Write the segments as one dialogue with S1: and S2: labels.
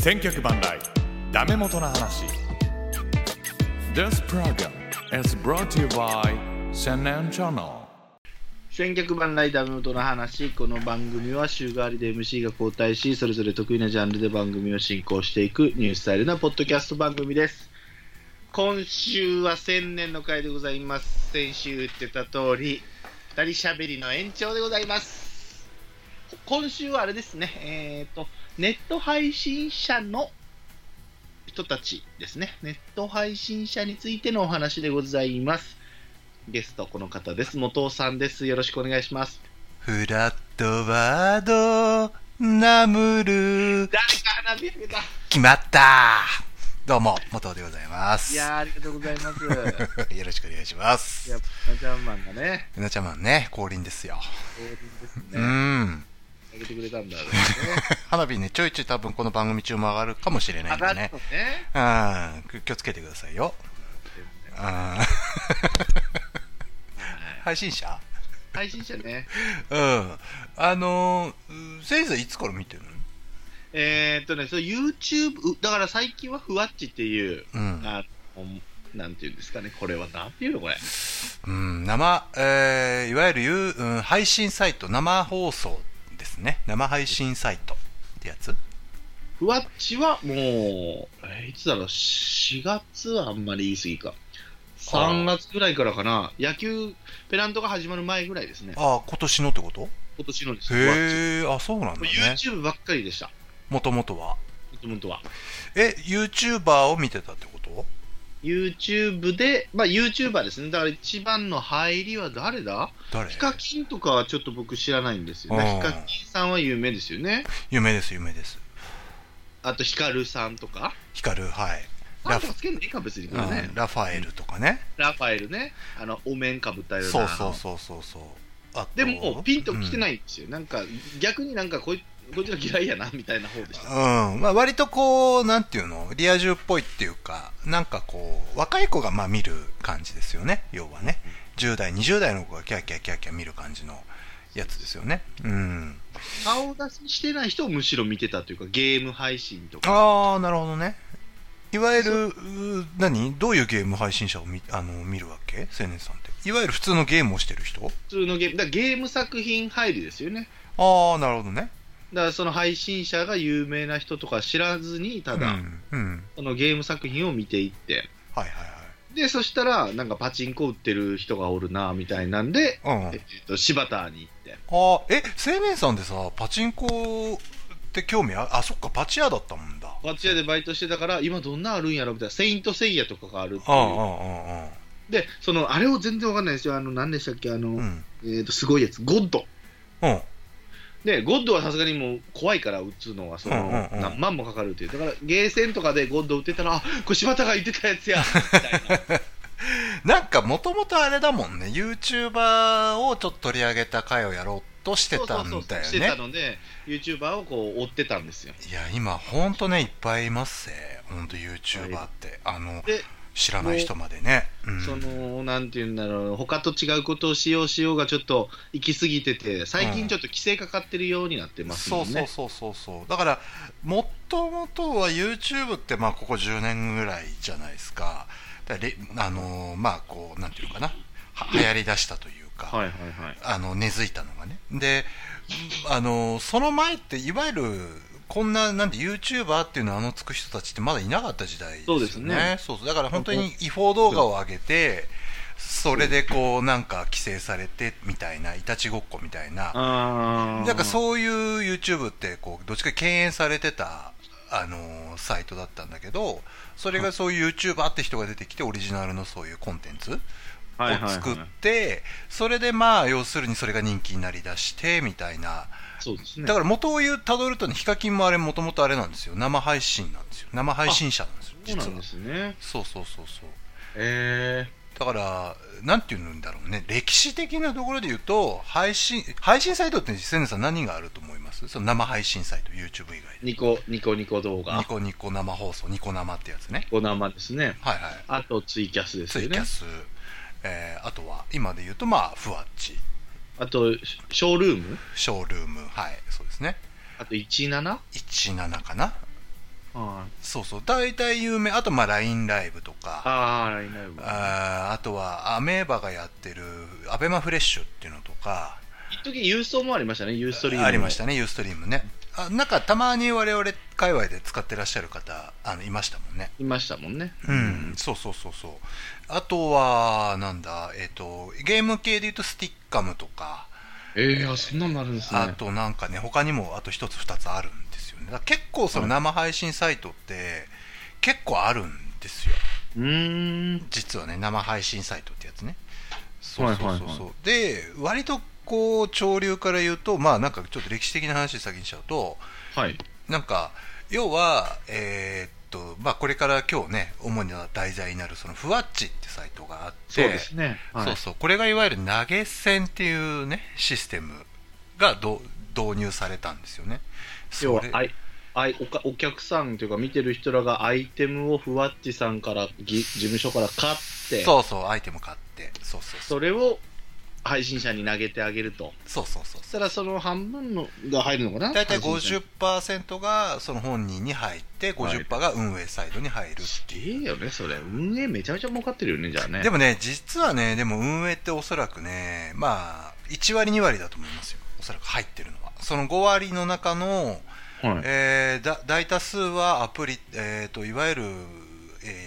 S1: 千脚万来ダメ元の話 This program is brought to you by Senan Channel
S2: 千客万来ダムとの話この番組は週替わりで MC が交代しそれぞれ得意なジャンルで番組を進行していくニューススタイルなポッドキャスト番組です今週は千年の回でございます先週言ってた通り二人しゃべりの延長でございます今週はあれですねえっ、とネット配信者の人たちですねネット配信者についてのお話でございますゲストこの方です。元尾さんです。よろしくお願いします。
S3: フラットワードナム
S2: 誰
S3: ル
S2: か花火あげた。
S3: 決まったどうも元尾でございます
S2: いやーありがとうござ います。
S3: よろしくお願いします
S2: いや、花ちゃんマンがね、
S3: うなちゃまんね降臨ですよ、
S2: オーです
S3: う
S2: ね。
S3: ん
S2: あげてくれたんだろうね。
S3: 花火ねちょいちょい多分この番組中も上がるかもしれない
S2: 上
S3: ん
S2: が
S3: で
S2: る
S3: ね
S2: とね。
S3: うん気気をつけてくださいようん配信者
S2: 配信者ね。
S3: うんあのー、先生いつから見てるの
S2: えー、っとね、そう YouTube、うだから最近はふわっちっていう、
S3: うん
S2: あの、なんていうんですかね、これはなんていうのこれ。
S3: うん、生、えーいわゆるゆう、うん、配信サイト、生放送ですね。生配信サイトってやつ
S2: ふわっちはもう、えーいつだろう、4月はあんまり言い過ぎか。3月ぐらいからかな、野球、ペナントが始まる前ぐらいですね。
S3: ああ、今年のってこと
S2: 今年のですふわっち。
S3: へえ、あ、そうなんだね。
S2: YouTube ばっかりでした、
S3: もともと
S2: も
S3: は。
S2: ともとは。
S3: え、YouTuber を見てたってこと
S2: YouTube で、まあ YouTuber ですね。だから一番の入りは誰だ
S3: 誰
S2: ヒカキンとかはちょっと僕知らないんですよ
S3: うん
S2: ね。ヒカキンさんは有名ですよね。
S3: 有名です、有名です。
S2: あとヒカルさんとか。
S3: ヒカル、はい。
S2: ラ
S3: ラ
S2: フ
S3: フ
S2: ァつけんのいいか別にこれね
S3: うん。ラファエルとかね。
S2: ラファエルね。あの、お面かぶったような。
S3: そうそうそうそうそう。あと
S2: でも、ピンと来て
S3: い、
S2: ないんですよ。なんか、逆になんかこい、こいつら嫌いやな、みたいな方でし
S3: う
S2: た。
S3: んうんまあ、割とこうなんていうのリア充っぽいっていうかなんかこう若い子がまあ見る感じですよね要はね10代20代の子がキャーキャーキャーキャー見る感じのやつですよねうん
S2: 顔出ししてない人をむしろ見てたというか、ゲーム配信とか。
S3: ああなるほどねいわゆるうー何どういうゲーム配信者を見あの見るわけ青年さんっていわゆる普通のゲームをしてる人
S2: 普通のゲーム、だからゲーム作品入りですよね。
S3: ああなるほどね
S2: だからその配信者が有名な人とか知らずに、た
S3: う
S2: だ、
S3: ん、うん、
S2: そのゲーム作品を見ていって、
S3: はい
S2: で、そしたら、なんかパチンコ売ってる人がおるな、みたいなんで、
S3: はいはいうん
S2: えっと、柴田に行って。
S3: あーえ青年さんでさパチンコって興味ああそっかパチ屋だったもんだ
S2: パチ屋でバイトしてたから、今どんなあるんやろみたいな、セイントセイヤとかがあるって
S3: ああ
S2: い
S3: あ
S2: う。
S3: ああ
S2: で、その、あれを全然わかんないですよ。あの、何でしたっけ、あの、
S3: あうん
S2: えー、とすごいやつ、ゴッド。
S3: うん
S2: で、ゴッドはさすがにもう怖いから打つのはその、
S3: うんうんうん
S2: 何万もかかるっていう、だからゲーセンとかでゴッド打ってたら、あこれ柴田が言ってたやつや、みたいな。
S3: なんかもともとあれだもんね YouTuber をちょっと取り上げた回をやろうとしてたんだ
S2: そ
S3: よ
S2: うそうそう
S3: ね
S2: してたので、YouTuber をこう追ってたんですよ。
S3: いや今ほんとねいっぱいいますねほんと YouTuber ってあの
S2: で
S3: 知らない人までね、うん、
S2: その、なんていうんだろう、他と違うことをしようしようがちょっと行き過ぎてて、最近ちょっと規制かかってるようになってます
S3: そ
S2: も
S3: うん
S2: ね。
S3: そうそうそうそうだからもともとは YouTube ってまあここ10年ぐらいじゃないですかだかられあのーまあこうなんていうのかなは流行りだしたというか、
S2: はいはいはい。
S3: あの根付いたのがねであのその前っていわゆるこんななんで YouTuber っていう名のつく人たちってまだいなかった時代です
S2: そ
S3: よね
S2: うですね
S3: そうそうだから本当に違法動画を上げてそれでこうなんか規制されてみたいないたちごっこみたいな
S2: あー
S3: なんかそういう YouTube ってこうどっちか敬遠されてた、あのーサイトだったんだけどそれがそういう YouTuber って人が出てきてオリジナルのそういうコンテンツを
S2: はいはいはい
S3: 作ってそれでまあ要するにそれが人気になりだしてみたいな
S2: そうですね。
S3: だから元を言うたどるとねヒカキンもあれもともとあれなんですよ生配信なんですよ生配信者なんですよ
S2: そうな
S3: 実
S2: ん
S3: は
S2: ですね。
S3: そうそうそうそう
S2: え
S3: だから、なんていうんだろうね、歴史的なところで言うと、配信、配信サイトって、千年さん何があると思いますその生配信サイト、YouTube 以外
S2: ー、
S3: で。
S2: ニコ、ニコニコ動画
S3: ニ。コニコ生放送、ニコ生ってやつね。
S2: お名前ですね。
S3: はいはい。
S2: あとツイキャスです
S3: ツ
S2: よ
S3: イキ
S2: ね
S3: ャ。ス、えーあとは、今で言うと、まあ、ふわっち、
S2: あと、ショールーム
S3: ショールーム、はい、そうですね。
S2: あと 17?
S3: 17かな
S2: はい。
S3: そうそう大体有名あとまあ LINE ライブとか
S2: ああ、ラインライブ。
S3: あーあとはアメーバがやってるアベマフレッシュっていうのとか
S2: 一時郵送もありましたね、郵送リーム。
S3: ありましたねユーストリームねあなんかたまに我々界隈で使ってらっしゃる方あのいましたもんね
S2: いましたもんね。
S3: うん、そうそうそうそうあとはなんだえっ、とゲーム系で言うとスティッカムとか
S2: ええあ、そんなのあるんですね。
S3: あとなんかね他にもあと一つ二つあるんですよねだから結構その生配信サイトって結構あるんですよ
S2: うーん。
S3: 実はね生配信サイトってやつねそうそうそうそう、
S2: はいはいは
S3: で割とこう潮流から言うとまあなんかちょっと歴史的な話先にしちゃうと
S2: はい。
S3: なんか要はえーっとまあこれから今日ね主な題材になるそのふわっちってサイトがあって
S2: そうですね。はい。
S3: そうそうこれがいわゆる投げ銭っていうねシステムがど導入されたんですよねそ
S2: 要は
S3: れ
S2: あいあいおかお客さんというか見てる人らがアイテムをふわっちさんからぎ事務所から買って
S3: そうそうアイテム買ってそうそうそう
S2: それを配信者に投げてあげると
S3: そうそうそう
S2: そしたらその半分のが入るのかな
S3: 大体
S2: 配信者に
S3: 50%がその本人に入って50%が運営サイドに入る
S2: すげえよねそれ運営めちゃめちゃ儲かってるよねじゃあね
S3: でもね実はねでも運営っておそらくねまあ1割2割だと思いますよおそらく入ってるのはその5割の中の、
S2: はい、
S3: えーだ大多数はアプリ、えー、といわゆる、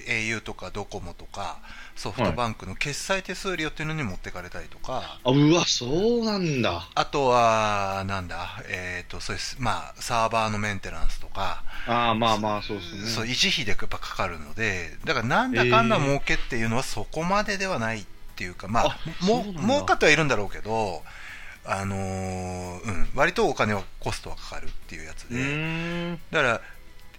S3: えー au とかドコモとかソフトバンクの決済手数料っていうのに持ってかれたりとか、
S2: あうわそうなんだ
S3: あとはなんだえっ、とそうですまあサーバーのメンテナンスとか、
S2: ああまあまあそうです
S3: そう
S2: ね
S3: 維持費でやっぱかかるのでだからなんだかんだ儲けっていうのはそこまでではないっていうか、まあ
S2: あ
S3: も
S2: そうなんだ
S3: 儲かってはいるんだろうけどあのーうん割とお金はコストはかかるっていうやつ
S2: う
S3: で、
S2: ーん
S3: だから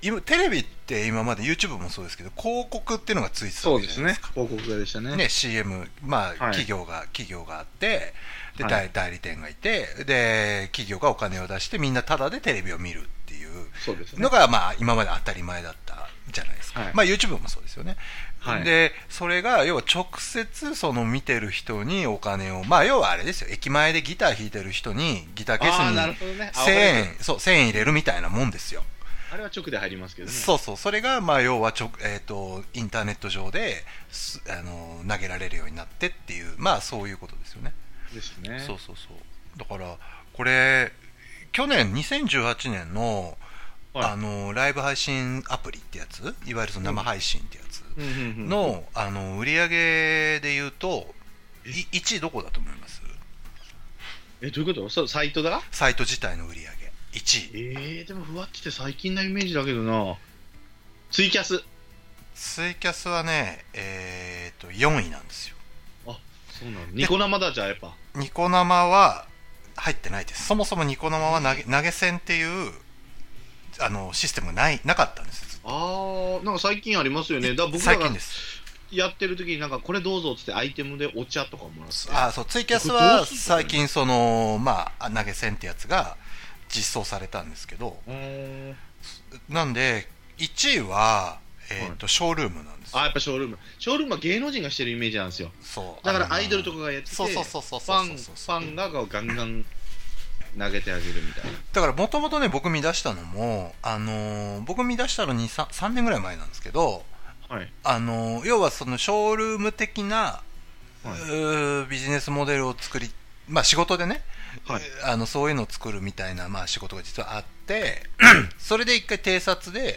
S3: 今テレビって今まで YouTube もそうですけど広告っていうのがついてた
S2: そ
S3: わ
S2: う
S3: け
S2: で
S3: じゃ
S2: す
S3: な
S2: ね
S3: いですか
S2: 広告がでしたね
S3: ね、CM、まあ、
S2: い
S3: 企業が、企業があって、で、
S2: はい
S3: 代代理店がいて、で、企業がお金を出して、みんなタダでテレビを見るっていう
S2: そうですね
S3: のが、まあ、今まで当たり前だったじゃないですか。
S2: はい
S3: まあ、YouTube もそうですよね。
S2: はい
S3: で、それが、要は直接、その見てる人にお金を、まあ、要はあれですよ、駅前でギター弾いてる人に、ギターケース
S2: ああなる
S3: に
S2: ほどねあ
S3: 1000円、そう、1000円入れるみたいなもんですよ。
S2: あれは直で入りますけどね
S3: そうそう、それが、まあ、要はちょ、えっとインターネット上ですあの投げられるようになってっていう、まあ、そういうことですよね。
S2: ですね
S3: そうそうそうだから、これ、去年、2018年の,、
S2: はい
S3: あのライブ配信アプリってやつ、いわゆるその生配信ってやつ
S2: うんうんうん
S3: の,、あの売り上げでいうと、い1位どこだと思います
S2: えどういうことそうサイトだ
S3: サイト自体の売り上げ1位。
S2: えー、でもふわっちって最近なイメージだけどなツイキャス
S3: ツイキャスはね、えー、と4位なんですよ。
S2: そうなのニコ生だじゃあやっぱ
S3: ニコ生は入ってないですそもそもニコ生は投げ投げ銭っていうあのシステムがないなかったんです
S2: あーなんか最近ありますよねだから僕ら
S3: 最
S2: が
S3: 近です
S2: やってる時になんかこれどうぞっつってアイテムでお茶とかもらって
S3: あそうツイキャス
S2: これど
S3: は
S2: うすんの
S3: 最近そのまあ投げ銭ってやつが実装されたんですけど
S2: うーん
S3: なんで1位は、えーとショールームなんですよ
S2: あやっぱショールームショールームは芸能人がしてるイメージなんですよ
S3: そう
S2: だか
S3: あ
S2: ら
S3: の
S2: アイドルとかがやってて
S3: そうそうそうそう
S2: フ
S3: そう
S2: ァ
S3: そう
S2: ン
S3: そう
S2: ファンがガンガン投げてあげるみたいな
S3: だからもともとね僕見出したのも、あのー僕見出したのに 3, 3年ぐらい前なんですけど
S2: はい
S3: あの要はそのショールーム的な、
S2: はいう
S3: ービジネスモデルを作り、まあ、仕事でね、
S2: はい
S3: あのそういうのを作るみたいな、まあ、仕事が実は あってそれで一回偵察で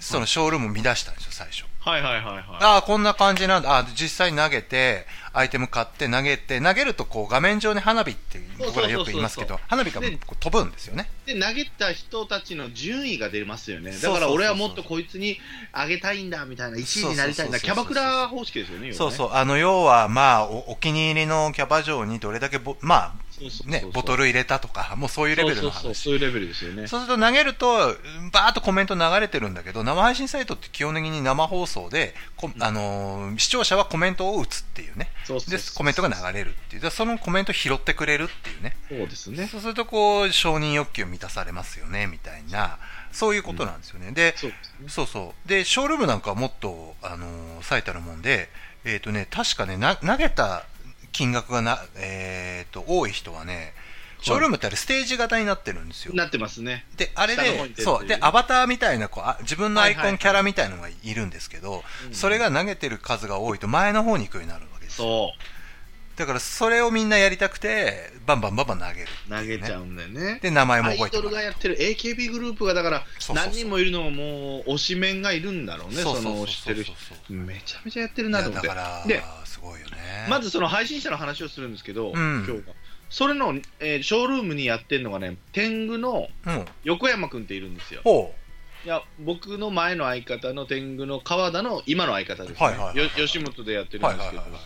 S3: そのショールームを見出したんですよ最初、
S2: はいはいはいは
S3: ああこんな感じなんだあー実際に投げてアイテム買って投げて投げるとこう画面上に花火って僕らよく言いますけど
S2: そう
S3: 花火が
S2: ね
S3: こう飛ぶんですよね
S2: いで投げた人たちの順位が出ますよね
S3: そうそう
S2: だ
S3: そう
S2: から俺はもっとこいつにあげたいんだみたいな1位になりたいんだ
S3: そう
S2: キ
S3: そ
S2: ャ
S3: うそうそう
S2: バクラ方式ですよね
S3: そう
S2: う
S3: そうあの要はまあおお気に入りのキャバ嬢にどれだけボまあ
S2: そうそうそう
S3: ね、ボトル入れたとか、もうそういうレベルの
S2: そうそうそう
S3: 話。
S2: そういうレベルですよね
S3: そうすると投げると、うんバーっとコメント流れてるんだけど、生配信サイトって基本的に生放送で、こあのー視聴者はコメントを打つっていうね。
S2: そうそう
S3: で、コメントが流れるっていう。でそのコメントを拾ってくれるっていうね。
S2: そうですね
S3: そうすると、こう、承認欲求満たされますよね、みたいな、そういうことなんですよね。で、
S2: そうですね
S3: そうそう。で、ショールームなんかはもっと、あのー最たるもんで、えっ、とね、確かねな、投げた金額がな、えっ、と、多い人はね、ショールームってあれステージ型になってるんですよ。
S2: なってますね。
S3: で、あれ
S2: 下の方に出るって
S3: で、
S2: いう
S3: そう、で、アバターみたいな、こう、あ自分のア
S2: はい
S3: イコ
S2: はいは
S3: ン
S2: い
S3: キャラみたいのがいるんですけど、
S2: うん
S3: それが投げてる数が多いと前の方に行くようになるわけですよ。
S2: そ
S3: だから、それをみんなやりたくて、バンバンバンバン投げる。
S2: う。投げちゃうんだよね。
S3: で、名前も
S2: アイ
S3: 覚えて
S2: ドル
S3: も
S2: が
S3: ら
S2: や
S3: う
S2: っ。てる AKB グループがだから
S3: そうそうそう
S2: 何人もいるのももう推しメンがいるんだろうね
S3: そう
S2: そ
S3: そ
S2: う
S3: そう
S2: の推してる人
S3: そうそう
S2: めちゃめちゃやってる
S3: い
S2: な
S3: や
S2: と思
S3: だ
S2: って
S3: から
S2: で、
S3: すごいよね。
S2: まずその配信者の話をするんですけど、
S3: ん
S2: 今日はそれの、えーショールームにやってるのがね天狗の
S3: うん。
S2: 横山君っているんですよ
S3: ほ
S2: いや僕の前の相方の天狗の川田の今の相方ですね、
S3: はいはいはいはい
S2: よ吉本でやって
S3: う。
S2: る
S3: は
S2: ん
S3: い
S2: で
S3: はい
S2: す
S3: は
S2: け
S3: い
S2: ど、
S3: はい。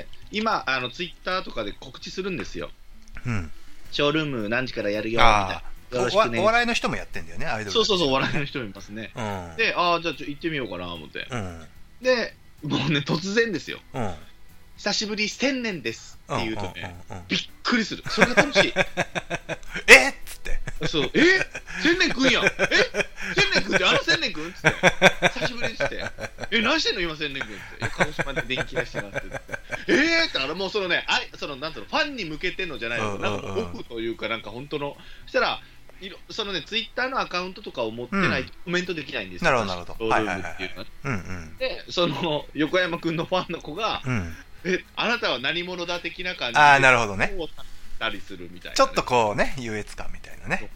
S2: で今あのツイッターとかで告知するんですよ
S3: うん。
S2: ショールーム何時からやるよみ
S3: あ
S2: たいな
S3: あ
S2: よろし
S3: お
S2: くね
S3: お笑いの人もやってんだよね、アイドル。
S2: そうそうそうお
S3: う。
S2: 笑いの人もいますね
S3: うん。
S2: で、ああ、じゃあちょ行ってみようかな、思って。
S3: うん。
S2: で、もうね、突然ですよ。
S3: うん。
S2: 久しぶり、千年ですって言うとね、
S3: うんうんうん
S2: びっくりする。それが楽し
S3: えっつって。
S2: い。そう、え千年くんやん。え千年くんってあの千年くんっつって。久しぶりっつって。え、何してんの今千年くんっつって。え鹿児島で電気出してますって。えーってあれもうそのね、あいその、なんつうの、ファンに向けてのじゃないの。
S3: うんうん
S2: な
S3: うんん
S2: かもうオフというか、なんか本当の。そしたら、いろそのね、ツイッターのアカウントとかを持ってないとコメントできないんですよ。
S3: なるほどなるほど
S2: ショールームっていうのはね
S3: うんうん。
S2: で、その横山君のファンの子が、
S3: うん。
S2: え、あなたは何者だ的な感じで、
S3: ああ、なるほどね。
S2: こう立ったりするみたいなね、
S3: ちょっとこうね、優越感みたいなね。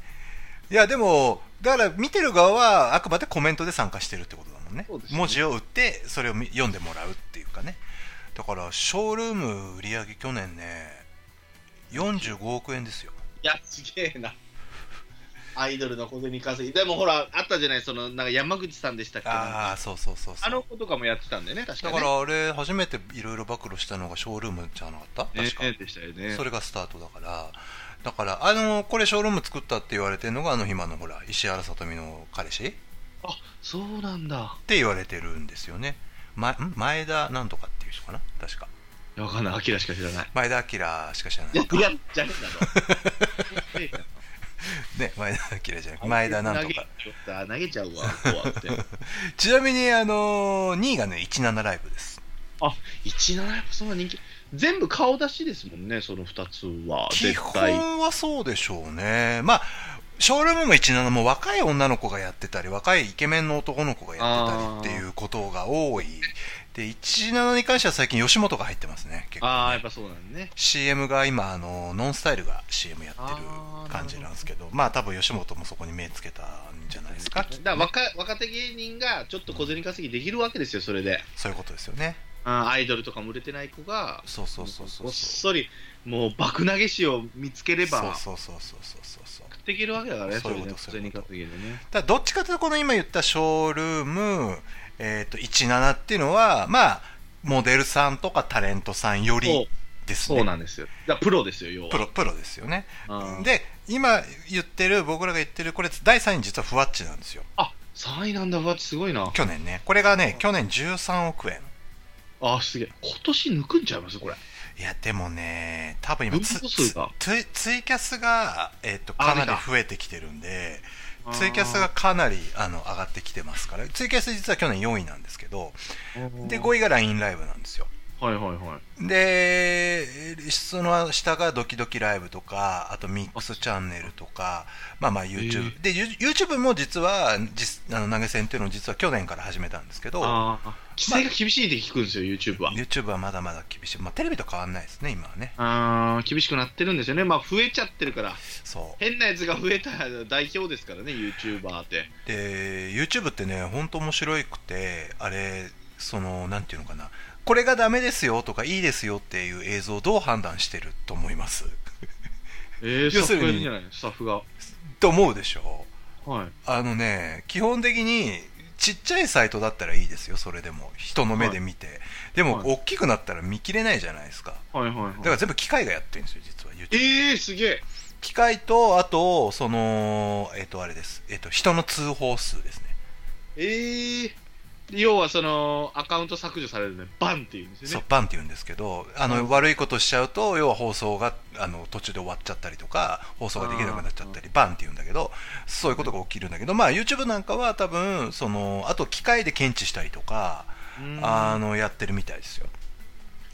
S3: いや、でも、だから見てる側はあくまでコメントで参加してるってことだもんね。
S2: そうですね
S3: 文字を打って、それを見読んでもらうっていうかね。だから、ショールーム売り上げ去年ね、45億円ですよ。
S2: いや、すげえな。アイドルの小銭稼ぎ。でもほら、あったじゃない、その、なんか山口さんでしたっけなんか
S3: ああ、そうそうそうそう。
S2: あの子とかもやってたんでね、確か
S3: だ
S2: に、
S3: か
S2: ね。
S3: らあれ、初めていろいろ暴露したのがショールームじゃなかった確か。
S2: ねでしたよね。
S3: それがスタートだから、だから、あの、これショールーム作ったって言われてるのが、あの今のほら、石原さとみの彼氏って
S2: あ、そうなんだ。
S3: 言われてるんですよね。ま、ん前田なんとかっていう人かな確か。
S2: いやわかんない、アキラしか知らない。
S3: 前田明しか知らない
S2: いや、
S3: のか。
S2: いやじゃねえだろ。
S3: ね、前田明じゃなくて、 前田なんとか。
S2: 投げ投げちゃうわ、怖くて。
S3: ちなみに、あの、2位がね、17ライブです。
S2: あ、17やっぱそんな人気。全部顔出しですもんね、その2つは。
S3: 基
S2: 絶対。
S3: 本はそうでしょうね。まあ、ショールームも17も若い女の子がやってたり、若いイケメンの男の子がやってたりっていうことが多い。で、17に関しては最近吉本が入ってますね、結構。
S2: ああ、やっぱそうなんね。
S3: CM が今、あの、ノンスタイルが CM やって
S2: あ
S3: る
S2: ー
S3: 感じなんですけど、まあ多分吉本もそこに目つけたんじゃないですか。
S2: だから若若手芸人がちょっと小銭稼ぎできるわけですよ、それで。
S3: そういうことですよね。
S2: あーアイドルとかも売れてない子が、
S3: そうそうそうそうそう。
S2: こっそり、もう爆投げ師を見つければ、
S3: そうそうそうそうそうそう。
S2: 食っていけるわけだからね、
S3: そういうこと
S2: それでね小銭稼ぎでね。
S3: だからどっちかというとこの今言ったショールーム、えー、と17っていうのはまあモデルさんとかタレントさんよ
S2: そう
S3: りです
S2: そう
S3: ね
S2: なんですよ。だからプロですよ、要は。
S3: プロプロですよね
S2: うん
S3: で今言ってる僕らが言ってるこれ第3位実はふわっちなんですよ
S2: あ3位なんだ、うわ、すごいな。
S3: 去年ねこれがね去年13億円
S2: あーすげえ。今年抜くんちゃいますこれ。
S3: いやでもね多分今
S2: 分母数が
S3: ツイツイキャスが、えー、と
S2: あ
S3: かな
S2: 出
S3: り
S2: た
S3: 増えてきてるんでツイキャスがかなりあの上がってきてますからツイキャス実は去年4位なんですけどで
S2: 位。
S3: 5位が LINE ライブなんですよ
S2: はいはいはい。
S3: で、その下がドキドキライブとか、あとミックスチャンネルとか、まあまあ YouTube。で、ユ YouTube も実は、実あの投げ銭っていうのを実は去年から始めたんですけど、
S2: ああ、規制が厳しいって聞くんですよ、YouTube は。
S3: YouTube はまだまだ厳しい。まあテレビと変わんないですね、今はね。
S2: ああ、厳しくなってるんですよね。まあ、増えちゃってるから。
S3: そう。
S2: 変なやつが増えた代表ですからね、YouTuber って。
S3: で、YouTube ってね、ほんと面白いくて、あれ、その、なんていうのかな、これがダメですよとかいいですよっていう映像をどう判断してると思います
S2: えー、
S3: 要
S2: ス
S3: す
S2: タッフがい
S3: るに
S2: るんじゃないスタッフが。
S3: と思うでしょ
S2: はい。
S3: あのね、基本的にちっちゃいサイトだったらいいですよ、それでも。人の目で見て。でも、
S2: はい
S3: 大きくなったら見切れないじゃないですか。
S2: はいはいはい。
S3: だから全部機械がやってるんですよ、実は。YouTube
S2: えー、すげえ。
S3: 機械と、あと、その、えっ、と、あれです。えっ、と、人の通報数ですね。
S2: えー。要はそのアカウント削除されるね、バンっていうんです
S3: そ
S2: よ
S3: う
S2: ね。、
S3: バンって言うんですけど、あの、
S2: うん
S3: 悪いことしちゃうと、要は放送が、あの、途中で終わっちゃったりとか、放送ができなくなっちゃったり、バンって言うんだけど、そういうことが起きるんだけど、まあ、YouTube なんかは多分、その、あと機械で検知したりとか、
S2: うーん
S3: あの、やってるみたいですよ。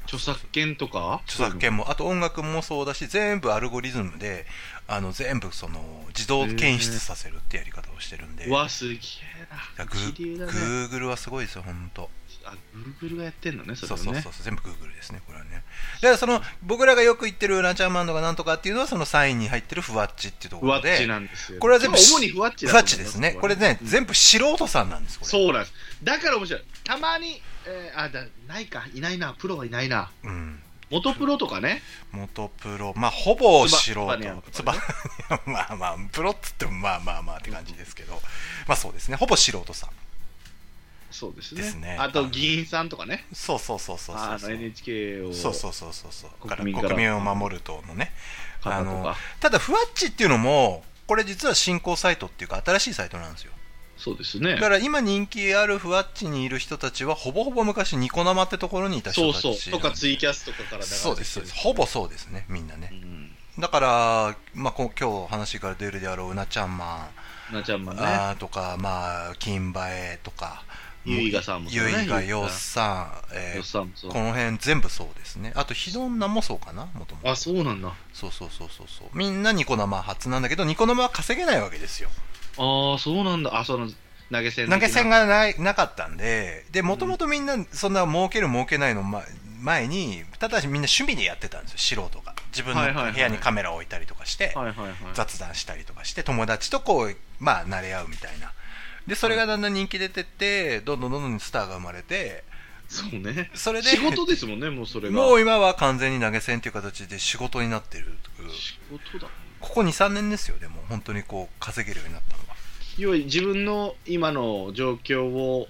S2: 著作権とか
S3: 著作権もあと音楽もそうだし全部アルゴリズムであの全部その自動検出させるってやり方をしてるんで、
S2: うわすげえな
S3: だからグ
S2: 一流だね
S3: ーグルはすごいですよ本当
S2: あ Google がやってんのねそれ
S3: そ
S2: を
S3: う
S2: ね
S3: そうそうそう全部グーグルですねこれはねだからその僕らがよく言ってるランチャーマンドがなんとかっていうのはそのサインに入ってるフワッチっていうとこ
S2: ふわ
S3: ろ
S2: っ
S3: で
S2: ちなんですよ
S3: これは全部
S2: でも主にふわっちだと
S3: フワ
S2: 思い
S3: ッ
S2: ます
S3: チですねこれね
S2: うん
S3: 全部素人さんなんですこれ
S2: そうなんですだから面白いたまに、えーあだないかいないなプロはいないな
S3: うん
S2: 元プロとかね
S3: 元プロまあほぼ素
S2: つ
S3: 人
S2: ばつばにゃん
S3: つば まあまあプロっつってもまあまあまあって感じですけどまあそうですねほぼ素人さん
S2: そうですね
S3: ですね
S2: あと議員さんとかね
S3: そうそうそうそうそう
S2: あの NHK を
S3: そうそうそうそうそう
S2: 国民
S3: か
S2: からら
S3: 国民を守る党のね
S2: 方
S3: あ
S2: と
S3: の
S2: か
S3: ただフワッチっていうのもこれ実は新興サイトっていうか新しいサイトなんですよ
S2: そうですね
S3: だから今人気あるフワッチにいる人たちはほぼほぼ昔ニコ生ってところにいた
S2: そ
S3: 人
S2: う
S3: たち
S2: そうとかツイキ
S3: ャ
S2: ャスとかから流れてきてる
S3: そうですそうですほぼそうですねみんな
S2: う
S3: ね
S2: ん
S3: だから、まあ、こう今日話から出るであろううなちゃんま
S2: なちゃんま
S3: ん、
S2: ね
S3: あーとかまあ金馬えとか
S2: ゆいがさんもそう
S3: ゆ
S2: ね
S3: いがよっさん、え
S2: よっ
S3: ー
S2: さんもそう
S3: この辺全部そうですねあとひどんなもそうかなもともと
S2: あそうなんだ
S3: そうそうそうそうそうみんなニコ生初なんだけどニコ生は稼げないわけですよ
S2: ああそうなんだあその投げ銭的
S3: 投
S2: な
S3: げ銭がないなかったんででもともとみんなそんな儲ける儲けないの前前にただしみんな趣味でやってたんですよ素人が自分
S2: はいはいは
S3: の
S2: い
S3: 部屋にカメラを置いたりとかして
S2: はいはいはい
S3: 雑談したりとかして友達とこうまあ慣れ合うみたいなでそれがだんだん人気出てってどんどんどんどんスターが生まれて
S2: そうね
S3: それで
S2: 仕事ですもんねもうそれが
S3: もう今は完全に投げ銭という形で仕事になってる
S2: 仕事だ
S3: ここ23年ですよでも本当にこう稼げるようになったのは
S2: 要は自分の今の状況を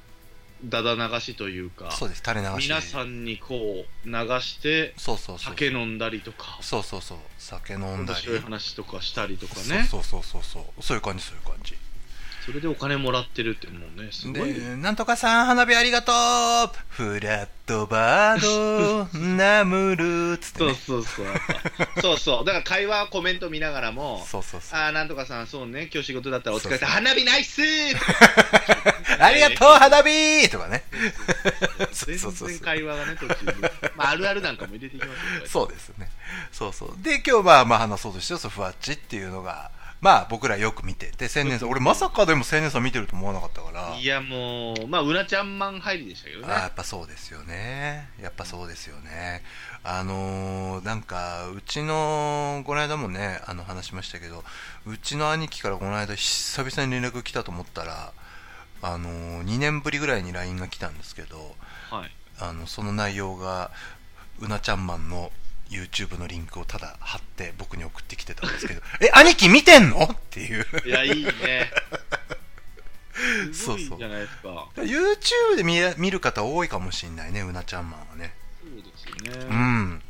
S2: だだ流しというか
S3: そうです垂れ流しで
S2: 皆さんにこう流して
S3: そうそうそう
S2: 酒飲んだりとか
S3: そうそうそう酒飲ん
S2: 面
S3: だり
S2: 白い話とかしたりとかね
S3: そうそうそうそうそうそういう感じそういう感じ
S2: それでお金もらってるってもうねすごい
S3: でなんとかさん花火ありがとうフラットバー ドナムルつって、
S2: そう
S3: ね、
S2: そうそうやっぱそうそうだから会話コメント見ながらも
S3: そうそうそう
S2: ああなんとかさんそうね今日仕事だったらお疲れ
S3: そうそう
S2: 様花火ないっす
S3: ありがとう花火とかねそう
S2: 全
S3: そうそう
S2: 然会話がね途中で、まあ、あるあるなんかも入れていきましょう
S3: そうですねそうそうで今日まあまあ話そうとしてそのフワッチっていうのがまあ僕らよく見てて千年さん俺まさかでも千年さん見てると思わなかったから
S2: いやもうまあうなちゃんマン入りでしたけどね
S3: あーやっぱそうですよねやっぱそうですよねあのーなんかうちのこの間もねあの話しましたけどうちの兄貴からこの間久々に連絡来たと思ったらあの2年ぶりぐらいに LINE が来たんですけど
S2: はい
S3: あのその内容がうなちゃんマンの YouTube のリンクをただ貼って僕に送ってきてたんですけど 「え兄貴見てんの?」っていう
S2: いや、いいね。す
S3: そ
S2: ご
S3: う
S2: い
S3: そ
S2: じ
S3: う
S2: ゃないですか。
S3: YouTube で見え見る方多いかもしんないねうなちゃんマンはね
S2: そうですよ
S3: う
S2: ね。
S3: ん。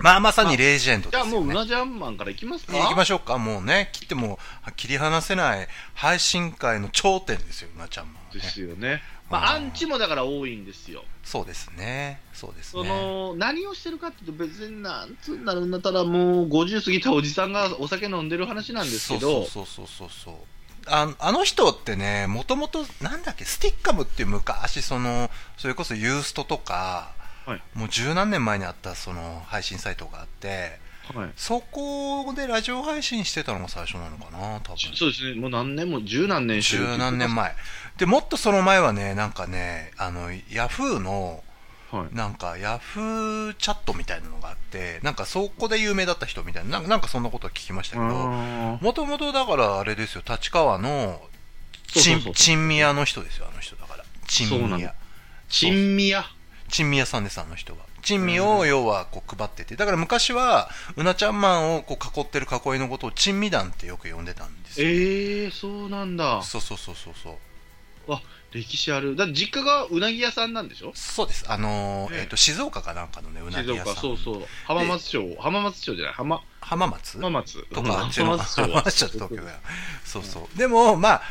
S3: まあ、まさにレジェンド
S2: じ
S3: で
S2: ゃあ
S3: す
S2: も
S3: よ、
S2: う、う
S3: ね。
S2: なじゃんマンからいきますか。
S3: 行きま
S2: し
S3: しょうか。もうね、切ってもう切り離せない配信界の頂点ですよ、うなちゃんも、
S2: で
S3: ね。
S2: すよね。まあ、アンチもだから多いんですよ。
S3: そうですね。そうです
S2: そ
S3: ね。
S2: の、何をしてるかっていうと、別になんつうんだろうなったら、もう50過ぎたおじさんがお酒飲んでる話なんですけど、
S3: そうそうそうそうそう。ああの人ってね、もともと、なんだっけ、スティッカムっていう昔、その、それこそユーストとか、
S2: はい
S3: もう十何年前にあった、その、配信サイトがあって、
S2: はい。
S3: そこでラジオ配信してたのが最初なのかな、多分。
S2: そうですね、もう何年も、十何年してる
S3: 十何年。前でもっとその前はねなんかねあのヤフーの
S2: はい。
S3: なんかヤフーチャットみたいなのがあってなんかそこで有名だった人みたいななんかなんかそんなことは聞きましたけど
S2: あー
S3: もともとだからあれですよ立川のち
S2: そうそうそ
S3: ん
S2: う
S3: ちんみやの人ですよあの人だからち
S2: そうんな
S3: み
S2: の
S3: や
S2: 珍味屋。
S3: ちんみやさんですあの人は珍味を要はこう配っててだから昔はうなちゃんマンをこう囲ってる囲いのことを珍味団ってよく呼んでたんですよ
S2: ええー、そうなんだ。
S3: そうそうそうそうそう
S2: 歴史ある。だって実家がうなぎ屋さんなんでしょ
S3: そうです。あのー
S2: ね
S3: えっ、と、静岡かなんかのね、うなぎ
S2: 静
S3: 屋さん。
S2: 岡、そうそう。浜松町、浜松町じゃない、浜、
S3: 浜松
S2: 浜松
S3: と
S2: うん
S3: か、あっちの
S2: 浜松町は
S3: 浜松町と東京だよ。そうそう。でも、まあ、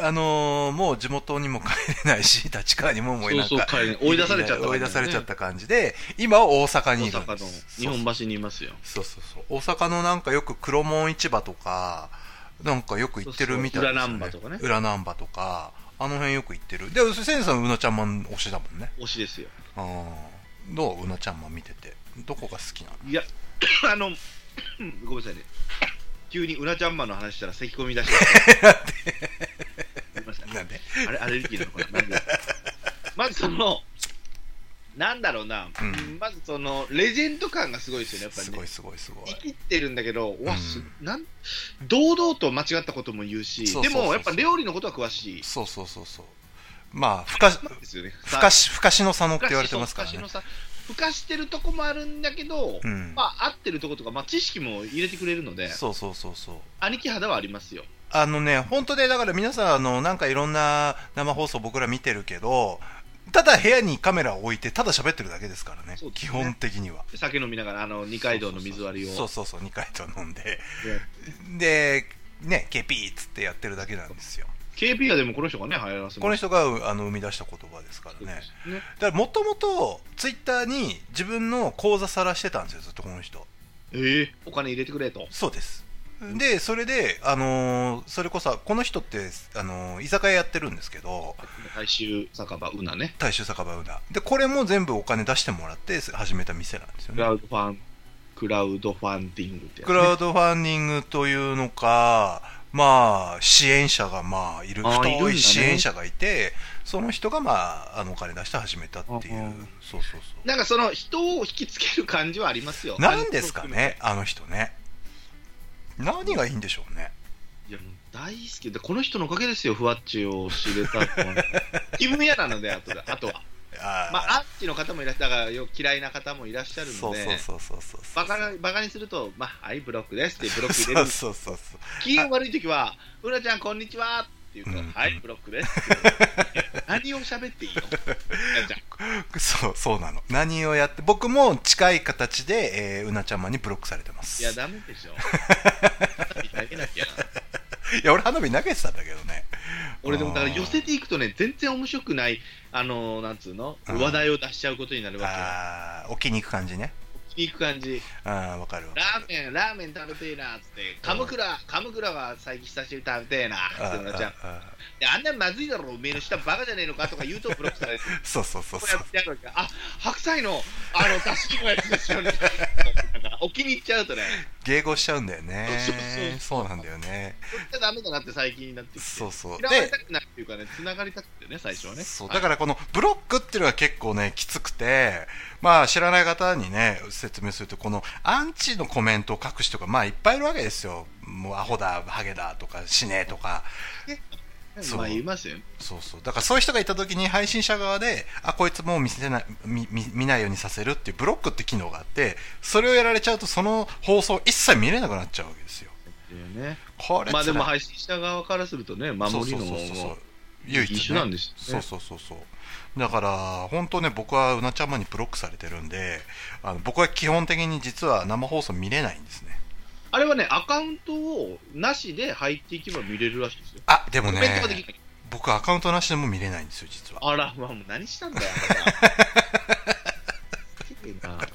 S3: あのーもう地元にも帰れないし、 立川にももうなんか
S2: そうそう帰れ追い出されちゃった感じだね
S3: 追い出されちゃった感じで、今は大阪に
S2: 大
S3: いるん
S2: 阪の
S3: です。
S2: 日
S3: そう
S2: 本橋にいますよ。
S3: そうそうそう。大阪のなんかよく黒門市場とか、なんかよく行ってるみたいですよ、ね。
S2: そうそう裏難波とかね
S3: 裏難波とか、あの辺よく行ってる。で、先生さん、うなちゃんマン推しだもんね。
S2: 推しですよ。
S3: ああ。どううのちゃんも見ててどこが好きなの
S2: いや、 あの、ごめんなさいね。急にうなちゃんマンの話したら咳込み出して。すいません
S3: なんで
S2: あれ、アレルギーなのかななんでまずその、なんだろうな、
S3: うん
S2: まずその、レジェンド感がすごいですよね、やっぱり
S3: す
S2: ね
S3: ごい。すごいすごい
S2: 生きってるんだけど、う
S3: う
S2: わ
S3: ん
S2: すなん堂々と間違ったことも言うし
S3: そうそ
S2: で
S3: うそうそう
S2: もやっぱ料理のことは詳しい
S3: そうそうそうそうまあふか
S2: ですよね。
S3: ふかしふかしの佐野って言われてますから
S2: ふ
S3: ね
S2: かしのさふかしてるとこもあるんだけど、
S3: うん
S2: まあ合ってるとことか、まあ、知識も入れてくれるので
S3: そうそうそうそう
S2: 兄貴肌はありますよ
S3: あのね本当でだから皆さんあのなんかいろんな生放送僕ら見てるけどただ部屋にカメラを置いてただ喋ってるだけですからね
S2: そうです
S3: 基
S2: ね
S3: 本的には
S2: 酒飲みながらあの二階堂の水割りを
S3: そうそうそう2回と飲んで
S2: ね
S3: でねケピーっつってやってるだけなんですよ
S2: KB はでもこの人がね流行らせ
S3: この
S2: 人
S3: 人がうあの生み出した言葉ですからね
S2: ね
S3: だからもともとツイッターに自分の口座さらしてたんですよずっとこの人
S2: えーお金入れてくれと
S3: そうですでそれで、あのーそれこそこの人って、あのー居酒屋やってるんですけど
S2: 大衆酒場うなね
S3: 大衆酒場うなでこれも全部お金出してもらって始めた店なんですよ
S2: ク
S3: ね
S2: ラウドファンクラウドファンディングってやつ
S3: クラウドファンディングというのか、まあ、支援者がまあいる、
S2: あーいるんだ
S3: 太
S2: ね
S3: い支援者がいて、その人がまあ、あのお金出して始めたっていう
S2: ああ、
S3: そうそうそ
S2: なんかその人を引きつける感じはありますよ
S3: う。なんですかね、あの人ね。何がいいんでしょうね。
S2: いやもう大好きでこの人のおかげですよふわっちを知れたの は気分屋なのであとであとは
S3: あー
S2: まあアンチの方もいらっしゃるだからよ嫌いな方もいらっしゃるので
S3: そうそうそうそうそう。
S2: バカなバカにすると「まあ、はいブロックです」ってブロック入
S3: そ
S2: れ
S3: う
S2: る
S3: そうそうそう。
S2: 機嫌悪い時は「うらちゃんこんにちは」って言うと「
S3: うん
S2: はいブロックです」何を喋っていいのうらちゃん
S3: そうそうなの。何をやって、僕も近い形で、えーうなちゃんまにブロックされてます。
S2: いやダメで しょ投げなきゃ
S3: いや俺、花火投げてたんだけどね。
S2: 俺でもだから寄せていくとね全然面白くないあのなんつうの
S3: うん
S2: 話題を出しちゃうことになるわけよ
S3: ああ、置きに行く感じね。
S2: 聞きに行く感じ
S3: ああ、わかるわか
S2: ラ
S3: る。
S2: ーメン、ラーメン食べてえなっつって、カムクラ、カムクラは最近久しぶりに食べてえなってなっちゃう
S3: あああ
S2: であんなんまずいだろ、おめえの舌バカじゃねえのかとか言うとブロックされて、
S3: あそうそうそう
S2: こうや
S3: そう
S2: ってやるわけあ白菜の、あの、出汁のやつです よね。なんか、お気に入っちゃうとね、
S3: 迎合しちゃうんだよね
S2: そうそうそう
S3: そうなんだよね
S2: そっちゃダメだなって最近になってきて、
S3: そうそう
S2: 嫌われ
S3: で
S2: たくないっていうかね、繋がりたくてね、最初はね。
S3: そうだからこのブロックっていうのは結構ねきつくてまあ知らない方にね説明するとこのアンチのコメントを書く人がまあいっぱいいるわけですよもうアホだハゲだとか死ねとか
S2: ら
S3: そう
S2: まあ言いますよね。
S3: そうそうだからそういう人がいた時に配信者側であこいつもう見せない見見見ないようにさせるっていうブロックって機能があってそれをやられちゃうとその放送一切見れなくなっちゃうわけですよこれ
S2: まあでも
S3: 辛い
S2: 配信者側からするとね、守りの
S3: そうそうそうそう唯一、ね、
S2: 一緒なんですよ
S3: そう
S2: ね
S3: そうそうそうだから本当ね僕はうなちゃんまにブロックされてるんであの僕は基本的に実は生放送見れないんですね
S2: あれはね、アカウントをなしで入っていけば見れるらしいですよ。
S3: あでも
S2: コメ
S3: ね
S2: ントができない。
S3: 僕アカウントなしでも見れないんですよ実は
S2: あら、まあ、もう何したんだよ、 あなた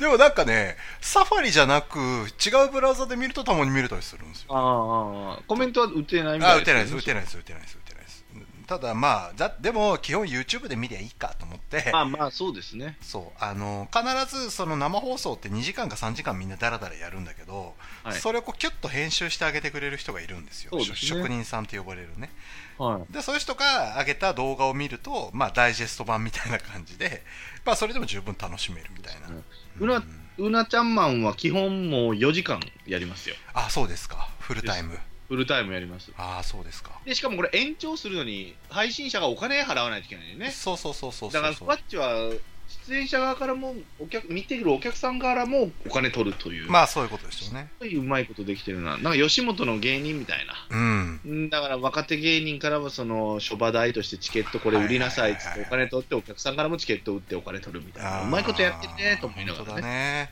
S3: でもなんかねサファリじゃなく違うブラウザで見るとたまに見れたりするんですよ
S2: ああ、コメントは打てないみたい
S3: あ打てないです打
S2: ない
S3: てないです打てないです打てないですただまあだでも基本 YouTube で見りゃいいかと思って
S2: まあまあ、そうですね。
S3: そうあの必ずその生放送って2時間か3時間みんなダラダラやるんだけど、
S2: はい
S3: それをこうキュッと編集してあげてくれる人がいるんですよ
S2: そうですね
S3: し職人さんって呼ばれるね
S2: はい。
S3: でそういう人が上げた動画を見ると、まあ、ダイジェスト版みたいな感じで、まあ、それでも十分楽しめるみたいな、
S2: そうですね
S3: う
S2: うなんうなちゃんマンは基本もう4時間やりますよ。
S3: あそうですかフルタイム
S2: フルタイムやります。
S3: ああそうですか
S2: で、しかもこれ延長するのに、配信者がお金払わないといけないよね。
S3: そうそうそうそうそ
S2: だ
S3: う
S2: から、スパッチは、出演者側からも、お客、見てくるお客さんからもお金取るという。
S3: まあそういうことですよね
S2: すごいうまいことできてるな。なんか吉本の芸人みたいな。
S3: うん
S2: うんだから若手芸人からはその諸場代としてチケットこれ売りなさいっつっ
S3: はい
S2: てお
S3: はいは
S2: 金
S3: い
S2: 取ってお客さんからもチケット売ってお金取るみたい
S3: あ
S2: な
S3: ー
S2: うまいことやってるねと思いなが
S3: 本
S2: ら
S3: 当だ
S2: ね
S3: ね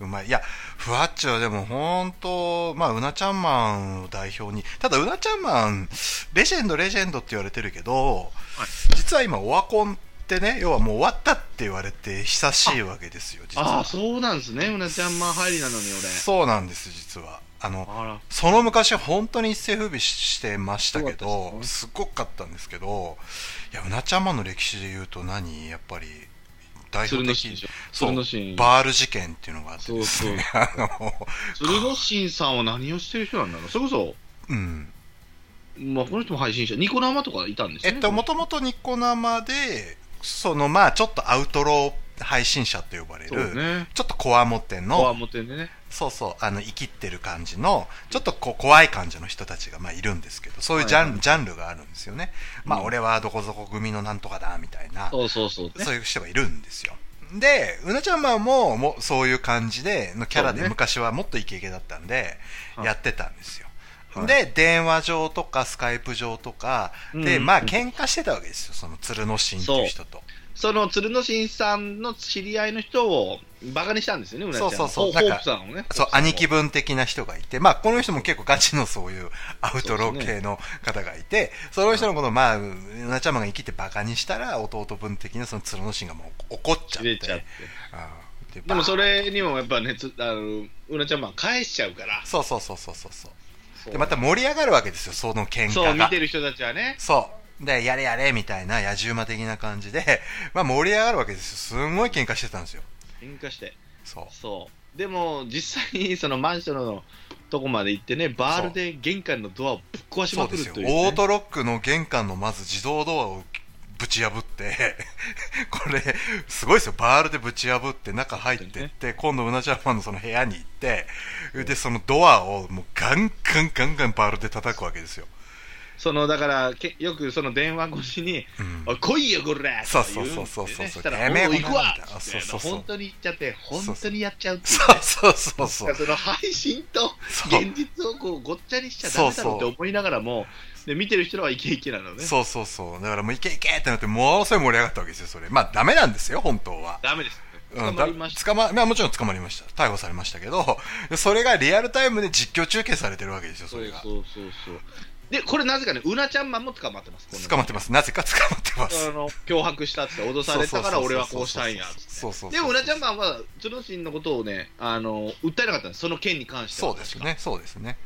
S3: うまいいやふわっちはでも本当まあうなちゃんマンを代表にただうなちゃんマンレジェンドレジェンドって言われてるけど、実は今オワコンってね要はもう終わったって言われて久しいわけですよ実
S2: あ
S3: は
S2: あそうなんですねうなちゃんマン入りなのに
S3: そうなんです実はあの
S2: 俺あら
S3: その昔本当に一世風靡してました
S2: そ
S3: け
S2: うだった
S3: ど
S2: んです
S3: ごかったんですけどいやうなちゃんマンの歴史で言うと何やっぱり代
S2: 鶴
S3: 表
S2: のシーン
S3: 的
S2: でしょ
S3: そ
S2: 鶴の
S3: う
S2: シーン
S3: バール事件っていうのがあってですねあの
S2: 鶴のシーンさんは何をしてる人なんだろうそれこそ、
S3: うん
S2: まあ、この人も配信者ニコ生とかいたんです
S3: え
S2: よ
S3: っ
S2: ね
S3: ともともとニコ生でそのまあちょっとアウトロー配信者と呼ばれ
S2: そう
S3: る、
S2: ね
S3: ちょっとこわもて
S2: コア
S3: の
S2: モテでね
S3: そうそうあの生きってる感じのちょっとこう怖い感じの人たちがまあいるんですけどそういうジャン,、
S2: はいは
S3: ジャンルがあるんですよね、まあ
S2: うん
S3: 俺はどこぞこ組のなんとかだみたいな
S2: そうそうそう、ね
S3: そういう人がいるんですよ。で、うなちゃんまあももうそういう感じでのキャラ
S2: そう
S3: で
S2: ね
S3: 昔はもっとイケイケだったんで、
S2: はい
S3: やってたんですよ。
S2: はい
S3: で、電話上とかスカイプ上とか、で、
S2: うん
S3: まあ喧嘩してたわけですよ、その鶴の神っていう人と。
S2: その鶴の新さんの知り合いの人をバカにしたんですよね、うなちゃんは
S3: そうそうそ
S2: ホ
S3: うなん
S2: ホ
S3: か
S2: ープさんをね。
S3: そう、
S2: ホープさんを
S3: 兄貴分的な人がいて、まあこの人も結構ガチのそういうアウトロー系の方がいて、その人のことをまあ、うなちゃんまが生きてバカにしたら、弟分的なその鶴の神がもう怒っちゃ
S2: 切
S3: って。
S2: れちゃって。
S3: うんで
S2: でもそ
S3: バーン
S2: れにもやっぱね、つあのうなちゃんは返しちゃうから。
S3: そうそうそうそうそうそう。
S2: そう
S3: でまた盛り上がるわけですよ、その喧
S2: そう、
S3: 嘩
S2: 見
S3: が。
S2: てる人たちはね。
S3: そう。で、やれやれみたいな野獣馬的な感じで、 まあ盛り上がるわけですよ。すんごい喧嘩してたんですよ。
S2: 喧嘩して。
S3: そう。
S2: そう。でも、実際にそのマンションのとこまで行ってね、バールで玄関のドアをぶっ壊し
S3: そ
S2: ま
S3: う
S2: く
S3: で
S2: る
S3: すよ。
S2: という、
S3: オ
S2: ね
S3: ー。トロックの玄関のまず自動ドアをぶち破って、 これ、すごいですよ。バールでぶち破って中入ってって、今度うなちゃんマンのその部屋に行って、で、そのドアをもうガンガンガンガンバールで叩くわけですよ。
S2: その、だから、けよくその電話越しに、
S3: うん
S2: おい来いよ、こら
S3: そうそうそうそうそう
S2: とか言
S3: や
S2: うん
S3: め
S2: でね
S3: よ
S2: したら、おう行くわ
S3: こんなの
S2: つって
S3: そうそうそう
S2: 本当に行っちゃって、本当にやっちゃうっていうね
S3: そうそうそうそう。
S2: その配信と
S3: そう
S2: 現実をこうごっちゃにしちゃダメだろうって思いながらも、で見てる人らはイケイケなのね。
S3: そうそうそう。だからもういけいけってなって、ものすごい盛り上がったわけですよ、それ。まあ、ダメなんですよ、本当は。
S2: ダメです。
S3: う
S2: 捕
S3: ん
S2: まりました。
S3: だ捕ままあ、もちろん捕まりました。逮捕されましたけど、 それがリアルタイムで実況中継されてるわけですよ、そ
S2: そう
S3: れが。
S2: そうそうそう。で、これなぜかね、うなちゃんマンも捕まってます。
S3: 捕ま
S2: っ
S3: ってます。なぜか捕まってます
S2: あ。の脅迫したっつって脅されたから俺はこうしたんやっつって
S3: そうそうそうそうそうそうそう
S2: でもうなちゃんマンは鶴の神のことをねあの訴えなかったんですその件に関しては
S3: そうですね、そうですね。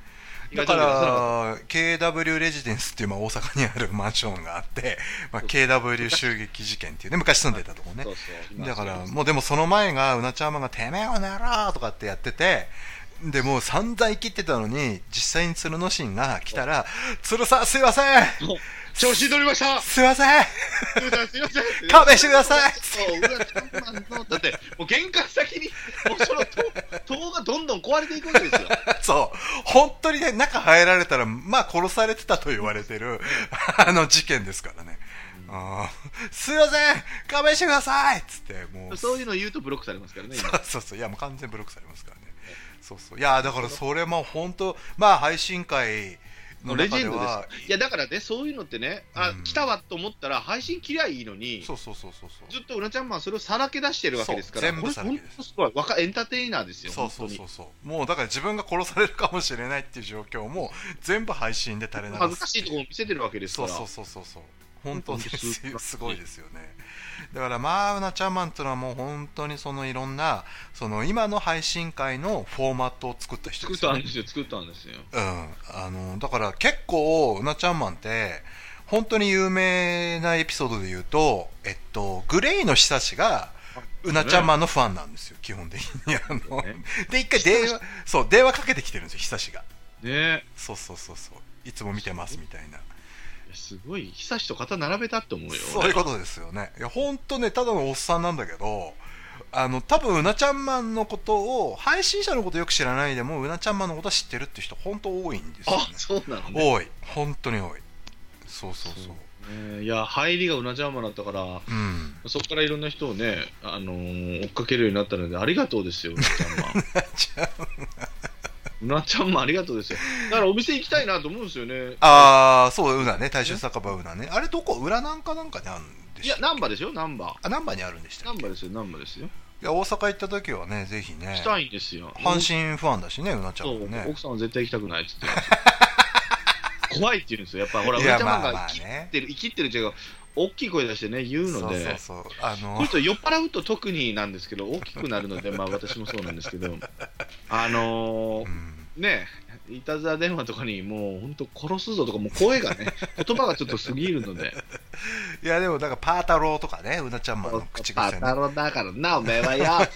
S2: 確
S3: だ
S2: か
S3: から、KW レジデンスっていう、まあ、大阪にあるマンションがあって、まあ、KW 襲撃事件っていうね、昔住んでたとこね
S2: そう。そう今
S3: だから、
S2: そう
S3: もうでもその前が、うなちゃんまが、てめえおならとかってやってて、で、もう散々生きてたのに、実際に鶴の神が来たら、鶴さん、すいません
S2: 調子に乗りました
S3: すいません
S2: すいませんすいません
S3: 勘弁してください
S2: そう、裏看板の、だって、もう玄関先に、もうその塔塔がどんどん壊れていくわけですよ。
S3: そう、本当にね、中入られたら、まあ殺されてたと言われてる、 あの事件ですからね。あーすいません勘弁してくださいっつって、もう。
S2: そういうのを言うとブロックされますからね、今。
S3: そうそうそういやもう完全ブロックされますからね、そうそういやだからそれも本当まあ配信会の
S2: レ
S3: 中
S2: ジェ
S3: で
S2: ンドで
S3: は
S2: す。いや、だからね、そういうのってね、あ
S3: うん、
S2: 来たわと思ったら、配信切りゃいいのに、
S3: そうそうそうそうそう
S2: ずっとうなちゃんマンはそれをさらけ出してるわけですから、
S3: そう全部さらけ
S2: こ
S3: 出
S2: れ、本
S3: す
S2: 当すごい、若いエンターテイナーですよ。
S3: そうそうそうそうもうだから自分が殺されるかもしれないっていう状況も全部配信で垂れ
S2: 本
S3: 流
S2: 当
S3: す
S2: に恥ずかしいところを見せてるわけです
S3: そ
S2: か
S3: う
S2: ら。
S3: そうそうそうそう本当に
S2: 本当に
S3: す
S2: す
S3: すごいですよねだからまあうなちゃんマンっていうのはもう本当にそのいろんなその今の配信会のフォーマットを作った人
S2: 作
S3: で
S2: っ
S3: すよ
S2: た
S3: ね
S2: んですよ、作ったんですよ。
S3: うん、あのだから結構うなちゃんマンって本当に有名なエピソードで言うと、えっと、グレイの久しがうなちゃんマンのファンなんですよ、基本的に。あの
S2: ね
S3: で、一回電話、そう、電話かけてきてるんですよ、久しが。
S2: ね
S3: そうそうそうそう。いつも見てますみたいな。
S2: いやすごい、久しと肩並べたって思うよ。
S3: そういうことですよね。いや、本当ね、ただのおっさんなんだけど、あの、多分うなちゃんマンのことを、配信者のことよく知らないでも、うなちゃんマンのことは知ってるって人、本当多いんですよ、ね
S2: あ。、そうなのね。
S3: 多い本当に多いそうそうそう
S2: ねいや、入りがうなちゃんマンだったから、
S3: うん
S2: そこからいろんな人をね、あのー追っかけるようになったので、ありがとうですよ、うなちゃんマン。うなちゃんマンありがとうですよ。だからお店行きたいなと思うんですよね。
S3: ああそううなね大衆酒場うなねあれどこ裏なんかなんかにあるんで
S2: い
S3: し
S2: や、
S3: た
S2: ナンバーですよ、ナンバ
S3: あ難波にあるんでし
S2: ー。
S3: た
S2: ナ
S3: っ
S2: ン
S3: け
S2: バーですよ、ナンバーですよ。
S3: いや大阪行った時はねぜひね
S2: したいんですよ。
S3: 阪神ファンだしねうなちゃん
S2: そ
S3: も
S2: う、
S3: ね
S2: 奥さんは絶対行きたくないっつって。 怖いって言うんですよ。やっぱほら、う
S3: い
S2: な
S3: や
S2: ちゃんマン
S3: まあま
S2: が
S3: あ
S2: 生き
S3: ね
S2: ってる、生きってる違う、大きい声出してね、言う
S3: そ
S2: の
S3: う
S2: で。
S3: そうそうあ
S2: こうい
S3: の
S2: う人酔っ払うと特になんですけ ど、大きくなるので、まあ私もそうなんですけど、あのー
S3: うん
S2: ねえいたずら電話とかにもう本当殺すぞとかもう声が ね言葉がちょっと過ぎるので
S3: いやでもなんかパー太郎とかねうなちゃんマンの口
S2: パ
S3: 癖ね
S2: タロンだからなおめえはよ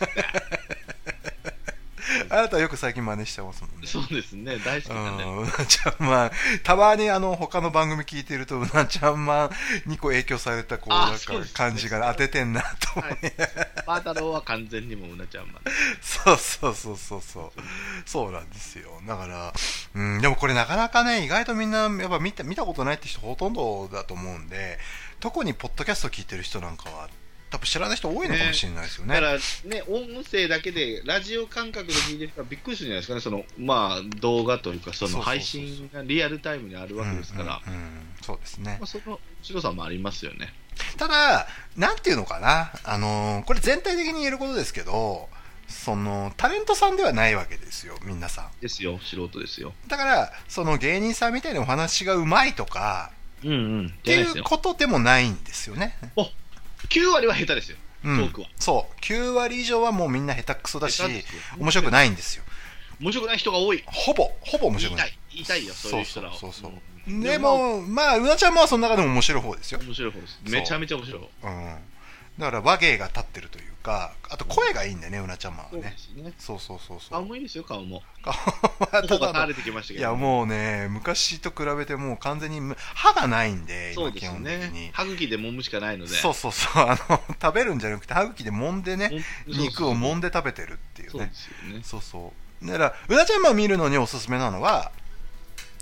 S3: あなたよく最近真似してますもんね
S2: そうですね大好き
S3: う
S2: なんで、
S3: んうなちゃんマンたまにあの他の番組聞いてるとうなちゃんマンにこう影響されたこう
S2: あ
S3: なんか
S2: そうですね
S3: 感じが当ててんなと思う
S2: はい、パータローは完全にもううなちゃんまで
S3: そうそうそうそうそうそうなんですよだから、うん、でもこれなかなかね意外とみんなやっぱ見た見たことないって人ほとんどだと思うんで特にポッドキャスト聞いてる人なんかは多分知らない人多いのかもしれないですよね
S2: だからね、音声だけで、ラジオ感覚で聞いてる人はびっくりするんじゃないですかね、そのまあ、動画というか、そ
S3: そうそ
S2: の
S3: うそうそう
S2: 配信がリアルタイムにあるわけですから、
S3: うんうんうんそうですね
S2: まあ、その白さもありますよね。
S3: ただなんていうのかなあのーこれ全体的に言えることですけどそのタレントさんではないわけですよ皆さん
S2: ですよ、素人ですよ。
S3: だからその芸人さんみたいなお話がうまいとか
S2: うんうん、
S3: っ
S2: じ
S3: て
S2: ゃない
S3: い
S2: です
S3: う
S2: よ。
S3: ことでもないんですよね
S2: 9割は下手ですよ、
S3: う
S2: ト
S3: ん
S2: ークは。
S3: そう9割以上はもうみんな下手くそだし
S2: 下手ですよ
S3: 面白くないんですよ
S2: 面白くない人が多い。
S3: ほぼほぼ面
S2: 言
S3: 白
S2: い
S3: く
S2: た
S3: ない
S2: い、言いたいよ、そういう人らは。
S3: そうそうそう
S2: う
S3: そ
S2: ん
S3: うで、もまあうなちゃんもその中でも面白い方ですよ、
S2: 面白い方です。
S3: そう
S2: めちゃめちゃ面白い方。
S3: うん、だから和芸が立ってるというかあと声がいいんだよねうなちゃんは
S2: そうで
S3: ね
S2: すね。
S3: そうそうそうそう
S2: 顔もいいですよ、顔も。
S3: 顔
S2: 頬が
S3: はただ
S2: 垂
S3: の
S2: れてきました
S3: い
S2: け
S3: や
S2: ど。
S3: もうね昔と比べてもう完全にむ歯がないんで
S2: そう
S3: 今
S2: で
S3: 基
S2: す
S3: 本的
S2: ね
S3: に。
S2: 歯茎で揉むしかないので。
S3: そうそうそうあの食べるんじゃなくて歯茎で揉んでね
S2: ほん
S3: 肉を
S2: そう
S3: 揉んで食べてるっていう
S2: そうそうそう
S3: ね
S2: ですよね。
S3: そうそう。だから、うなちゃんま見るのにおすすめなのは、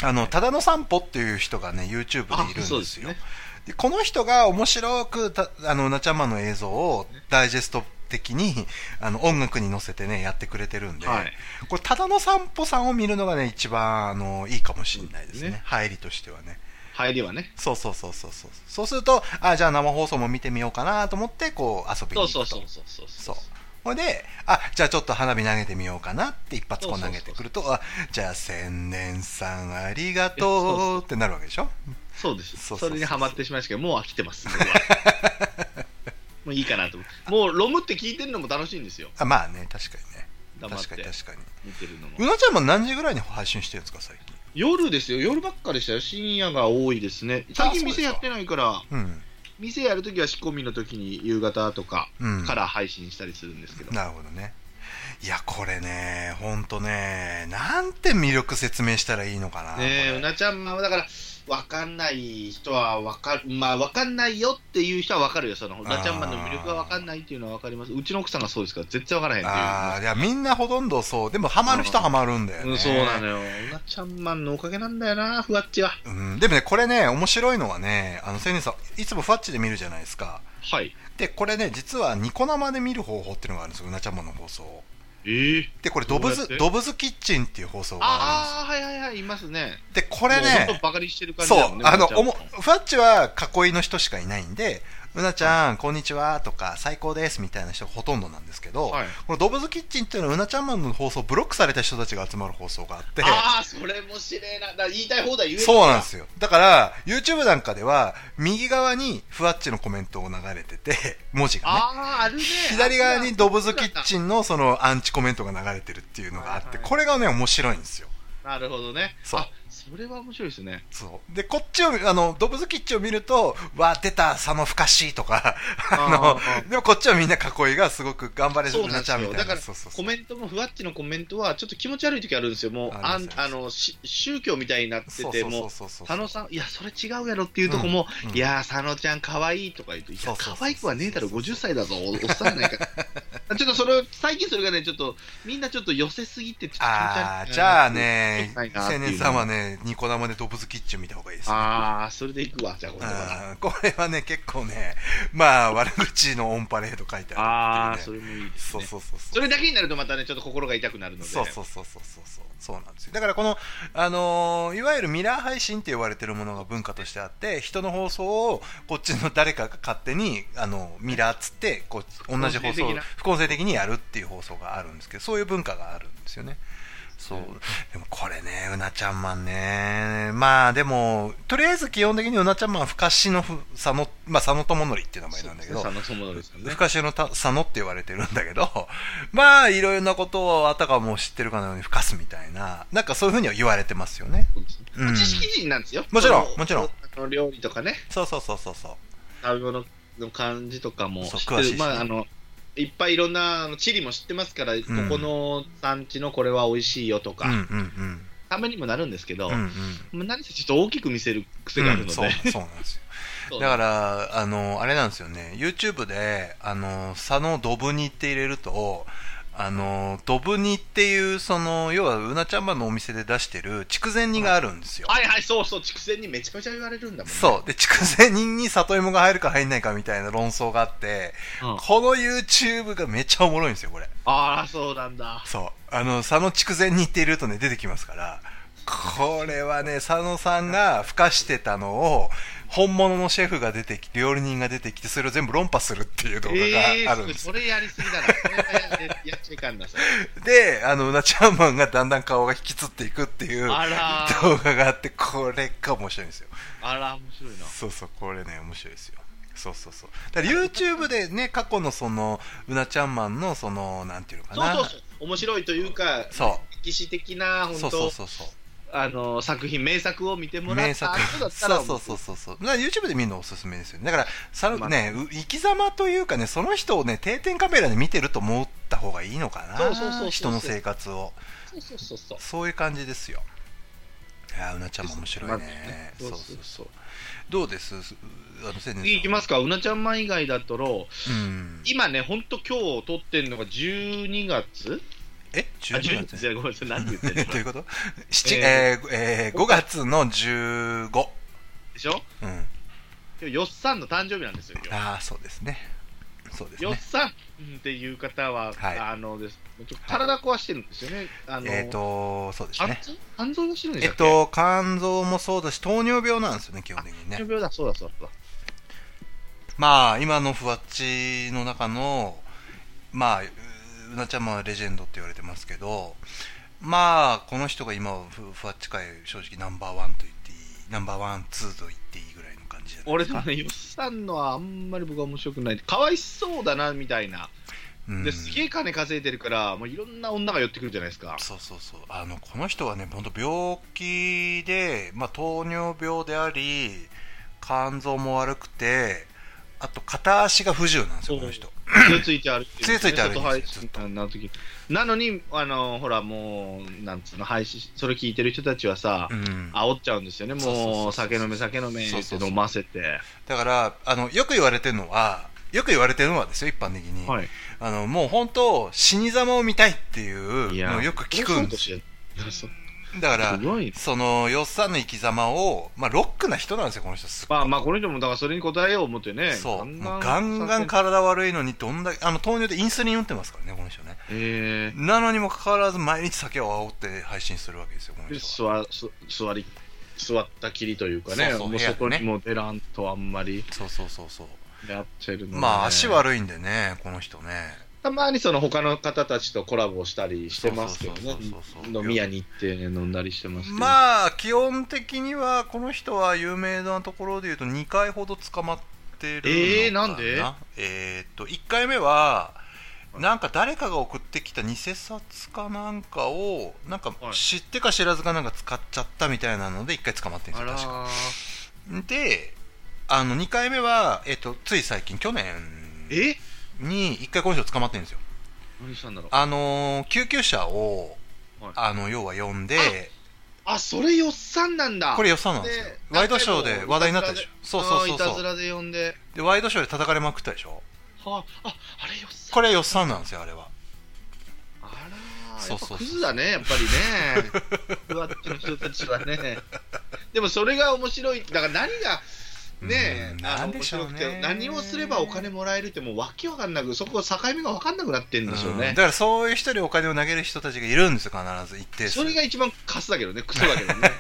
S3: あの、ただの散歩っていう人がね、YouTube でいるん
S2: そう
S3: で
S2: ですす
S3: よ。
S2: ね
S3: でこの人が面白くた、あの、うなちゃんまの映像をダイジェスト的に、あの、音楽に乗せてね、やってくれてるんで、
S2: はい
S3: これ、ただの散歩さんを見るのがね、一番、あの、いいかもしれないですね。
S2: ね
S3: 入りとしてはね。
S2: 入りはね。
S3: そうそうそうそうそう。そうすると、あ、じゃあ生放送も見てみようかなと思って、こう、遊びに
S2: そ
S3: 行
S2: う
S3: くと。
S2: そうそうそうそう
S3: そうほいで、あ、じゃあちょっと花火投げてみようかなって一発こう投げてくると、あ、じゃあ千年さんありが
S2: そうそ
S3: とうってなるわけでしょ
S2: そうですそ
S3: そ
S2: う
S3: そうそうそう
S2: れにはまってしまいましたけどもう飽きて ます僕はもういいかなと思ってもうロムって聞いてるのも楽しいんですよ
S3: あ、まあね、確かにね。
S2: 黙って
S3: 確かに確かに。
S2: 見てるのも
S3: うなちゃんも何時ぐらいに配信してるんですか、最近。
S2: 夜ですよ夜ばっかでしたよ深夜が多いですね最近
S3: そうで
S2: 店
S3: すか
S2: やってないから
S3: うん。
S2: 店やるときは仕込みのときに夕方とか
S3: うん
S2: から配信したりするんですけど、
S3: なるほどね。いや、これね、ほんとね、なんて魅力説明したらいいのかな。
S2: ねえう
S3: これ
S2: なちゃんはだから分かんない人は分かるまあ分かんないよっていう人は分かるよそのうなちゃんマンの魅力が分かんないっていうのは分かりますうちの奥さんがそうですから絶対分からへんっていう
S3: ああ、いや、みんなほとんどそう。でも、ハマる人はハマるんだよね。
S2: うん、そうなのよ。うなちゃんマンのおかげなんだよな、ふわっちは。
S3: うん、でもね、これね、面白いのはね、あの、千年さん、いつもファッチで見るじゃないですか。
S2: はい。
S3: で、これね、実はニコ生で見る方法っていうのがあるんですよ、うなちゃんまの放送。
S2: ええ
S3: で、これドブ
S2: どうやっ
S3: ズ、
S2: て
S3: ドブズキッチンっていう放送があ
S2: ああ、はいはいはい、いますね。
S3: るんですよ。で、こ
S2: こ
S3: れね、
S2: バカにしてる感じ
S3: そ
S2: だも
S3: う、
S2: んね。
S3: あ
S2: うな
S3: の、
S2: ちゃ
S3: お
S2: んマ
S3: も、
S2: ン
S3: ファッチは囲いの人しかいないんで、うなちゃん、こんにちはとか、最高ですみたいな人がほとんどなんですけど、
S2: はい
S3: このドブズキッチンっていうのは、うなちゃんまの放送、ブロックされた人たちが集まる放送があって、
S2: ああ、それもしれえな。だから言いたい放題言える。
S3: そうなんですすよ。だから、YouTube なんかでは、右側にふわっちのコメントを流れてて、文字がね。
S2: ああ、あるね。
S3: 左側にドブズキッチ
S2: ン。
S3: ンのそのアンチコメントが流れてるっていうのがあって、
S2: はいはい
S3: これがね、面白いんですよ。
S2: なるほどね。
S3: そう
S2: あ、それは面白いですね。
S3: そう。で、こっちを、あの、ドブズキッチンを見ると、わ、出た、佐野深しとか、あ
S2: あーあ
S3: の、でもこっちはみんな囲いがすごく頑張れ
S2: そう
S3: る
S2: なん
S3: な
S2: です
S3: ちゃんみ
S2: よ。
S3: た
S2: だ
S3: い
S2: か
S3: な。
S2: ら
S3: そうそう、そ
S2: コ
S3: う。
S2: メントも、ふわっちのコメントは、ちょっと気持ち悪い時あるんですよ。もう、
S3: あ
S2: あ
S3: り
S2: ん
S3: ますあ
S2: あ
S3: ります
S2: の、し宗教みたいになって
S3: そう
S2: て、
S3: そう
S2: もう
S3: そうそうそう。
S2: 佐野さん、いや、それ違うやろっていうとこも、
S3: うんうん
S2: いやー、佐野ちゃん、可愛いとか言うと、い
S3: そ
S2: や
S3: うそうそう、
S2: 可愛くはねえだろ、50歳だぞ、おおっさんやない から。ちょっとそれを、最近それがね、ちょっと、みんなちょっと寄せすぎて、ちょっと気持ち
S3: あ
S2: 悪い
S3: ー、じゃあ。ね、
S2: はいはい
S3: 青年さんはね、ニコ生でドブズキッチン見た方がいいですね。
S2: あー、それでいくわ、じゃあ、これは。
S3: うんこれはね、結構ね、まあ、悪口のオンパレード書いて
S2: あー、
S3: あるって
S2: そ
S3: いうね。
S2: れもいいです
S3: そう
S2: ね。
S3: そうそうそう。
S2: それだけになると、またね、ちょっと心が痛くなるので。
S3: そうそうそうそうそうそうそうなんですよだからこの、あのーいわゆるミラー配信って呼ばれてるものが文化としてあって人の放送をこっちの誰かが勝手に、あのミラーっつってこう同じ
S2: 不公正
S3: 放送
S2: 的な
S3: 不公正的にやるっていう放送があるんですけどそういう文化があるんですよねそう。でもこれね、うなちゃんマンね。まあでも、とりあえず基本的にうなちゃんマンは、ふかしのふ、佐野、まあ佐野智則っていう名前なんだけど、
S2: そうですね佐野智則さんね
S3: ふかしのた佐野って言われてるんだけど、 まあいろいろなことをあたかも知ってるかのようにふかすみたいな、なんかそういうふうには言われてますよね。うん
S2: 知識人なんですよ。
S3: もちろん
S2: その
S3: もちろん。
S2: その料理とかね、
S3: そうそうそうそうそう。
S2: 食べ物の感じとかも
S3: そう
S2: 知って
S3: 詳
S2: る。
S3: しいしね
S2: まあ、あの、いっぱいいろんな、あの地理も知ってますから、ここの産地のこれは美味しいよとか、
S3: うんうん
S2: ためにもなるんですけど、
S3: うん。うんうん。
S2: もう何せちょっと大きく見せる癖があるの
S3: うん
S2: で、
S3: そうそうなんですよ。
S2: そう
S3: だから、あの、あれなんですよね、YouTube で、あの、佐野ドブニって入れると、あの、ドブニっていう、その、要は、うなちゃんまんのお店で出してる、筑前煮があるんですよ。
S2: はいはい、そうそう、筑前にめちゃめちゃ言われるんだもんね。
S3: そう。で、筑前煮に里芋が入るか入んないかみたいな論争があって、
S2: うん
S3: この YouTube がめっちゃおもろいんですよ、これ。
S2: ああ、そうなんだ。
S3: そう。あの、佐野筑前煮って入れるとね、出てきますから、これはね、佐野さんが孵化してたのを、本物のシェフが出てきて、料理人が出てきて、それを全部論破するっていう動画
S2: え
S3: があるん
S2: ー、
S3: です
S2: そ
S3: よ。
S2: れやりすぎだな。それはやややっちゃいかんだ、それ
S3: で、あの、うなちゃんマンがだんだん顔が引きつっていくっていう
S2: あらー
S3: 動画があって、これが面白いんですよ。
S2: あら、面白いな。
S3: そうそう、これね、面白いですよ。そうそうそう。だから YouTube でね、過去のその、うなちゃんマンの、その、なんていうのかな。
S2: そうそうそう、面白いというか、
S3: そう
S2: 歴史的な、本当
S3: そうそうそうそう。
S2: あの作品、名作を見てもら
S3: 名
S2: った
S3: 作
S2: 後だったら、
S3: そうそうそうそうそうだから YouTube で見るのおすすめですよねだからさら
S2: まあ
S3: ねう生き様というかねその人をね定点カメラで見てると思った方がいいのかな
S2: そうそうそうそう
S3: 人の生活を
S2: そうそうそうそう
S3: そういう感じですよいやーうなちゃんも面白いね
S2: そ
S3: そうう
S2: そ
S3: そうう
S2: そう
S3: そうどうですすあの千年さん
S2: 次いきますか、うなちゃんマン以外だとろ、
S3: うん
S2: 今ね、本当、今日撮ってるのが12月
S3: え
S2: あ12月
S3: 12月
S2: じゃごめんなさい、何て言ってんの
S3: え どういうこと7
S2: え
S3: えーえー5月の15
S2: でしょ
S3: うん
S2: 今日よっさんの誕生日なんですよ、今
S3: ああそうですねそうです
S2: 日よっ
S3: ね
S2: さんっていう方は、
S3: はい
S2: あのですちょっと体壊してるんですよね、あの
S3: えっとそうです
S2: 肝
S3: ね
S2: 臓肝臓がしてるんで
S3: え
S2: し
S3: った
S2: っけ、
S3: と、肝臓もそうだし、糖尿病なんですよね、基本的に
S2: 糖
S3: ね
S2: 尿。病だ、そうだそうだ、
S3: まあ、今のふわっちの中の、まあ、ううなちゃんもレジェンドって言われてますけど、まあ、この人が今はふ、ふわっち界、正直ナンバーワンと言っていい、ナンバーワン、ツーと言っていいぐらいの感じじゃない
S2: 俺でも ね、よっさんのはあんまり僕は面白くない、かわいそうだなみたいな。
S3: うん
S2: ですげえ金稼いでるから、もういろんな女が寄ってくるじゃないですか。
S3: そうそうそうあのこの人はね本当病気で、まあ、糖尿病であり肝臓も悪くてあと片足が不自由なんですよこの人
S2: 杖ついて歩いてる、
S3: 杖ついて歩いて
S2: 外
S3: る
S2: 配信な時なのに、あの、ほら、もう、なんつうの、配信、それ聞いてる人たちはさ、
S3: うん
S2: 煽っちゃうんですよね。
S3: そうそうそうそ
S2: も
S3: う
S2: う、酒飲め、酒飲め
S3: そう
S2: って
S3: そうそう
S2: 飲ませて。
S3: だからあのよく言われてるのはよく言われてるのはですよ一般的に、
S2: はい。
S3: あのもう本当死に様を見たいっていう
S2: いや
S3: のをよく聞くんです
S2: そうそうそう
S3: だから
S2: すごい。
S3: そのよっさんの生き様を、まあ、ロックな人なんですよこの人すっ
S2: まあまあ、この人も、だからそれに応えよう思ってね。
S3: そうもうガンガン
S2: か。
S3: 体悪いのにどんだけあの糖尿でインスリン打ってますからねこの人ね
S2: えー
S3: なのにもかかわらず毎日酒を煽って配信するわけですよこの
S2: で
S3: 人は
S2: 座す座り座ったきりというかね、
S3: そうそう
S2: もうそこ
S3: 部屋
S2: に
S3: でね
S2: もう出らんとあんまり
S3: そうそうそうそう
S2: やってるので
S3: まあ足悪いんでねこの人ね
S2: たまにその他の方たちとコラボしたりしてますけどね
S3: そうそうそうそうそう
S2: 飲み屋に行って飲んだりしてますけど、
S3: まあ基本的にはこの人は有名なところでいうと2回ほど捕まってるのかな
S2: えーなんで
S3: えーっと1回目はなんか誰かが送ってきた偽札かなんかをなんか
S2: はい
S3: 知ってか知らずかなんか使っちゃったみたいなので1回捕まってるん
S2: あ
S3: ですよ
S2: ら
S3: 確か
S2: ー
S3: であの2回目は、えーっとつい最近去年
S2: え
S3: に1回この人捕まってるんですよ
S2: 何したんだろう
S3: あのー救急車を、
S2: はい
S3: あの要は呼んで
S2: あそれよっさんなんだ
S3: これ予算なんですよ
S2: で
S3: ワイドショーで話題になったでしょそうそうそう
S2: あーいた
S3: そ
S2: ず
S3: う
S2: らで呼んで
S3: でワイドショーで叩かれまくったでしょ
S2: はあああれよっさん
S3: これはよっさんなんですよあれは
S2: あらー
S3: そうそ
S2: やっぱ
S3: うそう
S2: クズだねやっぱりね ふわっちの人たちはねでもそれが面白いだから何がね
S3: う
S2: え
S3: ん
S2: あの
S3: なんでしょう
S2: 面
S3: ね
S2: 白くて何をすればお金もらえるってもうわけわかんなくそこ境目がわかんなくなってるんでしょう
S3: う
S2: ね
S3: んだからそういう人にお金を投げる人たちがいるんですよ必ず一定数
S2: それが一番カスだけどね、クソだけどね。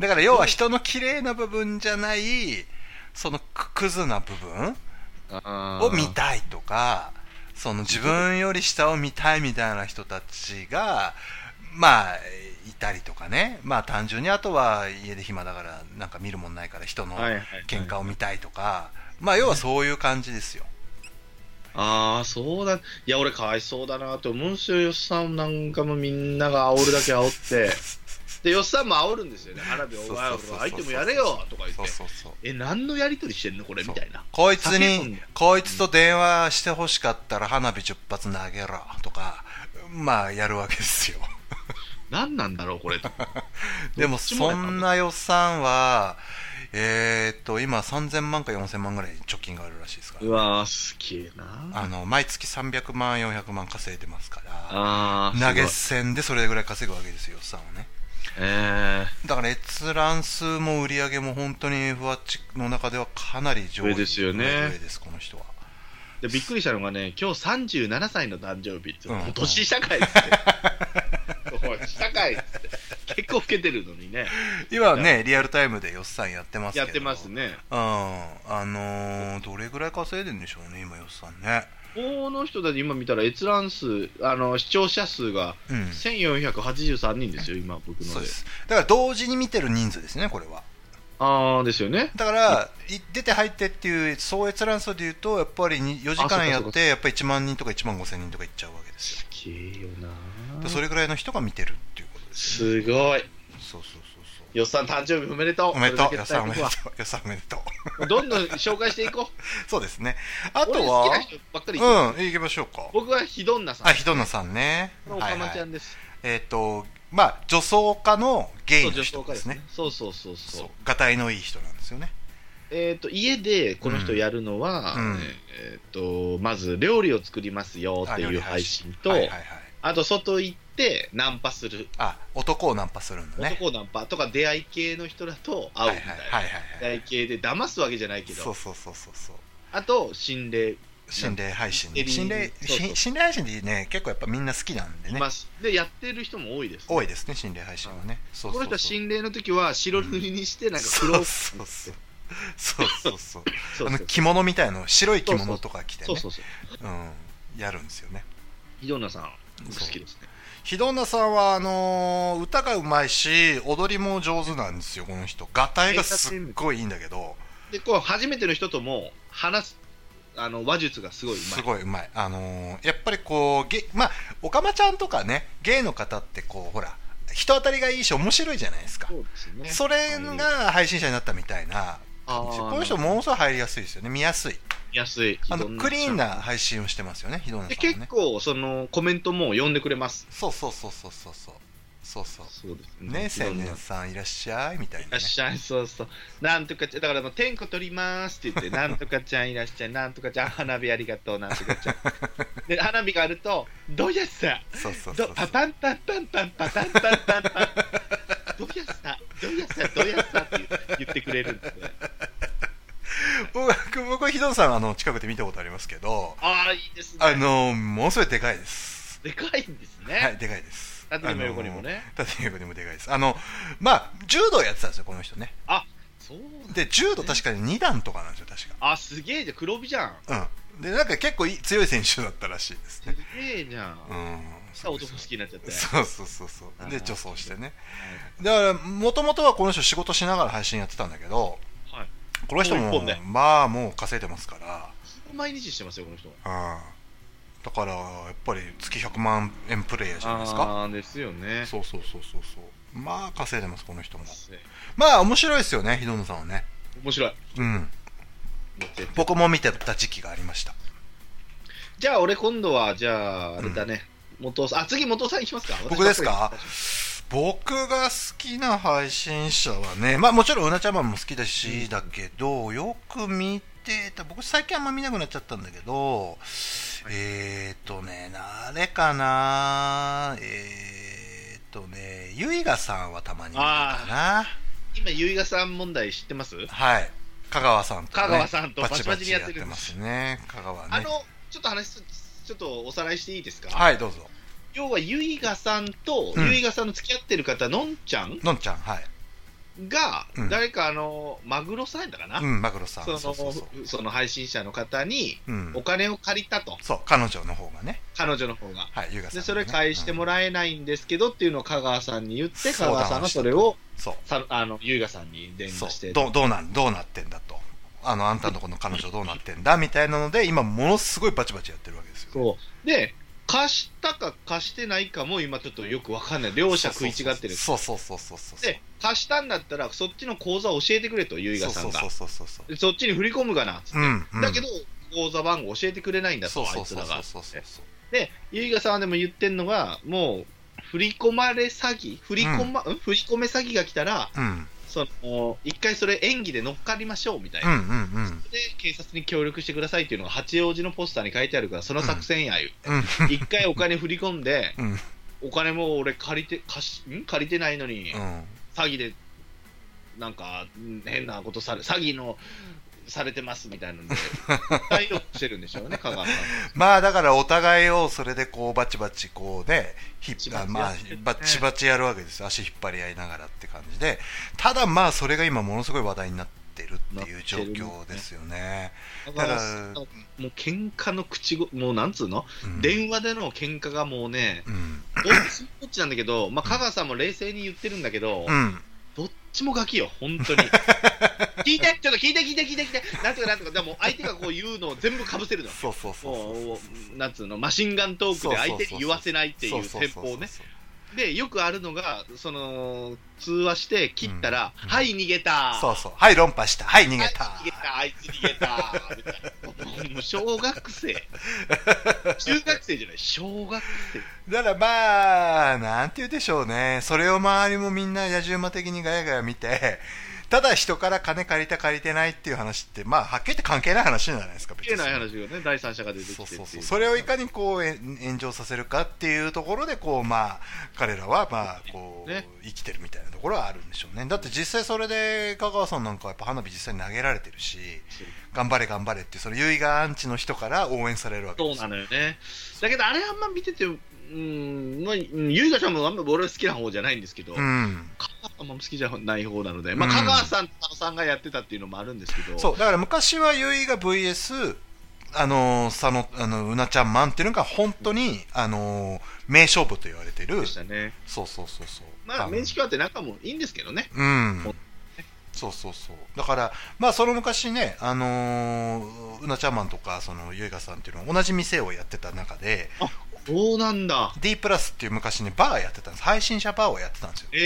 S3: だから要は人の綺麗な部分じゃないそのククズな部分 を見たいとかその自分より下を見たいみたいな人たちがまあいたりとかねまあ単純にあとは家で暇だからなんか見るもんないから人の
S2: はいはい
S3: 喧嘩を見たいとか、まあ要はそういう感じですよ、
S2: ああ、そうだ。いや、俺、かわいそうだなと思うんですよ。よっさんなんかもみんなが煽るだけ煽って。で、よっさんも煽るんですよね。花火、お前ら相手もやれよとか言っ
S3: そう
S2: て。
S3: そうそう
S2: え、何のやりとりしてんのこれみ
S3: そう
S2: たいな。
S3: こいつ
S2: 叫ぶん
S3: に
S2: だ
S3: こいつと電話してほしかったら花火10発投げろとかまあやるわけですよ
S2: 何なんだろう、これ。
S3: で も
S2: どっちも
S3: そ
S2: だよ
S3: んな予算はえーっと今3000万か4000万ぐらい貯金があるらしいですから
S2: うわー、すげえな。
S3: あの毎月300万400万稼いでますから
S2: あー
S3: 投げ
S2: す
S3: 銭でそれぐらい稼ぐわけですよ予算をね
S2: ごいえ
S3: だから閲覧数も売り上げも本当にフワッチの中ではかなり上位
S2: 上ですよね
S3: 上ですこの人は
S2: ー、でびっくりしたのがね、今日37歳の誕生日って、
S3: うん
S2: 今年社 会って。おい社会って。結構老けてるのにね。
S3: 今ねリアルタイムで予算やってますけど
S2: やってますね。
S3: うんあのーどれぐらい稼いでるんでしょうね今予算ね
S2: この人たち今見たら閲覧数、あの視聴者数が
S3: うん
S2: 1483人ですよ、今、僕
S3: そ
S2: の
S3: う
S2: で
S3: で。すだから同時に見てる人数ですねこれは
S2: ああ、ですよね。
S3: だから、い出て入ってっていう総閲覧数でいうとやっぱり4時
S2: あそっかそっ
S3: 間
S2: か
S3: やってやっぱり1万人とか1万5千人とかいっちゃうわけですよ
S2: すげえよな
S3: だからそれぐらいの人が見てるっていうことです、ね、
S2: すごい。
S3: そうそうそう
S2: よっさん誕生日おめでとう。
S3: そうおめでと
S2: そうれだけ
S3: 予
S2: 伝
S3: 算
S2: え
S3: おめ
S2: と
S3: で
S2: く
S3: と
S2: わ
S3: う予算おめでとう
S2: どんどん紹介していこう。
S3: そうですね あ
S2: あ
S3: と
S2: 好き
S3: は
S2: な人ばっかり、
S3: うん行きましょうか
S2: 僕はひどんなさん。
S3: あひどなさんね
S2: これ、お
S3: は
S2: か
S3: いは
S2: まちゃ
S3: い
S2: んです。
S3: えっ、とまあ女装家のゲイ
S2: そう、
S3: の
S2: 女
S3: 人
S2: 装家
S3: で
S2: ですす
S3: ね
S2: ね。そうそうそうそ
S3: そうう。がたいのいい人なんですよね
S2: えっと、家でこの人やるのは、
S3: うん
S2: えっ、と、まず料理を作りますよって
S3: あ料
S2: い
S3: 理
S2: う配信と、
S3: はいはいはい
S2: あと、外行ってナンパする。
S3: あ男をナンパするんだね
S2: 男ナンパとか出会い系の人らと会う
S3: はい
S2: み
S3: は
S2: たい
S3: い
S2: な。
S3: はいはい
S2: 出
S3: はい
S2: 会い系で騙すわけじゃないけ
S3: そう
S2: ど、
S3: そうそうそうそう
S2: あと、心霊
S3: 心霊配信ね
S2: ミステ
S3: 心
S2: リー
S3: 霊
S2: そうそう
S3: し心霊配信ってね結構やっぱみんな好きなんで
S2: い
S3: ね
S2: ます。で、やってる人も多いです、
S3: 多いですね心霊配信はねそう
S2: こ
S3: そ
S2: の人
S3: うそう
S2: は心霊の時は白塗りにして、なんか
S3: そう
S2: 黒、
S3: そうそうそうそうそう
S2: そう
S3: あの
S2: そう
S3: 着物みたいの白い着物とか着て
S2: そう
S3: ね
S2: そうそう。
S3: うんやるんですよね
S2: ひどなさん、好
S3: そう
S2: きですね。
S3: ひどなさんはあのー歌がうまいし踊りも上手なんですよこの人がたいがすっごいいいんだけど
S2: で、こう、初めての人とも話す、あの、話術がすごいうますい。
S3: ごいうまい、あのーやっぱりこうゲまあおかまちゃんとかねゲイの方ってこうほら人当たりがいいし面白いじゃないですか
S2: そうですね。
S3: それが配信者になったみたいな
S2: あー
S3: この人ものすごい入りやすいですよね見やすい
S2: 安い。
S3: あの
S2: ひどなさん
S3: クリーンな。配信をしてますよねひどなさ
S2: で、
S3: んは
S2: 結
S3: ね
S2: 構、その、コメントも読んでくれます。
S3: そうそうそうそうそうそうそうそう
S2: そうです
S3: ね
S2: ひどな
S3: 千
S2: さん
S3: 年さんいらっしゃいみたい
S2: い
S3: な、
S2: らっ
S3: ね、
S2: しゃい、そうそう。なんとかちゃん、だからもう、天子取りますって言 って、なんとかちゃんいらっしゃい、なんとかちゃん、花火ありがとう、なんとかちゃん。で、花火があると、どやさ、
S3: そうそうそう
S2: ど
S3: そう
S2: パパンパンパンパンパパンパンパンパン。どやさ、どやさ、どやさって言ってくれるんですね。
S3: 僕僕はひどなさんあの近くで見たことありますけど
S2: ああ、いいですね。
S3: あのーものすごいでかいです
S2: でかいんですね。
S3: はい、でかいです。
S2: 縦にも横にもね
S3: あのー。縦にも横にもでかいです。あの、まあ、柔道やってたんですよ、この人ね。
S2: あ、そうなんだ
S3: で、柔道確かに2段とかなんですよ、確
S2: あ、すげえじゃん、黒帯じゃん。
S3: か。うん。で、なんか結構いい強い選手だったらしいです
S2: す
S3: ね。
S2: げえじゃん。
S3: うん。
S2: さあ、男好きになっちゃって。
S3: そうそうそうそ
S2: あ
S3: う。
S2: ー
S3: で、女装してね。だから、もともとはこの人仕事しながら配信やってたんだけど、
S2: はい。
S3: この人
S2: もう
S3: も、
S2: 一本ね
S3: まあ、もう稼いでますから、
S2: 毎日してますよ、この人。
S3: うん。だから、やっぱり月100万円プレイヤーじゃないですか。
S2: ああ、ですよね。
S3: そうそうそうそうそう。まあ、稼いでます、この人も。
S2: ね
S3: まあ面白いですよね、ひどのさんはね。
S2: 面白い。
S3: うん。僕も見てた時期がありました。
S2: じゃあ、俺今度は、じゃあ、あれだね。元さん、あ、次元さん行きますか
S3: 僕ですか僕が好きな配信者はね、まあもちろんうなちゃんマンも好きだし、だけど、よく見てた、僕最近あんま見なくなっちゃったんだけど、えーとね、あれかな、えーとね、ゆいがさんはたまに見るかな。
S2: 今、ゆいがさん問題知ってます
S3: はい。香川さんと、ね、
S2: 香川さんと
S3: バチ
S2: バチバ
S3: バ
S2: チ
S3: チ
S2: に
S3: や
S2: やっ
S3: っ
S2: ててるん
S3: ま
S2: ですす
S3: ね、香川ね。
S2: あの、ちょっと話す、ちょっとおさらいしていいですか
S3: はい、どうぞ。
S2: 要は、ゆいがさんと、
S3: うん
S2: ゆいがさんの付き合ってる方、のんちゃん
S3: のんちゃん、はい。
S2: が
S3: うん、
S2: 誰かあの、マグロさんやったかな、
S3: うん、マグロさん。
S2: そ
S3: そ
S2: の
S3: うそうそう。
S2: その配信者の方に
S3: うん
S2: お、金を借りたと、
S3: そう、彼女の方がね、
S2: 彼女の方が。
S3: はい、優香さん、
S2: で、それ返してもらえないんですけどっていうのを香川さんに言って、
S3: そ
S2: 香
S3: うだ
S2: 川さんがそれを
S3: うんそう。
S2: さあの優雅さんに電
S3: そ
S2: 話して
S3: うどうどうなんどうなってんだとあのあんたのこの彼女どうなってんだみたいなので今ものすごいバチバチやってるわけですよ、
S2: そうで貸したか貸してないかも今ちょっとよくわかんない両者食い違ってる
S3: そうそうそうそうそう
S2: で貸したんだったらそっちの口座教えてくれと優雅さんが
S3: そうそうそうそう
S2: でそっちに振り込むがな、
S3: そううん、うん、
S2: だけど口座番号教えてくれないんだ
S3: そ
S2: と
S3: う
S2: あ
S3: そ
S2: いうつ
S3: そう
S2: ら
S3: そ
S2: が
S3: うそうそうそう
S2: で優雅さんはでも言ってんのがもう振り込まれ詐欺振り込ま、うん振り込め詐欺が来たら
S3: うん
S2: その一回それ演技で乗っかりましょうみたいな
S3: う、んうんうん
S2: で警察に協力してくださいっていうのが八王子のポスターに書いてあるからその作戦や言う
S3: うん
S2: て一回お金振り込んで
S3: うん
S2: お金も俺借りて貸しん借りてないのに
S3: うん
S2: 詐欺でなんかん変なことされ詐欺のされてますみたい なので対応してるんでしょうね香川さん
S3: まあだからお互いをそれでこうバチバチこうねひっ
S2: チバ
S3: あ
S2: チ
S3: まあ
S2: やってね
S3: バチバチやるわけですよ足引っ張り合いながらって感じでただまあそれが今ものすごい話題になってるっていう状況ですよね
S2: だ
S3: だ
S2: か
S3: からら
S2: さもう喧嘩の口ごもうなんつうの、
S3: うん
S2: 電話での喧嘩がもう ね
S3: うん
S2: どっちもどっちなんだけど、まあ、香川さんも冷静に言ってるんだけど、
S3: うん
S2: どっちもガキよ、本 当に。聞いて、ちょっと聞いて、聞いて、聞いて、聞いて、なんとかなんとか、でも相手がこう言うのを全部かぶせるの。
S3: そうそうそうそうそう
S2: もう、なんつうの、マシンガントークで相手に言わせないっていう戦法ね。で、よくあるのが、その、通話して切ったら、
S3: うん
S2: はい、逃げた。
S3: そうそうはい論破したはい逃げ
S2: はい
S3: た
S2: 逃げた、あいつ逃げた。みたいな。もう小学 生。中学生じゃない、小学生。
S3: だからまあなんて言うでしょうねそれを周りもみんな野獣馬的にガヤガヤ見てただ人から金借りた借りてないっていう話ってまあはっきり言って関係ない話じゃないですか
S2: 綺麗ない話よね、第三者が出てきて
S3: そう
S2: ってい
S3: そううそうそれをいかにこうえん炎上させるかっていうところでこうまあ彼らはまあこう
S2: ね
S3: 生きてるみたいなところはあるんでしょうねだって実際それで香川さんなんかはやっぱ花火実際に投げられてるし頑張れ頑張れってその結衣がアンチの人から応援されるわけ
S2: そう
S3: で
S2: な
S3: すよ
S2: のよね。だけど、あれあんま見てて、うん、まあ、うんゆいかちゃんもあんま俺は好きな方じゃないんですけど、
S3: うん
S2: 香川さんも好きじゃない方なので、まあ、
S3: うん
S2: 香川さんと佐野さんがやってたっていうのもあるんですけど、
S3: そうだから昔は結衣が VS あのー佐野あのうなちゃんマンっていうのが本当にあのー名勝負と言われてる
S2: でしたね。
S3: そうそうそうそう
S2: まあ、
S3: の
S2: 面識はあって仲もいいんですけどね。
S3: うんそうそうそうだからまあその昔ねあのーうなちゃんマンとかその結衣さんっていうのは同じ店をやってた中で
S2: そうなんだ。
S3: D プラスっていう昔ねバーやってたんです配信者バーをやってたんですよ
S2: え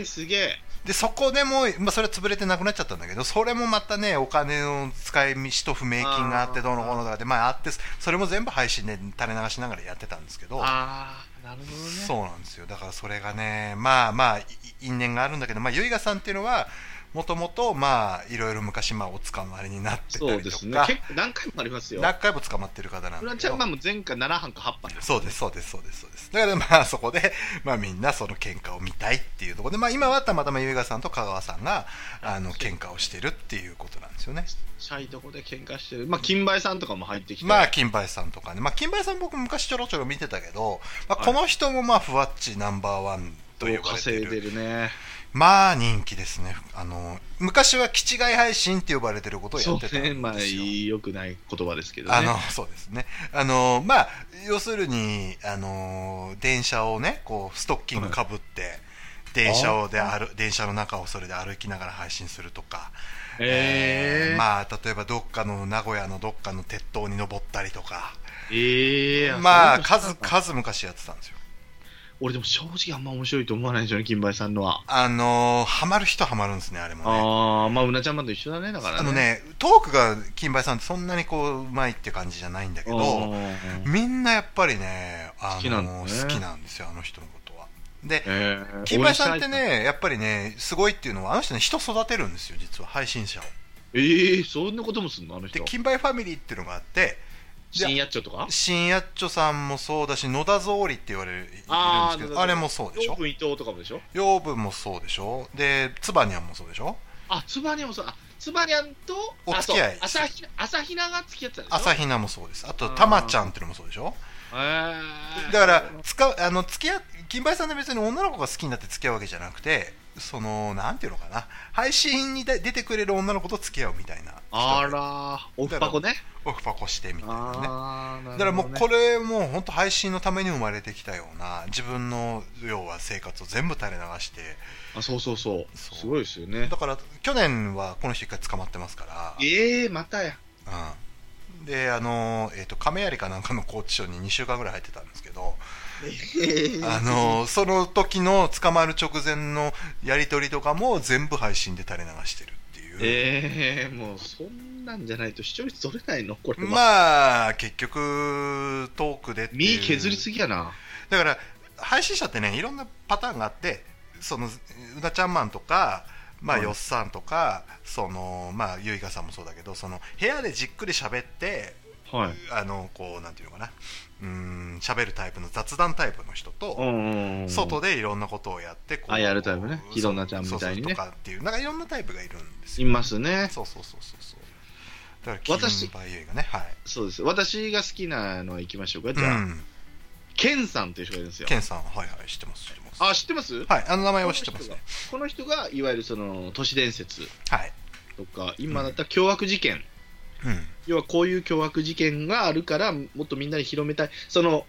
S2: ー、すげえ。
S3: でそこでも、まあ、それ潰れてなくなっちゃったんだけどそれもまたねお金の使い道と不明金があって
S2: あー
S3: どうのこうのだってまああってそれも全部配信で垂れ流しながらやってたんですけど
S2: あー、なるほどね。
S3: そうなんですよだからそれがねまあまあい因縁があるんだけどまあ結賀さんっていうのはもともとまあいろいろ昔まあお捕まりになってた
S2: そう
S3: り
S2: で
S3: と
S2: すね
S3: か、。
S2: 結構何回もありますよ。
S3: 何回も捕まってる方なん
S2: フラ
S3: だ
S2: ンち
S3: け
S2: ゃ
S3: ど
S2: んマンも前回7班か8班です。
S3: そうです、そうです、そうです、そうです。だからまあそこで、 まあみんなその喧嘩を見たいっていうところで、まあ今はたまたま優雅さんと香川さんが、あの、喧嘩をしてるっていうことなんですよね。
S2: シャイとこで喧嘩してる。まあ、金梅さんとかも入ってきて。
S3: まあ、金梅さんとかね。まあ金梅さん僕昔ちょろちょろ見てたけど、まあこの人もまあふわっちナンバーワンと呼ばれて
S2: 稼いで
S3: る。
S2: るね。
S3: まあ人気ですね。あの、昔は気違い配信って呼ばれてることをや
S2: そ
S3: ってたん
S2: う
S3: です
S2: ね、
S3: よ。
S2: まあ、良くない言葉ですけどね。
S3: あの、そうですね。あの、まあ、要するに、あの、電車をね、こう、ストッキングかぶって、電車をで歩、電車の中をそれで歩きながら配信するとか、
S2: えー、
S3: まあ、例えばどっかの名古屋のどっかの鉄塔に登ったりとか、
S2: ええ
S3: まあ、
S2: そうなんだ
S3: 数、数昔やってたんですよ。
S2: 俺でも正直あんま面白いと思わないんですよね、金梅さんのは。
S3: あの、ハマる人はハマるんですね、あれもね。
S2: ああ、まあ、うなちゃんマンと一緒だね、だからね。
S3: あのね、トークが金梅さんってそんなにこう、うまいって感じじゃないんだけ
S2: うん、
S3: ど、みんなやっぱりね、あ
S2: 好
S3: の
S2: きなんだね
S3: 好きなんですよ、あの人のことは。で、
S2: えー
S3: 金梅さんって、ね、やっぱりね、すごいっていうのは、あの人ね、人育てるんですよ、実は、配信者を。
S2: ええそんなこともすんの、あの
S3: で
S2: 人、。
S3: 金梅ファミリーっていうのがあって、
S2: 新やっちょとか
S3: 新やっちょさんもそうだし、野田草織って言われるいるんです
S2: あー
S3: け
S2: 野田草
S3: ど、
S2: 織
S3: あれもそうでし
S2: オー
S3: ょ
S2: プ。ン伊藤とかもでしょ
S3: 養分もそうでしょ。で、つばにゃんもそうでしょ。
S2: あ、つばにゃんもそう、あ、つばにゃんと、
S3: お付き合い
S2: あそう朝日朝比奈が付き合ってたでしょ日
S3: 朝比奈もそうです。あと、
S2: あー
S3: たまちゃんっていうのもそうでしょ。
S2: えー
S3: だから、つかあの付き合金梅さんって別に女の子が好きになって付き合うわけじゃなくて、そのなんていうのかな配信に出てくれる女の子と付き合うみたいな
S2: あらー、オフパコね。
S3: オフパコしてみたいなね
S2: あー、な
S3: だからもうこ
S2: れ。
S3: れもう本当配信のために生まれてきたような自分の要は生活を全部垂れ流して
S2: あ、そうそうそう。
S3: そう
S2: すごいですよね
S3: だ。から去年はこの人一回捕まってますから、
S2: ええー、またや。
S3: うん、であの、えー、と亀有かなんかの拘置所に2週間ぐらい入ってたんですけど、あのその時の捕まる直前のやり取りとかも全部配信で垂れ流してるっていう、
S2: ええー、もうそんなんじゃないと視聴率取れないのこれは。
S3: まあ結局トークでっていう
S2: 身削りすぎやな。
S3: だから配信者ってねいろんなパターンがあってそのうなちゃんマンとかまあ、
S2: はい
S3: よっさんとかそのまあゆいかさんもそうだけどその部屋でじっくり喋って
S2: はい。
S3: あのこうなんていうのかなうーん喋るタイプの雑談タイプの人
S2: う
S3: と、
S2: んうんうん。
S3: 外でいろんなことをやってこう
S2: あやるタイプねひどなちゃんみたいにね
S3: そうそうとかっていうなんかいろんなタイプがいるんです
S2: い
S3: よ
S2: ますね。
S3: そうそうそうそうそうだから
S2: 私
S3: 金馬ゆいがねはい
S2: そうです。私が好きなのは行きましょうか。じゃあ、
S3: うん、
S2: ケンさんという人がいるんですよ
S3: ケ。ンさんはいはい知ってます知ってます
S2: あ、知ってます
S3: はいあの名前は知ってますね
S2: この人が、いわゆるその、都市伝説
S3: はい
S2: とか、今だったら凶悪事件。
S3: うん
S2: 要はこういう凶悪事件があるから、もっとみんなに広めたい。その、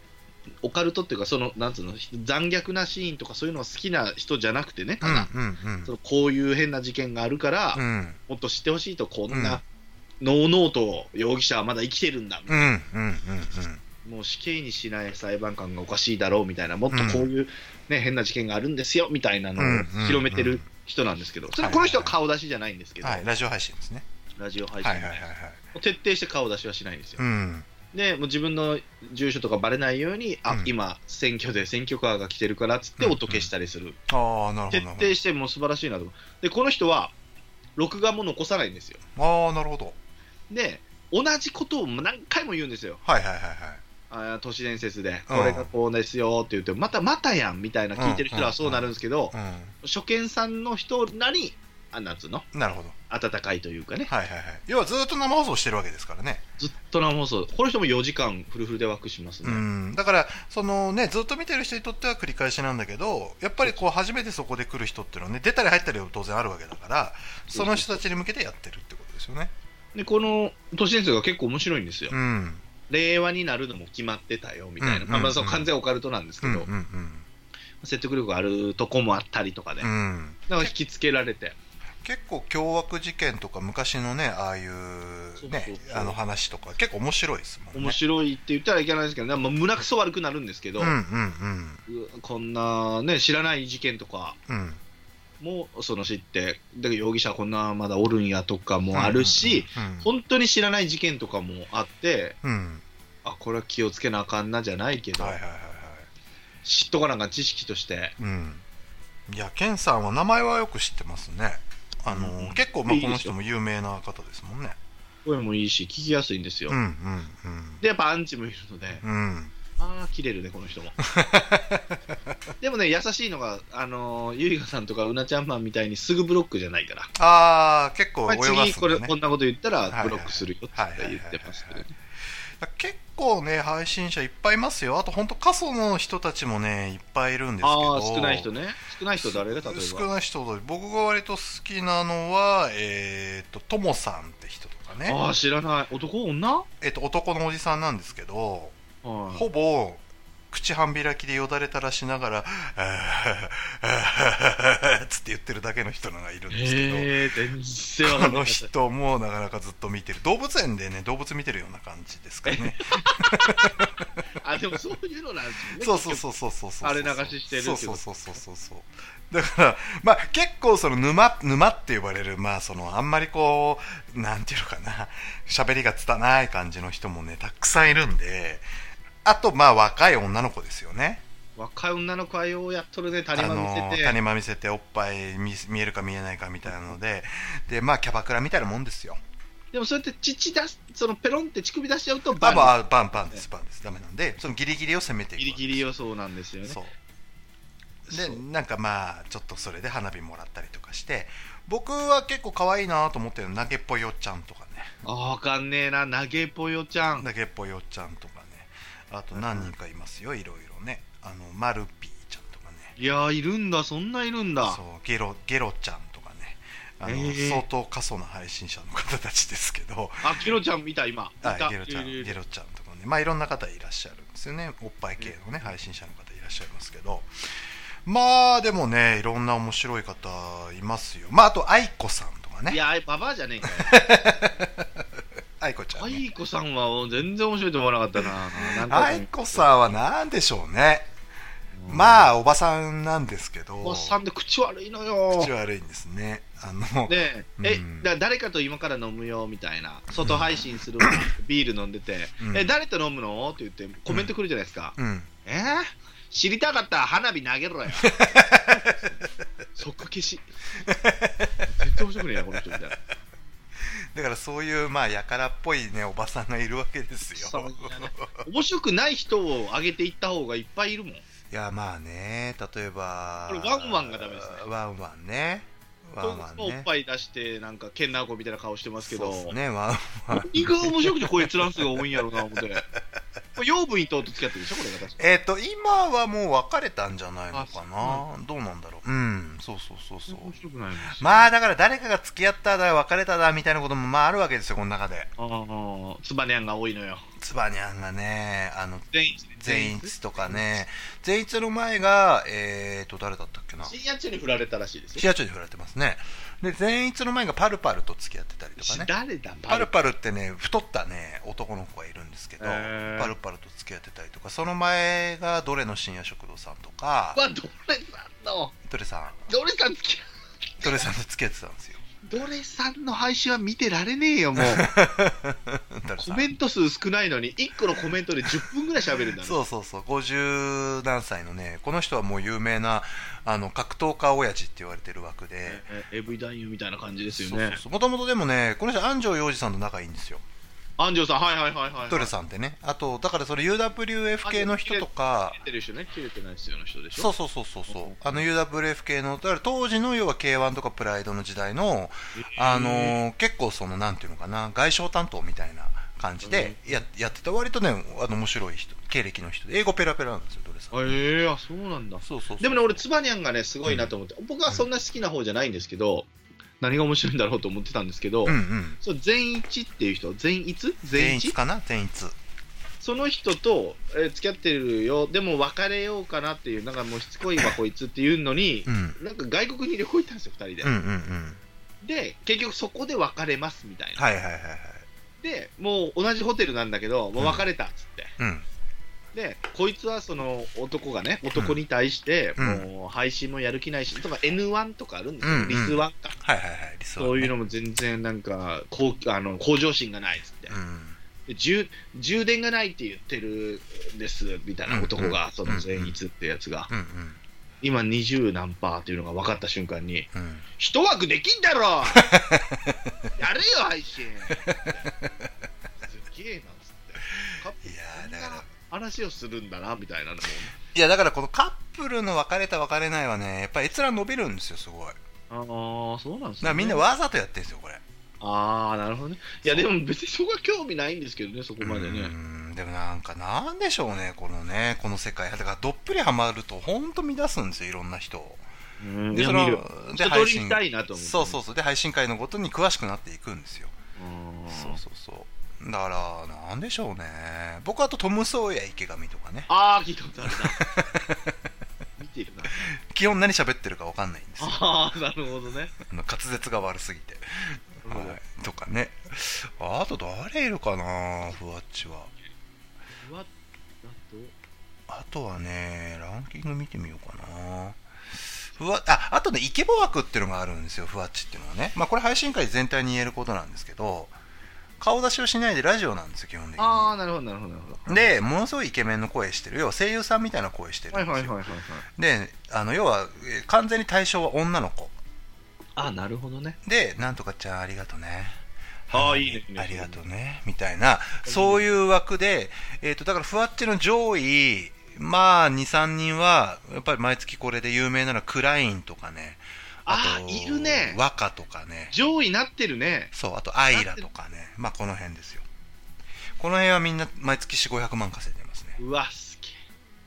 S2: オカルトっていうか、その、なんつうの、残虐なシーンとかそういうのは好きな人じゃなくてね、ただ、
S3: うんうん
S2: そのこういう変な事件があるから、
S3: うん
S2: もっと知ってほしいと、こん
S3: うん
S2: な、ノーノーと容疑者はまだ生きてるんだ、
S3: うんうんうんうん
S2: もう死刑にしない裁判官がおかしいだろうみたいな、もっとこういう、ね変な事件があるんですよみたいなの
S3: うん
S2: を
S3: うんうん
S2: 広めてる人なんですけど、それ
S3: はい
S2: この人は顔出しじゃないんですけど、
S3: はいラジオ配信ですね
S2: ラジオ配
S3: はい
S2: 信、
S3: はいはいはい
S2: もう徹底して顔出しはしないんですよ。
S3: うん
S2: で、もう自分の住所とかばれないように、
S3: うん
S2: あ今、選挙で選挙カーが来てるからっつって、
S3: うんうん
S2: 音消したりする、
S3: ああなるほどなる
S2: 徹底して、もう素晴らしいなと思うで、この人は録画も残さないんですよ。
S3: ほどああなるほど
S2: で同じことを何回も言うんですよ、
S3: はいはいはいはい
S2: あー都市伝説で、
S3: うん
S2: これがこうですよって言って、またまたやんみたいな、聞いてる人はそうなるんですけど、
S3: う
S2: 初見さんの人なり、あなんつうの、
S3: んなるほど
S2: 温かいというかね、
S3: はいはいはい要はずっと生放送してるわけですからね
S2: ずっと生放送、この人も4時間、フルフルで枠しますね。
S3: うんだからそのねずっと見てる人にとっては繰り返しなんだけどやっぱりこう初めてそこで来る人っていうのはね出たり入ったりは当然あるわけだからその人たちに向けてやってるってことですよね
S2: で、この都市伝説が結構面白いんですよ。
S3: うん
S2: 令和になるのも決まってたよみたいな、
S3: うん
S2: まあまあ、
S3: うん
S2: その完全オカルトなんですけ
S3: う
S2: ど、
S3: んうんうん
S2: 説得力があるとこもあったりとかで、
S3: うん
S2: だから引きつけられて、
S3: 結構凶悪事件とか昔のねああいう
S2: そうそう
S3: ね
S2: そう
S3: あの話とか結構面白いですもんね
S2: 面白いって言ったらいけないですけど、ね、まあ胸くそ悪くなるんですけど、
S3: うんうん
S2: うこんなね、知らない事件とか
S3: うんうん
S2: もその知って、で容疑者こんなまだおるんやとかもあるし、
S3: うん
S2: 本当に知らない事件とかもあって、
S3: うん
S2: あこれは気をつけなあかんなじゃないけど、
S3: はいはいはいはい
S2: 知っとかなんかん知識として、
S3: うんいやケンさんは名前はよく知ってますねあの、
S2: うん
S3: 結構まあ
S2: いいで
S3: こ
S2: しょ
S3: の人も有名な方ですもんね
S2: 声もいいし、聞きやすいんですよ。
S3: うんうん
S2: で、やっぱアンチもいるので、
S3: うんうん
S2: ああ、切れるね、この人も。 でもね、優しいのが、あのー、ゆいかさんとかうなちゃんマンみたいにすぐブロックじゃないから、
S3: ああ結構
S2: まあ、
S3: 泳が
S2: 次
S3: す
S2: こ
S3: ん
S2: れ、
S3: だね
S2: こんなこと言った
S3: はいはい
S2: らブロックするよって言ってますけどね。
S3: 結構ね配信者いっぱいいますよあと本当過疎の人たちもねいっぱいいるんですけど
S2: ああー、少ない人ね。少ない人誰が例え
S3: 少
S2: ば。
S3: ない人だ僕が割と好きなのはえっ、とともさんって人とかね
S2: ああ、知らない。男、女
S3: えっと男のおじさんなんですけど
S2: はい
S3: ほぼ口半開きでよだれ垂らしながら「あーあーつって言ってるだけの人のがいるんですけ
S2: へえ、全然
S3: ど
S2: わ
S3: こ
S2: かんな
S3: の
S2: い
S3: 人もなかなかずっと見てる動物園でね動物見てるような感じですかね
S2: あ、でもそういうのなんですよね。
S3: そうそう
S2: う。
S3: そうそうそうそう
S2: あれ流ししてるけ
S3: そう
S2: ど
S3: そうそうそうそうそうだからまあ結構その沼沼って呼ばれるまあそのあんまりこうなんていうのかな喋りが拙い感じの人もねたくさんいるんであとまあ若い女の子ですよね
S2: 若い女の子はようやっとるね、谷間
S3: あ
S2: 見
S3: の
S2: せて。
S3: 谷間見せておっぱい見見えるか見えないかみたいなのででまあキャバクラみたいなもんですよ
S2: でもそうやって乳出す、そのペロンって乳首出しちゃうと、
S3: バン
S2: バ
S3: バンバンバンですバンですダメなんでそのギリギリを攻めて
S2: ン
S3: いく
S2: ギリギリ予想なんですよね。
S3: そう
S2: そ
S3: で
S2: う
S3: なんかまあちょっとそれで花火もらったりとかして僕は結構可愛いなと思ってるの投げっぽいおっちゃんとかね
S2: あわかんねえな、投げぽよちゃん。
S3: 投げっぽいおっちゃんとかねあと何人かいますよいろいろねあのマルピーちゃんとかね
S2: いやーいるんだそんないるんだ
S3: そうゲロゲロちゃんとかねあの、
S2: えー
S3: 相当過疎な配信者の方たちですけど
S2: あキロちゃん見た今い
S3: は
S2: た
S3: い、ゲロちゃん、
S2: いるい
S3: ゲ
S2: る
S3: ロちゃんとかね、まあいろんな方いらっしゃるんですよね。おっぱい系のね、配信者の方いらっしゃいますけど。まあでもね、いろんな面白い方いますよ。まああと、愛子さんとか
S2: い
S3: ね。
S2: やーババアじゃねえ かよ
S3: 愛子ちゃん、ね。
S2: 愛子さんは全然面白いと思わなかったななんか
S3: 愛子さんは何でしょうね。まあ、おばさんなんですけど、
S2: おっさんで口悪いのよ
S3: 口悪いんですね。あの、
S2: ね
S3: うん
S2: え、えだ誰かと今から飲むよみたいな外配信するわビール飲んでて、
S3: うん
S2: え誰と飲むのって言ってコメントくるじゃないですか、
S3: うん。
S2: えー、知りたかったら花火投げ ろよ即消し絶対面白くねえなこの人みたいな
S3: だからそういう、まあ、やからっぽいね、おばさんがいるわけですよ。
S2: そうだね 面白くない人を上げていった方がいっぱいいるもん
S3: いやまあね例えば
S2: これワンワンがダメですね
S3: ワンワンねワンワン
S2: おっ
S3: ね
S2: ぱい出してなんかケンナーコみたいな顔してますけど
S3: そうですねワンワン
S2: 意外と面白くてこういう閲覧数が多いんやろうな思ってこれ養分伊藤と付き合ってるでしょこれが確か
S3: えっ、と今はもう別れたんじゃないのか
S2: あ
S3: などうなんだろううんそうそうそうそう
S2: 面白くないんですよ
S3: まあだから誰かが付き合っただ別れただみたいなこともまああるわけですよこの中で
S2: ああつばねやんが多いのよ
S3: つばにゃんがねあの
S2: 全員
S3: 善一とかね善一の前がえっ、と誰だったっけな
S2: 深夜中に振られたらしいです
S3: 市
S2: よ
S3: 野町に振られてますねで善一の前がパルパルと付き合ってたりとかね
S2: 誰だ
S3: パルパルってね太ったね男の子がいるんですけど、
S2: へー
S3: パルパルと付き合ってたりとかその前がどれの深夜食堂さんと
S2: は
S3: か
S2: どれさんの
S3: どれさ
S2: どれさん付き合
S3: んどれさんと付き合ってたんですよ
S2: どれさんの配信は見てられねえ よもう
S3: どれさ
S2: コ
S3: ん
S2: メント数少ないのに1個のコメントで10分ぐらい喋るんだね
S3: そうそうそう50何歳のねこの人はもう有名なあの格闘家親父って言われてる枠で、
S2: ええエブリ男優みたいな感じですよ
S3: そうそう
S2: ね
S3: そうもともとでもねこの人安城洋二さんと仲いいんですよ
S2: 安城さんはいはいはいはい
S3: どれさんってねあとだからそれ UWF 系の人とか
S2: 切れてる人ね切れてない人の人でしょ
S3: そうそうそうそうそうあの UWF 系のだから当時の要は K1 とかプライドの時代のあのー結構そのなんていうのかな外商担当みたいな感じでややってた割とねあの面白い人経歴の人で英語ペラペラなんですよどれさん
S2: あええあそうなんだ
S3: そうそうそう
S2: でもね俺つばにゃんがねすごいなと思って、僕はそんな好きな方じゃないんですけど何が面白いんだろうと思ってたんですけど、
S3: うんうん
S2: そう善一っていう人善一
S3: 全
S2: 善
S3: 一
S2: 一
S3: かな全一
S2: その人と、えー付き合ってるよでも別れようかなっていうなんかもうしつこいわこいつっていうのに
S3: う、ん
S2: なんか外国に旅行行ったんですよ2人で、
S3: うんうんうん
S2: で結局そこで別れますみたいな、
S3: はいはいはいはい
S2: でもう同じホテルなんだけどもう別れたっつって、
S3: うん
S2: でこいつはその男がね男に対して、
S3: うん
S2: もう配信もやる気ないしとか N1 とかあるんですよ、
S3: うんうん
S2: リス1か
S3: はいはいはい理想はね
S2: そういうのも全然なんかこうあの向上心がないっつって、
S3: うん
S2: で充充電がないって言ってるんですみたいな男が、
S3: うん
S2: その善逸ってやつが、
S3: うん
S2: 今20何パーっていうのが分かった瞬間に
S3: うんうん
S2: 一枠できん だろやれよ配信すげえなっつってカップ
S3: いや
S2: こん
S3: ー
S2: な
S3: だから
S2: 話をするんだなみたいなのも
S3: いやだからこのカップルの別れた別れないはねやっぱり閲覧伸びるんですよすごいだか
S2: ああそうなんです
S3: らみんなわざとやってるんですよこれ
S2: ああなるほどねいやでも別にそこは興味ないんですけどねそこまでね
S3: うんでもなんかなんでしょうねこのねこの世界だからどっぷりハマると本当乱すんですよいろんな人を
S2: うんい
S3: で
S2: や
S3: そ
S2: 見
S3: の
S2: る
S3: で
S2: 一
S3: 配
S2: 通り
S3: 信
S2: 見たいなと思って
S3: そうそうそうで配信会のことに詳しくなっていくんですよ
S2: うん
S3: そうそうそうだからなんでしょうね僕あとトム・ソーヤ池上とかね
S2: ああ聞いたことあるな 見てるな
S3: 基本何喋ってるか分かんないんですよ
S2: ああなるほどね
S3: あの滑舌が悪すぎて、
S2: なるほど
S3: はい、とかねあと誰いるかなふわっちは
S2: うわなんと
S3: あとはね、ランキング見てみようかな。ふわああとね、イケボ枠っていうのがあるんですよ、ふわっちっていうのはね。まあ、これ配信会全体に言えることなんですけど、顔出しをしないでラジオなんですよ、基本的
S2: あ
S3: に。
S2: あなるほどなるほどなるほど
S3: で、ものすごいイケメンの声してる、要は声優さんみたいな声してるん
S2: は
S3: で
S2: い
S3: すよ。
S2: はいはいはいはい
S3: で、あの要は、えー完全に対象は女の子。
S2: ああなるほどね
S3: で、なんとかちゃんありがとね。
S2: あー
S3: はい
S2: いねいいね
S3: ありがとうね。みたいな、そういう枠で、えっ、と、だから、ふわっちの上位、まあ、2、3人は、やっぱり毎月これで有名なのは、クラインとかね。
S2: あ
S3: と
S2: ーいるね
S3: 和歌とかね。
S2: 上位なってるね
S3: そう、あと、アイラとかね。まあ、この辺ですよ。この辺はみんな、毎月4、500万稼いでますね。
S2: うわすげえ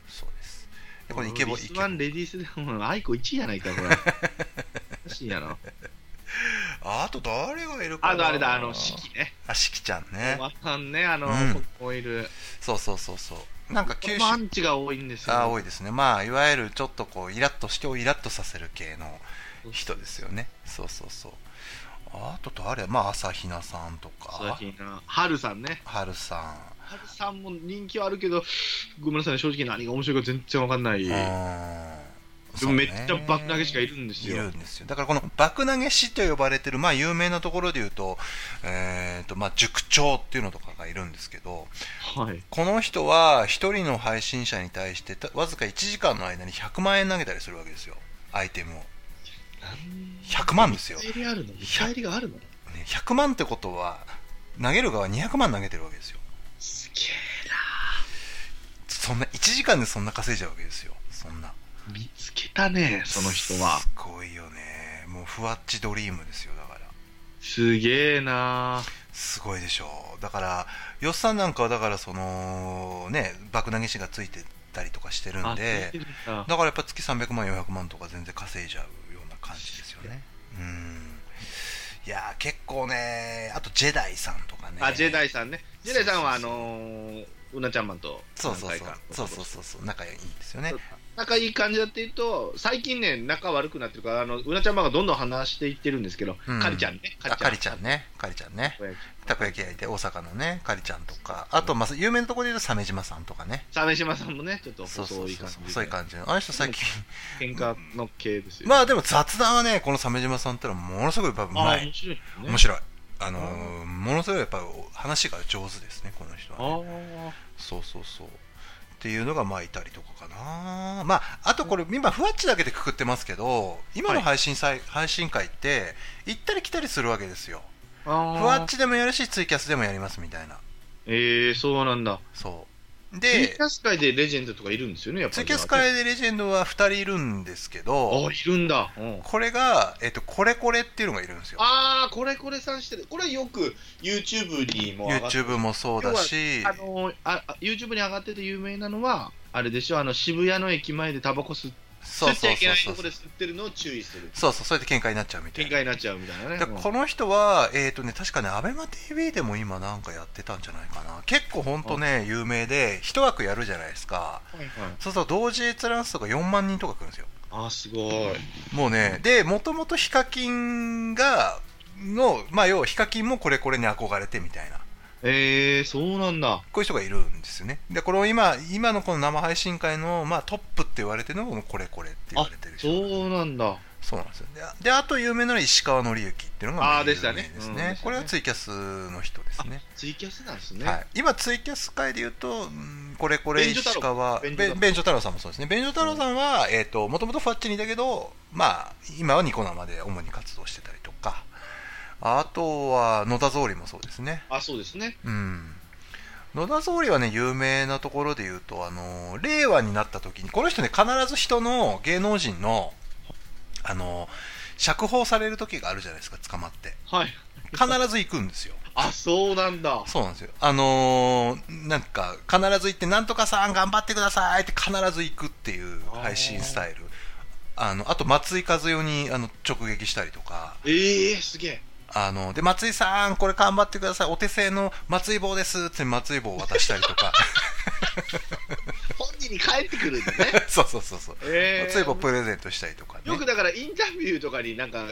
S3: そうです。でこれイケボ
S2: リ
S3: イ
S2: ス
S3: ケボ
S2: ワンレディースでもアイコ1位やないかこれおかしいや ろ
S3: あと誰がいるかな
S2: あとあれだあの四季ね
S3: あしきちゃんね
S2: わかんねあの、
S3: うん
S2: ここいる
S3: そうそうそうそうなんか
S2: これ
S3: 九
S2: もア
S3: 州
S2: ンチが多いんですよ
S3: あ多いですねまあいわゆるちょっとこうイラッと人をイラッとさせる系の人ですよねそうそうそうあと誰まあ朝比奈さんと
S2: 最
S3: か
S2: 近な春さんね
S3: 春さ
S2: 春さんも人気はあるけどごめんなさい正直何が面白いか全然わかんない
S3: んう
S2: で
S3: ーん
S2: も
S3: そう
S2: め
S3: ね
S2: っちゃ爆投げしかいるんです
S3: い
S2: よ
S3: るんですよだからこの爆投げ師と呼ばれてる、まあ、有名なところで言うと,、えーとまあ、塾長っていうのとかがいるんですけど
S2: はい
S3: この人は一人の配信者に対してたわずか1時間の間に100万円投げたりするわけですよアイテムを100万ですよ、ね、
S2: 見返りあるの見返りがあるの
S3: 100万ってことは投げる側は200万投げてるわけですよ
S2: すげ
S3: そんな1時間でそんな稼いじゃうわけですよそんな
S2: え見つけたねその人は
S3: すごいよねもうふわっちドリームですよだから
S2: すげえな
S3: すごいでしょうだからよっさんなんかはだからそのね爆投げ師がついてたりとかしてるん
S2: あ
S3: で
S2: 見てるんだ
S3: だからやっぱ月300万400万とか全然稼いじゃうような感じですよねうんいやー結構ねあとジェダイさんとかね
S2: あジェダイさんねジェダイさんはあ
S3: そうそうそう
S2: のーうなちゃんマンと
S3: そうそう
S2: 何
S3: そう
S2: 回か
S3: そうそうそうそう仲いいんですよね
S2: 仲いい感じだっていうと最近ね仲悪くなってるからあのうなちゃんマンがどんどん話していってるんですけど、
S3: うん
S2: カリちゃんね
S3: あかりちゃんねかりちゃんねたこ焼き焼いて大阪のねかりちゃんとかあとまあ有名なところで言うと鮫島さんとかね
S2: 鮫島さんもねちょっと
S3: そうそ
S2: 細
S3: う
S2: い
S3: そう
S2: 感
S3: そう
S2: じ
S3: 細い感じのあの人最近
S2: じ喧嘩の系ですよ、
S3: まあでも雑談はねこの鮫島さんってのはものすごいやっぱうま
S2: あー面
S3: い
S2: 白いね
S3: 面白いあのーものすごいやっぱお話が上手ですねこの人はね、
S2: あ
S3: そうそうそうっていうのがまあいたりとかかなまああとこれ今ふわっちだけでくくってますけど今の配信さい、配信会って行ったり来たりするわけですよ
S2: ーあー
S3: ふわっちでもやるしツイキャスでもやりますみたいな
S2: ええそうなんだ
S3: そう
S2: ツイキ
S3: で
S2: ャス界でレジェンドとかいるんですよねやっぱ
S3: ツイ
S2: り
S3: キャス会でレジェンドは2人いるんですけ
S2: あ
S3: ど
S2: いるんだ、うん
S3: これが、えっと、これこれっていうのがいるんですよ
S2: ああこれこれさんしてるこれよく YouTube にも上がって
S3: YouTube もそうだし
S2: あのーああ YouTube に上がってて有名なのはあれでしょあの渋谷の駅前でタバコ吸っ
S3: そ
S2: 吸
S3: う
S2: っち
S3: そ
S2: ゃ
S3: う
S2: いけない
S3: そ
S2: と
S3: う
S2: こ
S3: そう
S2: で吸ってるのを注意する
S3: そうそうそれで喧嘩になっちゃうみたい
S2: 喧
S3: な
S2: 嘩になっちゃうみたいなね
S3: だからこの人は、えーとね、確かね、アベマ t v でも今なんかやってたんじゃないかな。結構ほんとね、有名で、一枠やるじゃないです
S2: は
S3: か。
S2: いはい
S3: そうすると同時閲覧数とか4万人とか来るんですよ。
S2: あーすごい
S3: もうね、で、もともとヒカキンが、の、まあ要はヒカキンもこれこれに憧れてみたいな。
S2: ええそうなんだ
S3: こういう人がいるんですよね。で、これを今、今のこの生配信会の、まあトップって言われてるのがこれこれって言われてる人。
S2: そうなんだ
S3: そうなんですよ。であで、あと有名なのは石川紀之っていうのが
S2: あーでしたね
S3: 有名です
S2: うんでしたね
S3: これはツイキャスの人ですね。
S2: ツイキャスなんですね、
S3: はい、今、ツイキャス界で言うと、うんこれこれ
S2: 便所太郎
S3: 石川、
S2: 便所
S3: べ
S2: 太郎
S3: 便所太郎さんもそうですね、便所太郎さんは、えー、ともともとファッチにいたけど、まあ、今はニコ生で主に活動してたりとか、あとは野田総理もそうですね、
S2: あそうですね
S3: うん、野田総理はね、有名なところで言うと、あの令和になった時に、この人ね、必ず人の芸能人の、あの釈放される時があるじゃないですか、捕まって、
S2: はい
S3: 必ず行くんですよ。
S2: あそうなんだ
S3: そうなんですよ。あのーなんか、必ず行って、なんとかさん頑張ってくださいって必ず行くっていう配信スタイル。あの、あと、松井和代にあの直撃したりとか、
S2: ええすげえ
S3: あの、で、松井さん、これ頑張ってください。お手製の松井棒ですって松井棒を渡したりとか、
S2: 本人に帰ってくるんだね
S3: そうそうそうそう。
S2: え
S3: 松
S2: え
S3: 井棒プレゼントしたりとかね。
S2: よくだからインタビューとかになんか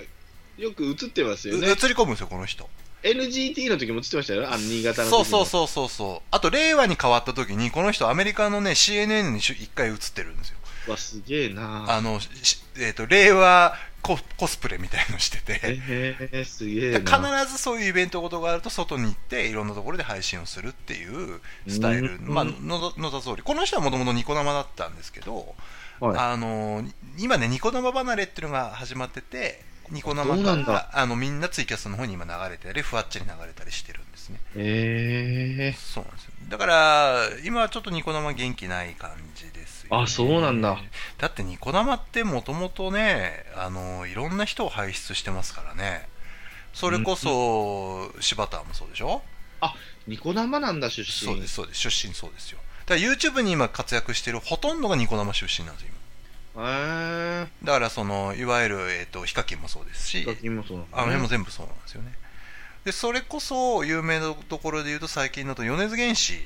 S2: よく映ってます
S3: う
S2: よ
S3: 映
S2: ね
S3: り込むんですよ、この人。
S2: NGT の時も映ってましたよねあの新潟の時
S3: そ
S2: も
S3: うそうそうそうそう。あと、令和に変わった時に、この人、アメリカのね、CNN に一回映ってるんですよ。
S2: うわすげえな
S3: あの、しえっ、と、令和ココスプレみたいのしてて、
S2: ええすげえ
S3: 必
S2: な
S3: ずそういうイベントごとがあると、外に行って、いろんなところで配信をするっていうスタイル、
S2: うん
S3: まあ、の野田総理、この人はもともとニコ生だったんですけど、
S2: はい
S3: あの今ね、ニコ生離れっていうのが始まってて、ニコ生
S2: あそう
S3: か
S2: なんだ
S3: らあのみんなツイキャスの方に今流れてたり、ふわっちに流れたりしてるんですね。
S2: ええ
S3: そうなんですよだから、今はちょっとニコ生元気ない感じですよ、
S2: あそうなんだ。
S3: だってニコ生ってもともとね、あの、いろんな人を輩出してますからね。それこそ、柴田もそうでしょ
S2: ニコ生なんだ出身
S3: そうです、そうです。出身そうですよ。だから YouTube に今活躍してるほとんどがニコ生出身なんですよ
S2: へえ
S3: 今だからそのいわゆる、えー、とヒカキンもそうですし
S2: ヒカキンもそう
S3: あの辺も全部そうなんですよねでそれこそ有名なところで言うと最近だと米津玄師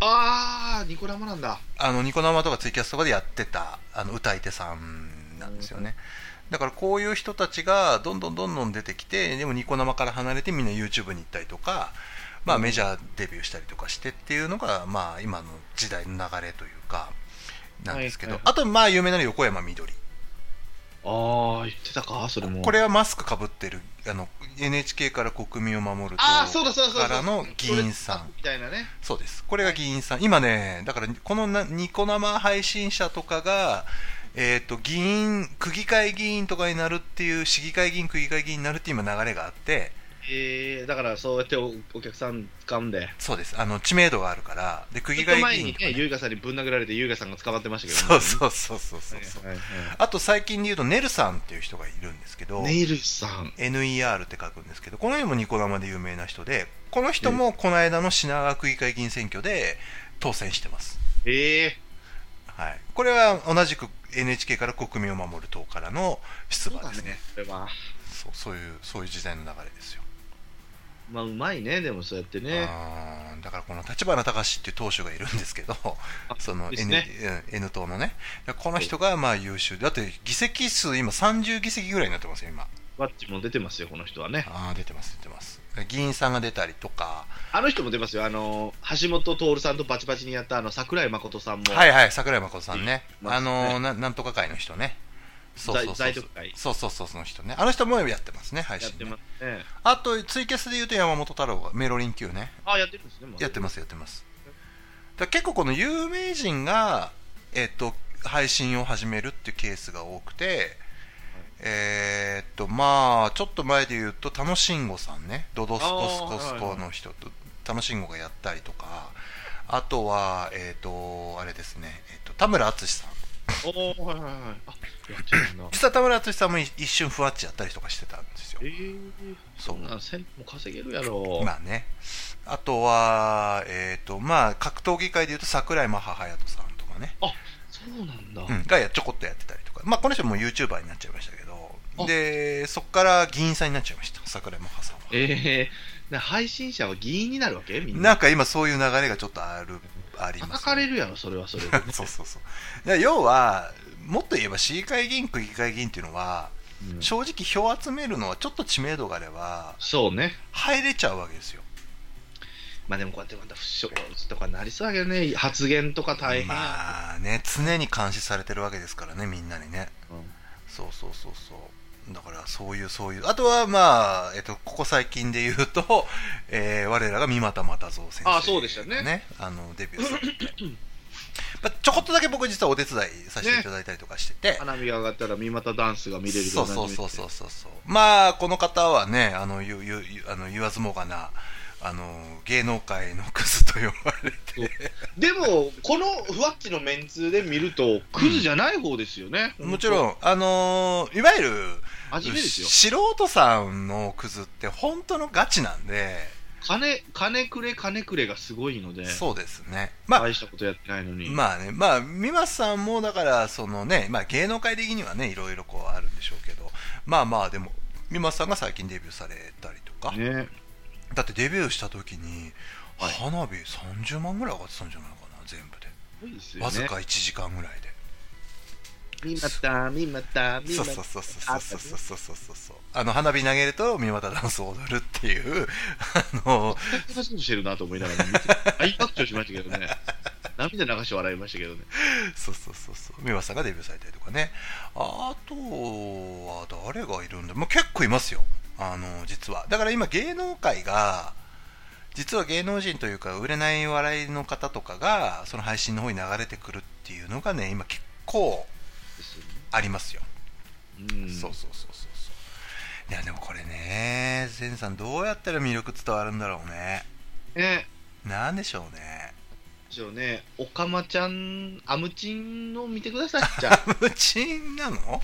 S2: ああニコラマなんだ
S3: あのニコ生とかツイキャスとかでやってたあの歌い手さんなんですよね、だからこういう人たちがどんどんどんどん出てきてでもニコ生から離れてみんな YouTube に行ったりとか、まあ、メジャーデビューしたりとかしてっていうのが、まあ、今の時代の流れというかなんですけど、
S2: はいは
S3: あとまあ有名なの横山みどり
S2: ああ言ってたかそれも
S3: これはマスクかぶってるあの NHK から国民を守る党
S2: ああそうだそうだそうだ
S3: からの議員さん
S2: それみたいなね
S3: そうです。これが議員さん。今ね、だからこのなニコ生配信者とかが、えっ、と、議員、区議会議員とかになるっていう、市議会議員、区議会議員になるっていう今流れがあって、
S2: えー、だからそうやっておお客さん掴んで
S3: そうです。あの、知名度があるから、で、区
S2: ちょっ
S3: 議
S2: と
S3: 会
S2: 前
S3: 議員
S2: に
S3: とかね、
S2: ね優香さんにぶん殴られて優香さんが捕まってましたけどね
S3: そうそうそうそうそうそう。
S2: はいは
S3: あと最近で言うと、ネルさんっていう人がいるんですけど、
S2: いネイルさん
S3: NER って書くんですけど、この人もニコ生で有名な人で、この人もこの間の品川区議会議員選挙で当選してます。
S2: ええ
S3: はい、これは同じく NHK から国民を守る党からの出馬ですね
S2: それは
S3: そうそういうそういう時代の流れですよ、
S2: まあうまいねでもそうやってね
S3: あーだからこの立花隆っていう党首がいるんですけどその
S2: です
S3: N,、
S2: ね
S3: うん N 党のねこの人がまあ優秀でだって議席数今30議席ぐらいになってますよ今
S2: ワッチも出てますよこの人はね
S3: あー出てます出てます議員さんが出たりとか
S2: あの人も出ますよあの橋本徹さんとバチバチにやったあの桜井誠さんも
S3: はいはい桜井誠さんね、
S2: うん
S3: あの
S2: ね
S3: ななんとか会の人ねそうそうそう
S2: 在在
S3: そう
S2: 特会
S3: そうそうそうその人ねあの人もやってますね配
S2: やっ
S3: 信
S2: て
S3: ね
S2: ますね
S3: あとツイキャスで言うと山本太郎がメロリン Q ね
S2: あやってるんですねもう
S3: やってますやってますだから結構この有名人が、えっと配信を始めるっていうケースが多くてえーっとまあちょっと前で言うと楽しんごさんねドドスコスコスコの人と楽しんごがやったりとかあとはえーっとあれですね、えっと田村淳さん
S2: おおはいはいはいあやってるな
S3: 実は田村淳さんもい一瞬ふわっちやったりとかしてたんですよ
S2: えー、
S3: そ
S2: そううなん千も稼げるやろ、
S3: まあね、あとは、えーとまあ、格闘技界でいうと桜井マハ隼人さんとかね、
S2: そうなんだ、
S3: うん、がやちょこっとやってたりとか、まあ、この人も YouTuber になっちゃいましたけど
S2: あ
S3: でそこから議員さんになっちゃいました桜井マハさんは
S2: えー、な配信者は議員になるわけみんな
S3: なんか今そういう流れがちょっとあるありま
S2: 叩
S3: す
S2: かれ
S3: ね、
S2: るやろそれはそれで
S3: そうそうそういや要はもっと言えば市議会議員区議会議員っていうのは
S2: うん
S3: 正直票を集めるのはちょっと知名度があれば
S2: そうね
S3: 入れちゃうわけですよ
S2: まあでもこうやってまた不祥事とかなりそうだけどね発言とか大変や、
S3: まあね常に監視されてるわけですからねみんなにね
S2: うん
S3: そうそうそうそうだからそういうそういうあとはまあ、えっと、ここ最近で言うと、 えー我らが三股又蔵先生、
S2: あそうでしたね
S3: あのデビューされて まあちょこっとだけ僕実はお手伝いさせていただいたりとかしてて、
S2: 花火が上がったら三股ダンスが見れる
S3: そうそうそうそうそうそうまあこの方はねあのゆゆゆあの言わずもがなあの芸能界のクズと呼ばれて
S2: うでもこのふわっちのメンツで見るとクズじゃない方ですよね、
S3: もちろんあのいわゆる
S2: 真面目ですよ
S3: 素人さんのクズって本当のガチなんで
S2: 金金くれ金くれがすごいので
S3: そうですね。まあ、
S2: 大したことやってないのに、
S3: まあね、まあ、美馬さんもだから、そのね、まあ芸能界的にはね、いろいろこうあるんでしょうけど、まあまあ、でも、美馬さんが最近デビューされたりとか、
S2: ね
S3: だってデビューした時に、
S2: はい
S3: 花火30万ぐらい上がってたんじゃないかな、全部で。
S2: すごいですよね
S3: わずか1時間ぐらいで。
S2: 見また見また見
S3: そ
S2: ま
S3: う
S2: た
S3: そうそうそうそうそうそうそうそうそう。あの、花火投げると、美馬ダンスを踊るっていう、 あの、
S2: 全く同じことしてるなと思いながら見て大爆笑しましたけど ね涙流して笑いましたけどね
S3: そうそうそうそう美和さんがデビューされたりとかねあとは誰がいるんだ、まあ、結構いますよあの実はだから今芸能界が実は芸能人というか売れない笑いの方とかがその配信の方に流れてくるっていうのがね今結構ありますよ、
S2: うん
S3: そうそうそうそうそういやでもこれね善さんどうやったら魅力伝わるんだろうね
S2: ね
S3: なんでしょうね
S2: 一応ねおかまちゃんアムチンを見てくださいじゃ あ
S3: 無賃なの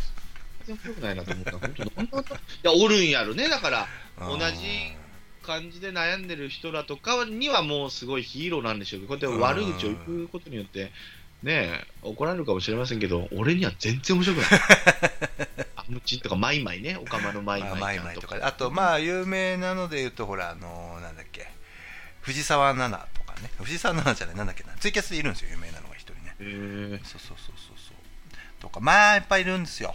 S2: 全然良くないなと思った本当なんだいやおるんやろねだから同じ感じで悩んでる人らとかにはもうすごいヒーローなんでしょうけど、こうやって悪口を言うことによって、ねえ、怒られるかもしれませんけど、俺には全然面白く ない。あむちとか、マイマイね、おかまのマイ
S3: まあ、マ
S2: マイ
S3: イ
S2: ちゃ
S3: マ
S2: ん
S3: イ
S2: と
S3: と
S2: か。
S3: かあとまあ有名なので言うとほらあのーなんだっけ藤沢奈々とかね藤沢奈々じゃないなんだっけなツイキャスでいるんですよ有名なのが一人ね
S2: へえ
S3: そうそうそうそうそうとかまあいっぱいいるんですよ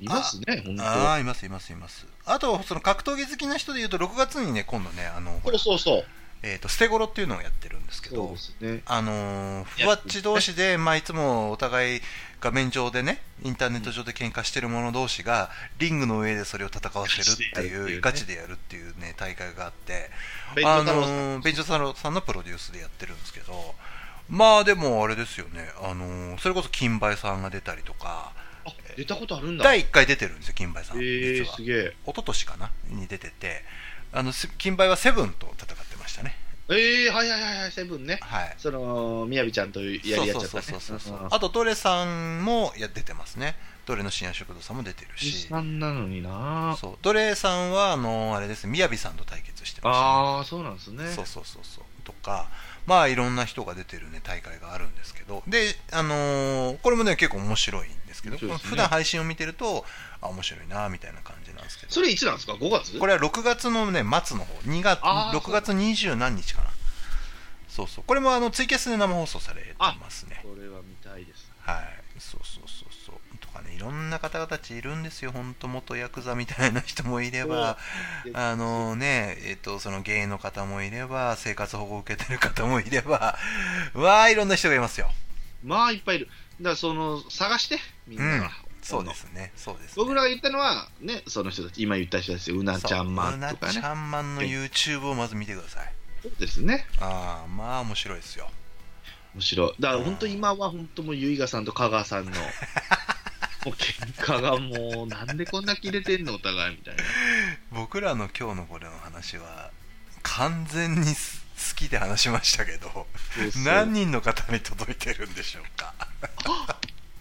S2: いますね、本
S3: ああいますいますいますあとその格闘技好きな人で言うと6月にね今度ねあのほ
S2: 当。
S3: ら
S2: そうそうそう。
S3: えーと捨て頃っていうのをやってるんですけ
S2: そう
S3: ど
S2: ですね。
S3: あのーふわっち同士で、まあ、いつもお互い画面上でねインターネット上で喧嘩してる者同士がリングの上でそれを戦わせるっていうガ
S2: ガ
S3: チでやるっていうね大会があって
S2: ベンジ
S3: あ
S2: ョタロウさん
S3: のーベンジョタロウさんのプロデュースでやってるんですけどまあでもあれですよねあのーそれこそ金梅さんが出たりとか
S2: あ、出たことあるんだ。
S3: 第1回出てるんですよ金梅さん
S2: ええ
S3: 実
S2: ー、
S3: は
S2: すげえ。
S3: 一昨年かなに出ててあのせ金梅はセブンと戦ってましたね
S2: ええー、はいはいはいはい、セブンね。
S3: はい
S2: その、みやびちゃんとやりやっちゃった、ね。
S3: そうそうそうそうそう
S2: あ
S3: あとトレさんもや出てますねトレの深夜食堂さんも出てる
S2: おじ
S3: し
S2: さんなのにな
S3: そうトレさんはあのあれですみやびさんと対決してま
S2: ああ、そうなんです
S3: す
S2: ね。
S3: ねそうそうそうそうとかまあいろんな人が出てるね大会があるんですけどであのーこれもね結構面白いんですけど
S2: 面白いですね
S3: 普段配信を見てるとあ面白いなみたいな感じなんですけど
S2: それいつなんですか ?5 月
S3: こ
S2: れ
S3: れは6月のね末の方2月
S2: あー
S3: 6月20何日かなそうそうこれもあのツイキャスで生放送されてますね
S2: これは見たいです。
S3: はいそうそうそうそうとかねいろんな方々たちいるんですよ本当元ヤクザみたいな人もいれば
S2: そう
S3: あのねえっとその芸の方もいれば生活保護を受けてる方もいればわあいろんな人がいますよ
S2: まあ、いっぱいいる。だから、その、探して、みんな
S3: うん
S2: が。
S3: そうですねそうですね
S2: 僕らが言ったのは、ね、その人たち、今言った人たち、うなちゃんまんと
S3: そうう
S2: か
S3: な
S2: ね
S3: ち。ゃんまんの YouTube をまず見てください
S2: そうですね。
S3: ああまあ面白いですよ
S2: 面白い。だから、本当今は、本当もう、ゆいがさんと香川 さんの、もう喧嘩がもう、なんでこんな切れてんの、お互いみたいな。
S3: 僕らの今日のこれの話は完全にす好きで話しましたけど
S2: そうそう
S3: 何人の方に届いてるんでしょうか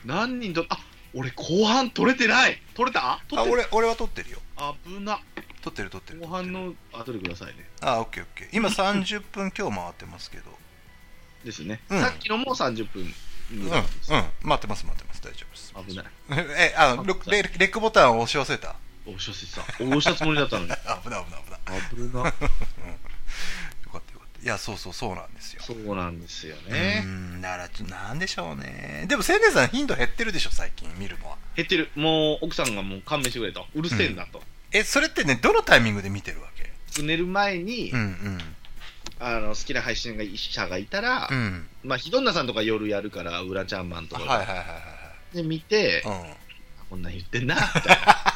S2: 何人と、あ俺、後半取れてない取れた取
S3: あ
S2: ってる
S3: 俺俺は撮ってるよ
S2: 危な。
S3: 撮ってる撮ってる
S2: 後半の後でくださいね。
S3: あオッケーオッケー今30分今日回ってますけど
S2: ですね。
S3: うん
S2: さっきのも30分。
S3: うんうん
S2: 危
S3: 待ってます待ってます大丈夫です
S2: ない。
S3: えあロレレックボタンを押し忘れた
S2: 押し寄せてた。押したつもりだったのに。
S3: 危ない危ない危ない
S2: 危な。
S3: よかったよかったいやそうそうそうなんですよ
S2: そうなんですよ
S3: う
S2: ね。
S3: んならちょっとなんでしょうねでも青年さん頻度減ってるでしょ最近見るのは
S2: 減ってる。もう奥さんがもう勘弁してくれと。うるせえんだと。
S3: えそれってねどのタイミングで見てるわけ
S2: 寝る前に、
S3: うんうん
S2: あの好きな配信者がいたら、
S3: うん
S2: まあ、ひどんなさんとか夜やるから、ウラちゃんマンと
S3: は
S2: か
S3: い
S2: で,、
S3: はいはいはい
S2: 見て、
S3: はい、うん、
S2: こんなん言ってんな、みたいな。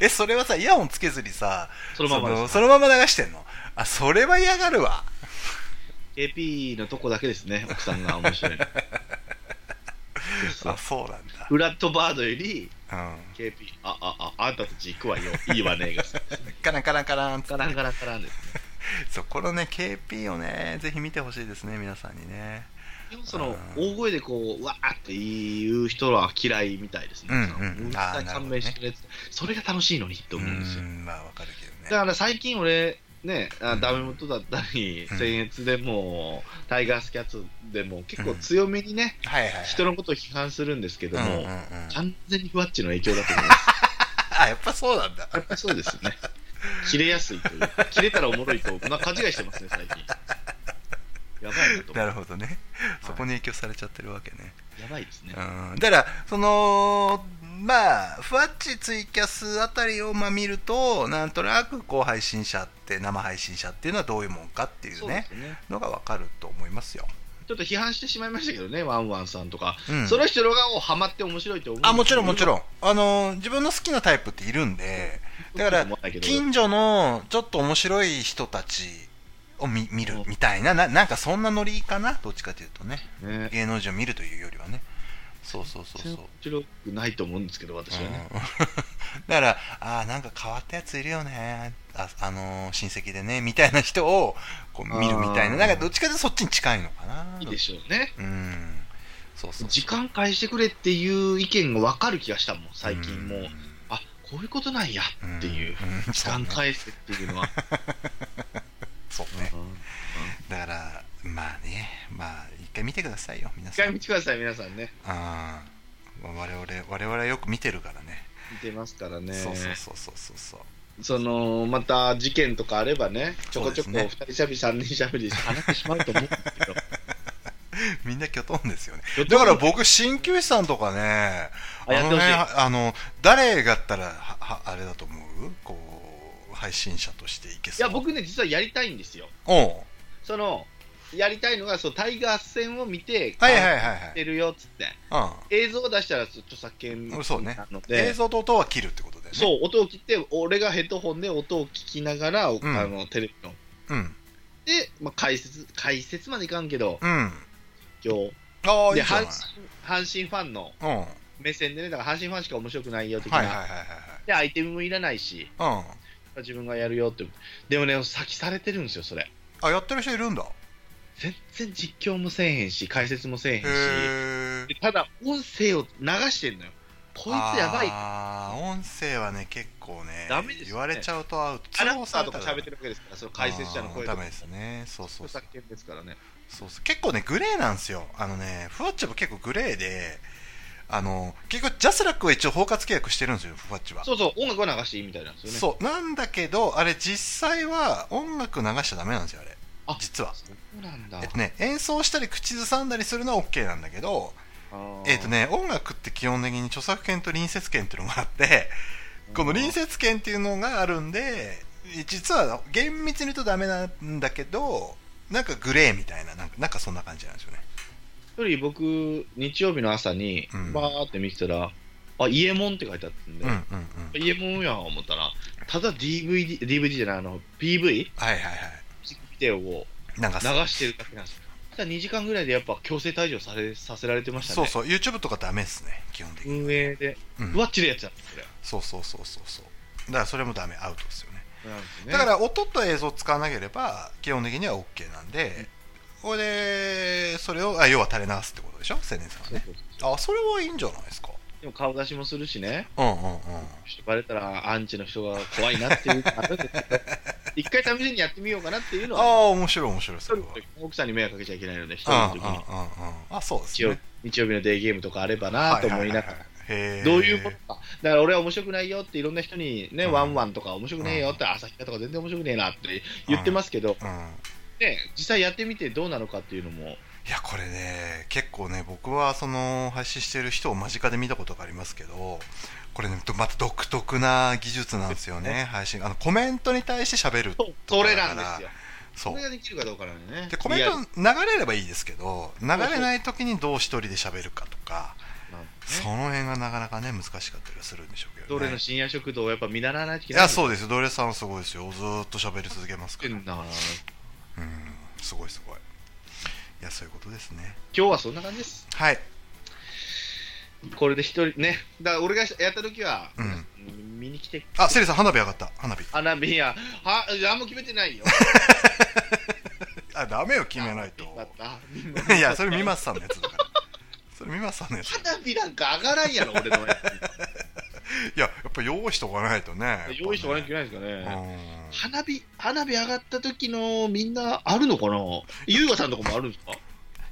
S3: えそれはさイヤホンつけずにさ
S2: そのままです
S3: そのそのまま流してんのあそれは嫌がるわ
S2: KP のとこだけですね、奥さんが面白い の。そうそう
S3: あそうなんだ
S2: フラットバードより、
S3: う
S2: KP、あ、あ、あ、あんたたち行くわよ。いいわね、が好きですね
S3: んカランカランカラン
S2: ガランガランガランですね。
S3: そうこのね KP をねぜひ見てほしいですね皆さんにね
S2: 基本その、大声でこう、うわーって言う人は嫌いみたいですね。
S3: うんうん
S2: その
S3: あー
S2: 絶対勘弁してくれって、それが楽しいのにって思うんですよ。
S3: んまあわかるけど
S2: だ
S3: ね
S2: から最近俺、ね、
S3: う
S2: あ
S3: ん
S2: ダメ元だったり、
S3: うん
S2: 僭越でも、タイガースキャッツでも、結構強めにね、
S3: はいはい、はい、
S2: 人のことを批判するんですけど
S3: うんう
S2: も、
S3: んうん、
S2: 完全にふわっちの影響だと思います。
S3: あやっぱそうなんだ
S2: やっぱりそうです ね。切れやすいというか、切れたらおもろいと、まあ、勘違いしてますね、最近。やばいなと思
S3: な
S2: う。
S3: るほどねそこに影響されちゃってるわけね、
S2: やばいですね。
S3: うんだからそのまあふわっちツイキャスあたりをまあ見るとなんとなくこう配信者って生配信者っていうのはどういうもんかっていう
S2: そうで
S3: ね
S2: すよね。
S3: のがわかると思いますよ、
S2: ちょっと批判してしまいましたけどね、ワンワンさんとか。
S3: うん
S2: その人らがハマって面白いと思う。
S3: あもちろんもちろ
S2: ん。
S3: んあのー自分の好きなタイプっているんでだか
S2: ちょっと思わな
S3: ら
S2: いけど
S3: 近所のちょっと面白い人たちを見見るみたいなななんかそんなノリかなどっちかというとね
S2: ね、
S3: 芸能人を見るというよりはねそうそうそうそう
S2: 面白くないと思うんですけど、私はね。
S3: うん だからああなんか変わったやついるよねあ、あのー親戚でねみたいな人をこう見るみたいな
S2: あー
S3: なんかどっちかというとそっちに近いのかない
S2: いでしょうね。
S3: うんそうそう
S2: 時間返してくれっていう意見が分かる気がしたもん、最近もう。
S3: うん
S2: あ、こういうことなんや
S3: ん
S2: っていう、
S3: ん
S2: 時
S3: そう
S2: 間
S3: ね
S2: 返せっていうのは、
S3: そうねだからまあねまあ一回見てくださいよ皆
S2: 一
S3: さん
S2: 回見てください皆さんね
S3: ああ我々我々はよく見てるからね、
S2: 見てますからね
S3: そうそうそうそうそうそう
S2: そのまた事件とかあればねちょこちょ
S3: そ
S2: こ
S3: うで
S2: 2人
S3: す
S2: しゃべり3人しゃべり話してしまうと思うんですけど
S3: みんなキョトンですよね
S2: キョト
S3: だ
S2: ン
S3: から僕鍼灸師さんとかねあ
S2: あや
S3: の
S2: ってほしい
S3: ねあの誰がったらははあれだと思うこう配信者としていけ
S2: い
S3: そう
S2: や僕ね実はやりたいんですよ
S3: おう
S2: そのやりたいのがそうタイガース戦を見て、
S3: はいはいはい
S2: やってるよっつって
S3: は
S2: 映像を出したらちょっと著作権
S3: い、うん、そうね
S2: なので
S3: 映像と音は切るってことだよね
S2: そう音を切って俺がヘッドホンで音を聞きながら、
S3: ん
S2: あのテレビの
S3: ううん
S2: で、まあ、解説解説までいかんけど
S3: うん
S2: 今日
S3: ああい
S2: で
S3: いじゃな
S2: 阪
S3: い
S2: 神阪神ファンの
S3: うんはい
S2: 目線でねだから阪神ファンしか面白くないよ的な、
S3: はいはいはい
S2: でアイテムもいらないし
S3: はいうん
S2: 自分がやるよってでもね先されてるんですよそれ
S3: あやってる人いるんだ
S2: 全然実況もせえへんし解説もせえへんし
S3: へえ
S2: でただ音声を流してんのよこいつやばい
S3: あー音声はね結構ね
S2: ダメですね
S3: 言われちゃうとアウト
S2: アナウンサーとか
S3: 通報され
S2: 喋って
S3: た
S2: るわ
S3: ら
S2: けですからその解説者の声
S3: あー
S2: と
S3: ダ
S2: か
S3: メですねそうそう
S2: 著
S3: そう
S2: 作権ですからね
S3: そうそう結構ねグレーなんですよあのねフワッチは結構グレーであの結局ジャスラックは一応包括契約してるんですよフワッチは
S2: そうそう音楽は流していいみたいなんですよね
S3: そうなんだけどあれ実際は音楽流しちゃダメなんですよあれ
S2: あ
S3: 実は
S2: そうなんだ
S3: えっとね演奏したり口ずさんだりするのは OK なんだけどえっと
S2: ね
S3: ね音楽って基本的に著作権と隣接権っていうのがあってこの隣接権っていうのがあるんで実は厳密に言うとダメなんだけどなんかグレーみたいななんかなんかそんな感じなんですよね
S2: 一人僕日曜日の朝に
S3: うん
S2: バーって見てたら「あイエモン」って書いてあったんで
S3: うんうん
S2: 「
S3: うん
S2: イエモンや」思ったらただ DVD, DVD じゃないあの PV ビ
S3: はいはいは
S2: デオを
S3: いなんか
S2: 流してるだけなんですよただ2時間ぐらいでやっぱ強制退場されさせられてましたね
S3: そうそう YouTube とかダメっすね基本的に、
S2: 運営で
S3: うん
S2: ふわっちるやつだったそれ
S3: そうそうそうそうそうだからそれもダメアウトですよね
S2: なんですね
S3: だから音と映像使わなければ基本的には OK なんで、これでそれをあ要は垂れ流すってことでしょ青年さん
S2: そ
S3: は
S2: う
S3: ね
S2: そうそう
S3: あそれはいいんじゃないですか
S2: でも顔出しもするしね
S3: うんうんうん
S2: バレたらアンチの人が怖いなっていうのがあるんですけど一回試しにやってみようかなっていうの
S3: あ
S2: は
S3: あ面白い面白いそれは
S2: 奥さんに迷惑かけちゃいけないので、一人の
S3: あ
S2: 時に
S3: あそうです
S2: 日曜
S3: ね
S2: 日曜日のデーゲームとかあればなと思いながら、
S3: へえ
S2: どういうことか、だから俺は面白くないよっていろんな人にね、
S3: うん
S2: ワンワンとか面白くねえよって、朝日だとか全然面白くねえなって言ってますけど、
S3: うん
S2: ね、実際やってみてどうなのかっていうのも、
S3: いやこれね結構ね僕はその配信してる人を間近で見たことがありますけどこれねとまた独特な技術なんですよね配信あのコメントに対して喋る
S2: そうそれなんですよ。
S3: そ
S2: そうれができるかどうかなんでね。
S3: でコメン
S2: リア
S3: ト
S2: ル
S3: 流れればいいですけど流れない時にどう一人で喋るかとか
S2: なんです
S3: そ
S2: ね
S3: の辺がなかなかね難しかったりはするんでしょうけ
S2: 奴
S3: どね
S2: 隷の深夜食堂をやっぱ見習わないとい
S3: い
S2: けない。
S3: やそう
S2: う
S3: ですよ奴隷さんはすごいですよずーっと喋り続けますから
S2: んだから
S3: うんすごいすごいいやそういうことですね
S2: 今日はそんな感じです。
S3: はい
S2: これで一人ね、だから俺がやった時は、
S3: うん
S2: 見に来て
S3: あセリさん花火上がった花火
S2: 花火や、は、何も決めてないよ。
S3: あダメよ決めないと
S2: あよかった
S3: いやそれ美松さんのやつだからそれ美松さんのやつい
S2: 花火なんか上がらんやろ、俺のや
S3: ややっぱ用意しとかないとね
S2: つ。用意しておかなきゃいけ
S3: ない
S2: ないですかね。
S3: うん
S2: 花火、花火上がった時のみんなあるのかな優雅さんとかもあるんですか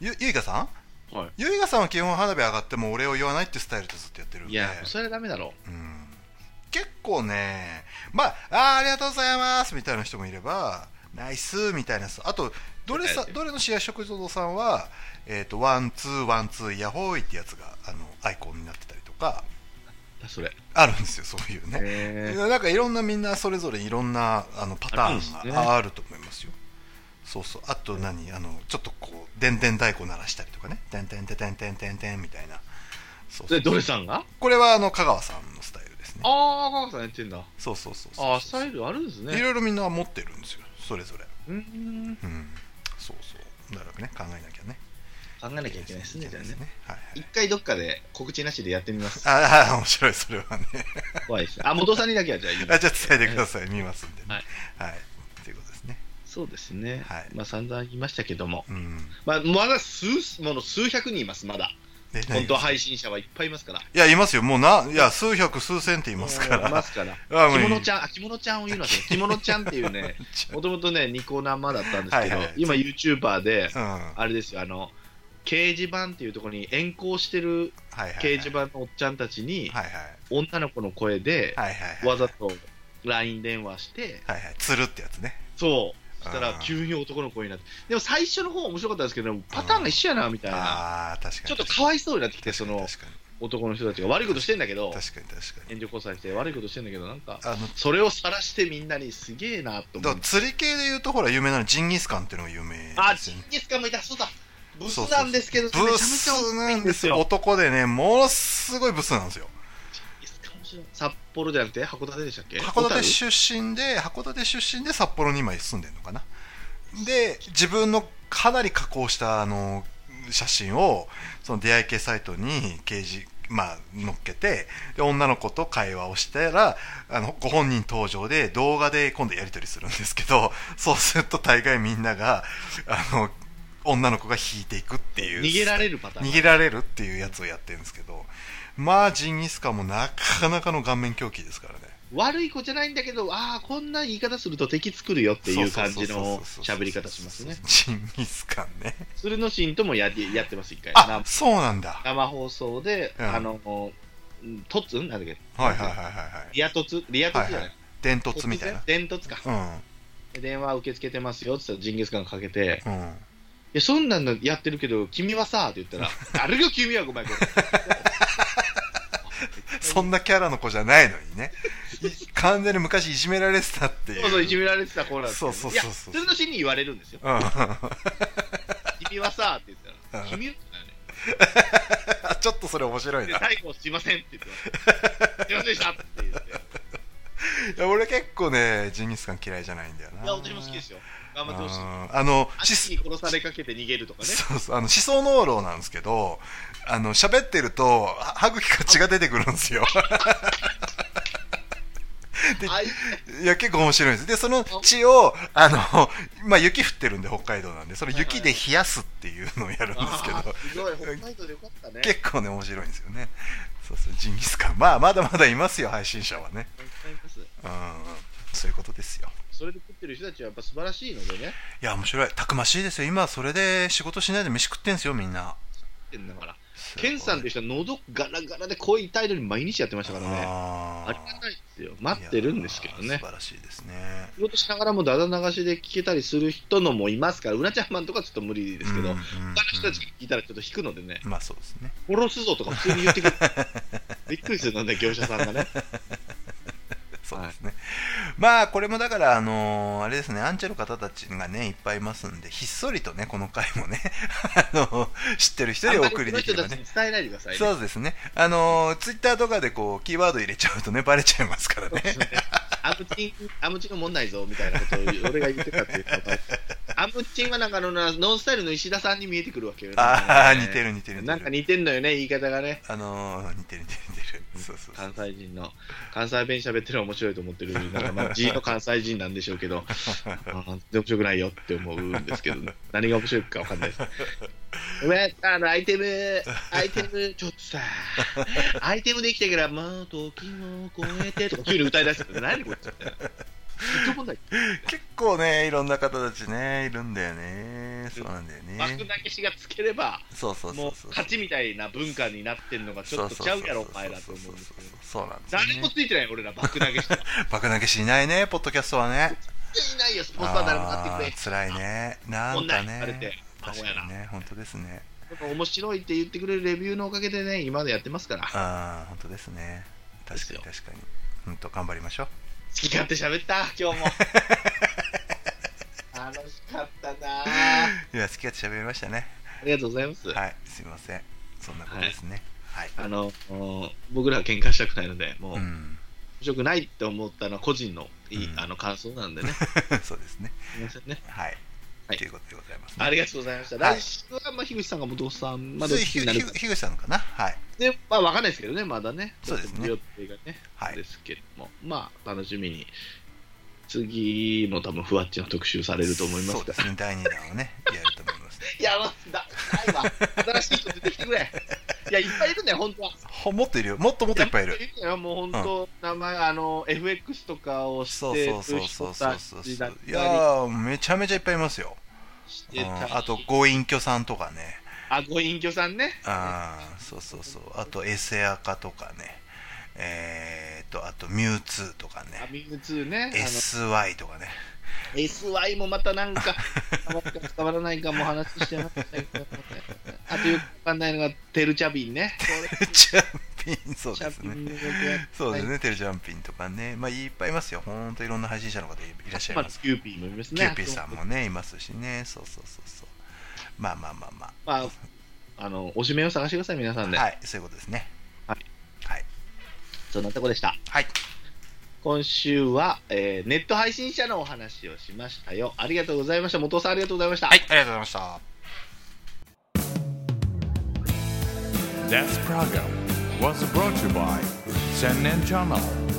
S3: ゆゆいかさん
S2: はい
S3: ゆいかさんは基本花火上がっても俺を言わないってスタイルでずっとやってるんで
S2: いや、それはダメだろ。
S3: うん結構ねまああーありがとうございますみたいな人もいればナイスみたいな人あとどれさ
S2: はい
S3: どれの試合食堂さんは、えー、とワンツーワンツーイヤホーイってやつがあのアイコンになってたりとか
S2: それ。
S3: あるんですよそういうね、
S2: え
S3: なんかいろんなみんなそれぞれいろんなあのパタ
S2: あ
S3: ー
S2: る
S3: ン
S2: んですね
S3: があると思いますよ。そうそうあと何あのちょっとこうでんでん太鼓鳴らしたりとかね「てんてんてんてんてんてんてん」みたいなそ
S2: そ
S3: うそう
S2: れ、どれさんが
S3: これはあの香川さんのスタイルですね
S2: ああ、ガガさんやってんだ。
S3: そうそうそうそう
S2: ああ、スタイルあるんです
S3: い
S2: ね。
S3: ろいろみんな持ってるんですよそれぞれ
S2: うーん。
S3: うんそうそうだからね考えなきゃね
S2: 考えなきゃいけないですね、じゃあね。
S3: はいはい
S2: 一回どっかで告知なしでやってみます。
S3: ああ面白いそれはね
S2: 怖いですね。あ、元さんにだけはじゃあ言う
S3: あじゃあ伝えてください見ますんでね
S2: はい
S3: はいっていうことですね
S2: そうですね。
S3: はい
S2: まあ散々言いましたけども。
S3: うん
S2: まあ、まだ数、もの数百人います、まだ。
S3: え何
S2: 本当は配信者はいっぱいいますから。
S3: いや、いますよ。もうな、いや、数百、数千っていますか
S2: いま
S3: ら。
S2: すから。
S3: あもう
S2: 着物ち ゃん、あ着物ちゃんを言うのはね、 着物ちゃんっていうね、もともとね、ニコ生だったんですけど、
S3: はいはい
S2: 今 YouTuber で、
S3: うん。は
S2: あれですよ、あの、掲示板っていうところに遠行してる
S3: いはいはい。
S2: 掲示板のおっちゃんたちに、
S3: はいはい。
S2: 女の子の声で、
S3: はいはいはい。
S2: わざと LINE 電話して、
S3: はいはい。つるってやつね。
S2: そう、そした
S3: あ
S2: ら
S3: ー
S2: 急に男の声になって、でも最初の方面白かったんですけど、パターンが一緒やな、みたいな。
S3: ああー、確か
S2: ちょ
S3: に。
S2: っとかわいそうになってきて、そ
S3: 確かに
S2: の
S3: 確か
S2: 男の人たちが悪いことしてんだけど
S3: に。、確かに確かに。
S2: 援助交際して悪いことしてんだけど、なんか、
S3: あの、
S2: それを晒してみんなにすげえなと
S3: だ
S2: 思っ
S3: から
S2: て。
S3: 釣り系で言うと、ほら、有名なのジンギスカンっていうのが有名
S2: あ、
S3: で
S2: ジ
S3: すよ
S2: ン
S3: ね。
S2: ギスカンもいた、そうだ。ブス
S3: そうそうそう
S2: なんですけど、めちゃ
S3: ブ
S2: めちゃ
S3: ス
S2: 美味
S3: な
S2: しい
S3: んですよ。。男でね、ものすごいブスなんですよ。
S2: ジンギスカン面白い札幌じゃなくて函館でしたっけ
S3: 函
S2: 小樽
S3: 館出身で函館出身で札幌に今住んでるのかなで自分のかなり加工したあの写真をその出会い系サイトに掲示まあ乗っけてで女の子と会話をしたらあのご本人登場で動画で今度やり取りするんですけど そうすると大概みんながあの女の子が引いていくっていう
S2: 逃げられるパターン。
S3: 逃げられるっていうやつをやってるんですけどまあジンギスカンもなかなかの顔面狂気ですからね
S2: 悪い子じゃないんだけど、ああ、こんな言い方すると敵作るよっていう感じの喋り方しますね。
S3: ジンギスカンね。
S2: 鶴のシーンともやりやってます、一回。
S3: あ
S2: な、
S3: そうなんだ。は
S2: 生放送で、
S3: うん
S2: あの、うんトツんなんだっけ
S3: いはいはいはいはい。
S2: リアトツリアトツじゃない、
S3: 伝突みたいな
S2: 突。然電突か。
S3: う
S2: 電話受け付けてますよって言ったらジンギスカンかけて、
S3: ん。うん。
S2: いや、そんなのやってるけど、君はさ、って言った ら、誰が君はごめん、こ
S3: そんなキャラの子じゃないのにね。完全に昔いじめられてたってい
S2: れ。
S3: う。
S2: そうそう、いじ
S3: め。
S2: められてた子なんですけど
S3: そうそうそうそう
S2: いや、それのシーンに言われるんですよ。
S3: うん。
S2: 君はさ、って言ったら
S3: う、ん
S2: 君は、ね、
S3: ちょっとそれ面白い
S2: で
S3: な。い
S2: 最後、すいませんって言ってます、すいませんでしたって言って。
S3: や俺結構ね、ジンギスカン嫌いじゃないんだよな。
S2: いや、私も好きですよ。頑張ってほしい。
S3: うんあの、し
S2: 足に殺されかけて逃げると かね。
S3: そうそう、あの、思想濃炉なんですけど、あの、喋ってると、は歯茎から血が出てくるんですよ。で
S2: あい
S3: いや、結構面白いです。で、その血を、あの、 まあ、雪降ってるんで、北海道なんで、それ雪で冷やすっていうのをやるんですけ
S2: あ
S3: ど
S2: ー、すごい、北海道でよかったね。
S3: 結構ね、面白いんですよね。そうそう、ジンギスカン。まあ、まだまだいますよ、配信者はね。
S2: いっぱいいます
S3: うん、そういうことですよ。
S2: それで食ってる人たちはやっぱ素晴らしいのでね、
S3: いや、面白い。たくましいですよ。今、それで仕事しないで飯食ってんすよ、みんな。
S2: 食ってんだから。ケンさんっていう人は喉ガラガラで声痛いのに毎日やってましたからね。
S3: あー
S2: ありがたいですよ。待ってるんですけど
S3: いやー
S2: ね
S3: 素。晴らしいですね。
S2: 仕事しながらもだだ流しで聞けたりする人のもいますから、うなちゃんマンとかちょっと無理ですけど、
S3: うんうん
S2: 他の人たちが聞いたらちょっと引くのでね、
S3: まあそうですね。
S2: 殺すぞとか普通に言ってく る。びっくりするので、業者さんがね。
S3: そうですね。まあこれもだから、あのーあれですね、アンチェの方たちがね、いっぱいいますんで、ひっそりとね、この回もね、 あの知ってる人
S2: あ
S3: に
S2: ん
S3: お
S2: まりこ
S3: 送り
S2: の
S3: でき
S2: 人
S3: れ
S2: た
S3: ば
S2: ち
S3: ね
S2: に。伝えないでくださいね。
S3: そうですね。あのー、ツイッターとかでこう、キーワード入れちゃうとね、バレちゃいますからね。
S2: アムチン、アムチンがもんないぞみたいなことを俺が言ってたっていうか、アムチンはなんかあのなノンスタイルの石田さんに見えてくるわけよ、ね。
S3: ああ、似てる似てる似
S2: なん
S3: て
S2: か
S3: る。
S2: 似てんのよね、言い方がね。
S3: あのー、似てる似てる似てる。そうそうそう
S2: 関。西人の、関西弁喋ってるの面白いと思ってる、なんかま あ G の関西人なんでしょうけど、あー面白くないよって思うんですけど、 何が面白いかわかんないです。ごめん、あの、アイテム、アイテ ム、ちょっとさ、アイテムできたから、まあ、時を超えてとか、急に歌い出すから、何こっちって。一応問題
S3: 結構ね、いろんな方たちね、いるんだよね。そうなんだよ
S2: 幕
S3: ね。
S2: 投げしがつければ、
S3: そうそうそ
S2: も
S3: う
S2: う
S3: そう。
S2: 勝ちみたいな文化になってんのがちょっとちゃうやろ、お前らと
S3: そう
S2: 思う
S3: そ
S2: ん
S3: う
S2: です
S3: そう
S2: けど。
S3: そうなんですよ
S2: 誰
S3: ね
S2: もついてない、俺ら、爆投 げして。
S3: 爆投げしないねポッドキャストはね
S2: いないよ、スポンサー誰も買ってくれ
S3: あー。辛いねなんか
S2: 女に言われて
S3: ね確
S2: アホ
S3: か
S2: や
S3: にね本当ですね
S2: やっぱ面白いって言ってくれるレビューのおかげでね、今までやってます から、好
S3: ああ本当ですね確かに確かに本当頑張りましょう
S2: き勝手喋った、今日 も。楽しかったなあ
S3: いや好き勝手喋りましたね
S2: りがとうございます。
S3: はいすいませんそんなことですねはい、
S2: あの、もう僕らは喧嘩したくないので、もう、
S3: う
S2: 面
S3: ん
S2: 白くないって思ったのは個人のいい、
S3: うん
S2: あの感想なん でね。
S3: そうですね
S2: すみませんね。
S3: はい
S2: はい
S3: ということでございますね
S2: ありがとうございました。
S3: はい
S2: 来週は、まあ、樋口さんが元さんま
S3: ま
S2: で
S3: ず
S2: お聞
S3: ひ
S2: きになる
S3: ひ樋口さんのかなはい
S2: で、まあ、わかんないですけどね、まだね。
S3: そうですね
S2: ちょっと予定がね、
S3: はい
S2: ですけども、まあ、楽しみに次も多分ふわっちの特集されると思いま
S3: そ
S2: す
S3: う
S2: か
S3: で
S2: ら
S3: すね第2弾をねやると思います
S2: いや、まだ、ないわ。新しい人出てきて くれ。いや、いっぱいいるね、本当は。
S3: ほもっといるよもっともっといっぱいいる
S2: いや、もう本当、名前、あの、FX とかをし
S3: そう
S2: て
S3: そう
S2: る
S3: そう
S2: 人
S3: そうそう
S2: た
S3: そう
S2: ちだった
S3: い
S2: り
S3: やーめちゃめちゃいっぱいいますよ、
S2: して
S3: うん
S2: たり。
S3: あとご隠居さんとかね
S2: あ、ご隠居さんね。
S3: あーそうそうそうあとエセアカとかねえー、っとあとミュウツーとか
S2: ア
S3: ね
S2: ミング2ね。
S3: SY とかね
S2: あの、SY もまたなんか、捕まるか捕まらないかも話してましたけど。あとよくわかんないのが、テルチャビンね。
S3: チャンピンそう
S2: テ
S3: で
S2: ルチ
S3: す
S2: ャビ
S3: ね
S2: ンのことやったり
S3: そうですね、テルジャンピンとかね、まあ、いっぱいいますよ、ほんといろんな配信者の方いらっしゃい
S2: まあ、
S3: ます。
S2: キューピーもいますね。
S3: キューピーさんもね、いますしね、そうそうそうそう。まあまあまあま
S2: まあ、あの、おしめを探してください、皆さんで。
S3: あ、はい、そういうことですね。
S2: はい。
S3: はい。
S2: そんなとこでした。
S3: はい、
S2: 今週は、えーネット配信者のお話をしましたよ。ありがとうございました。元尾さんありがとうございました。
S3: はい、ありがとうございました。
S1: This program was brought to you by Sennen Channel.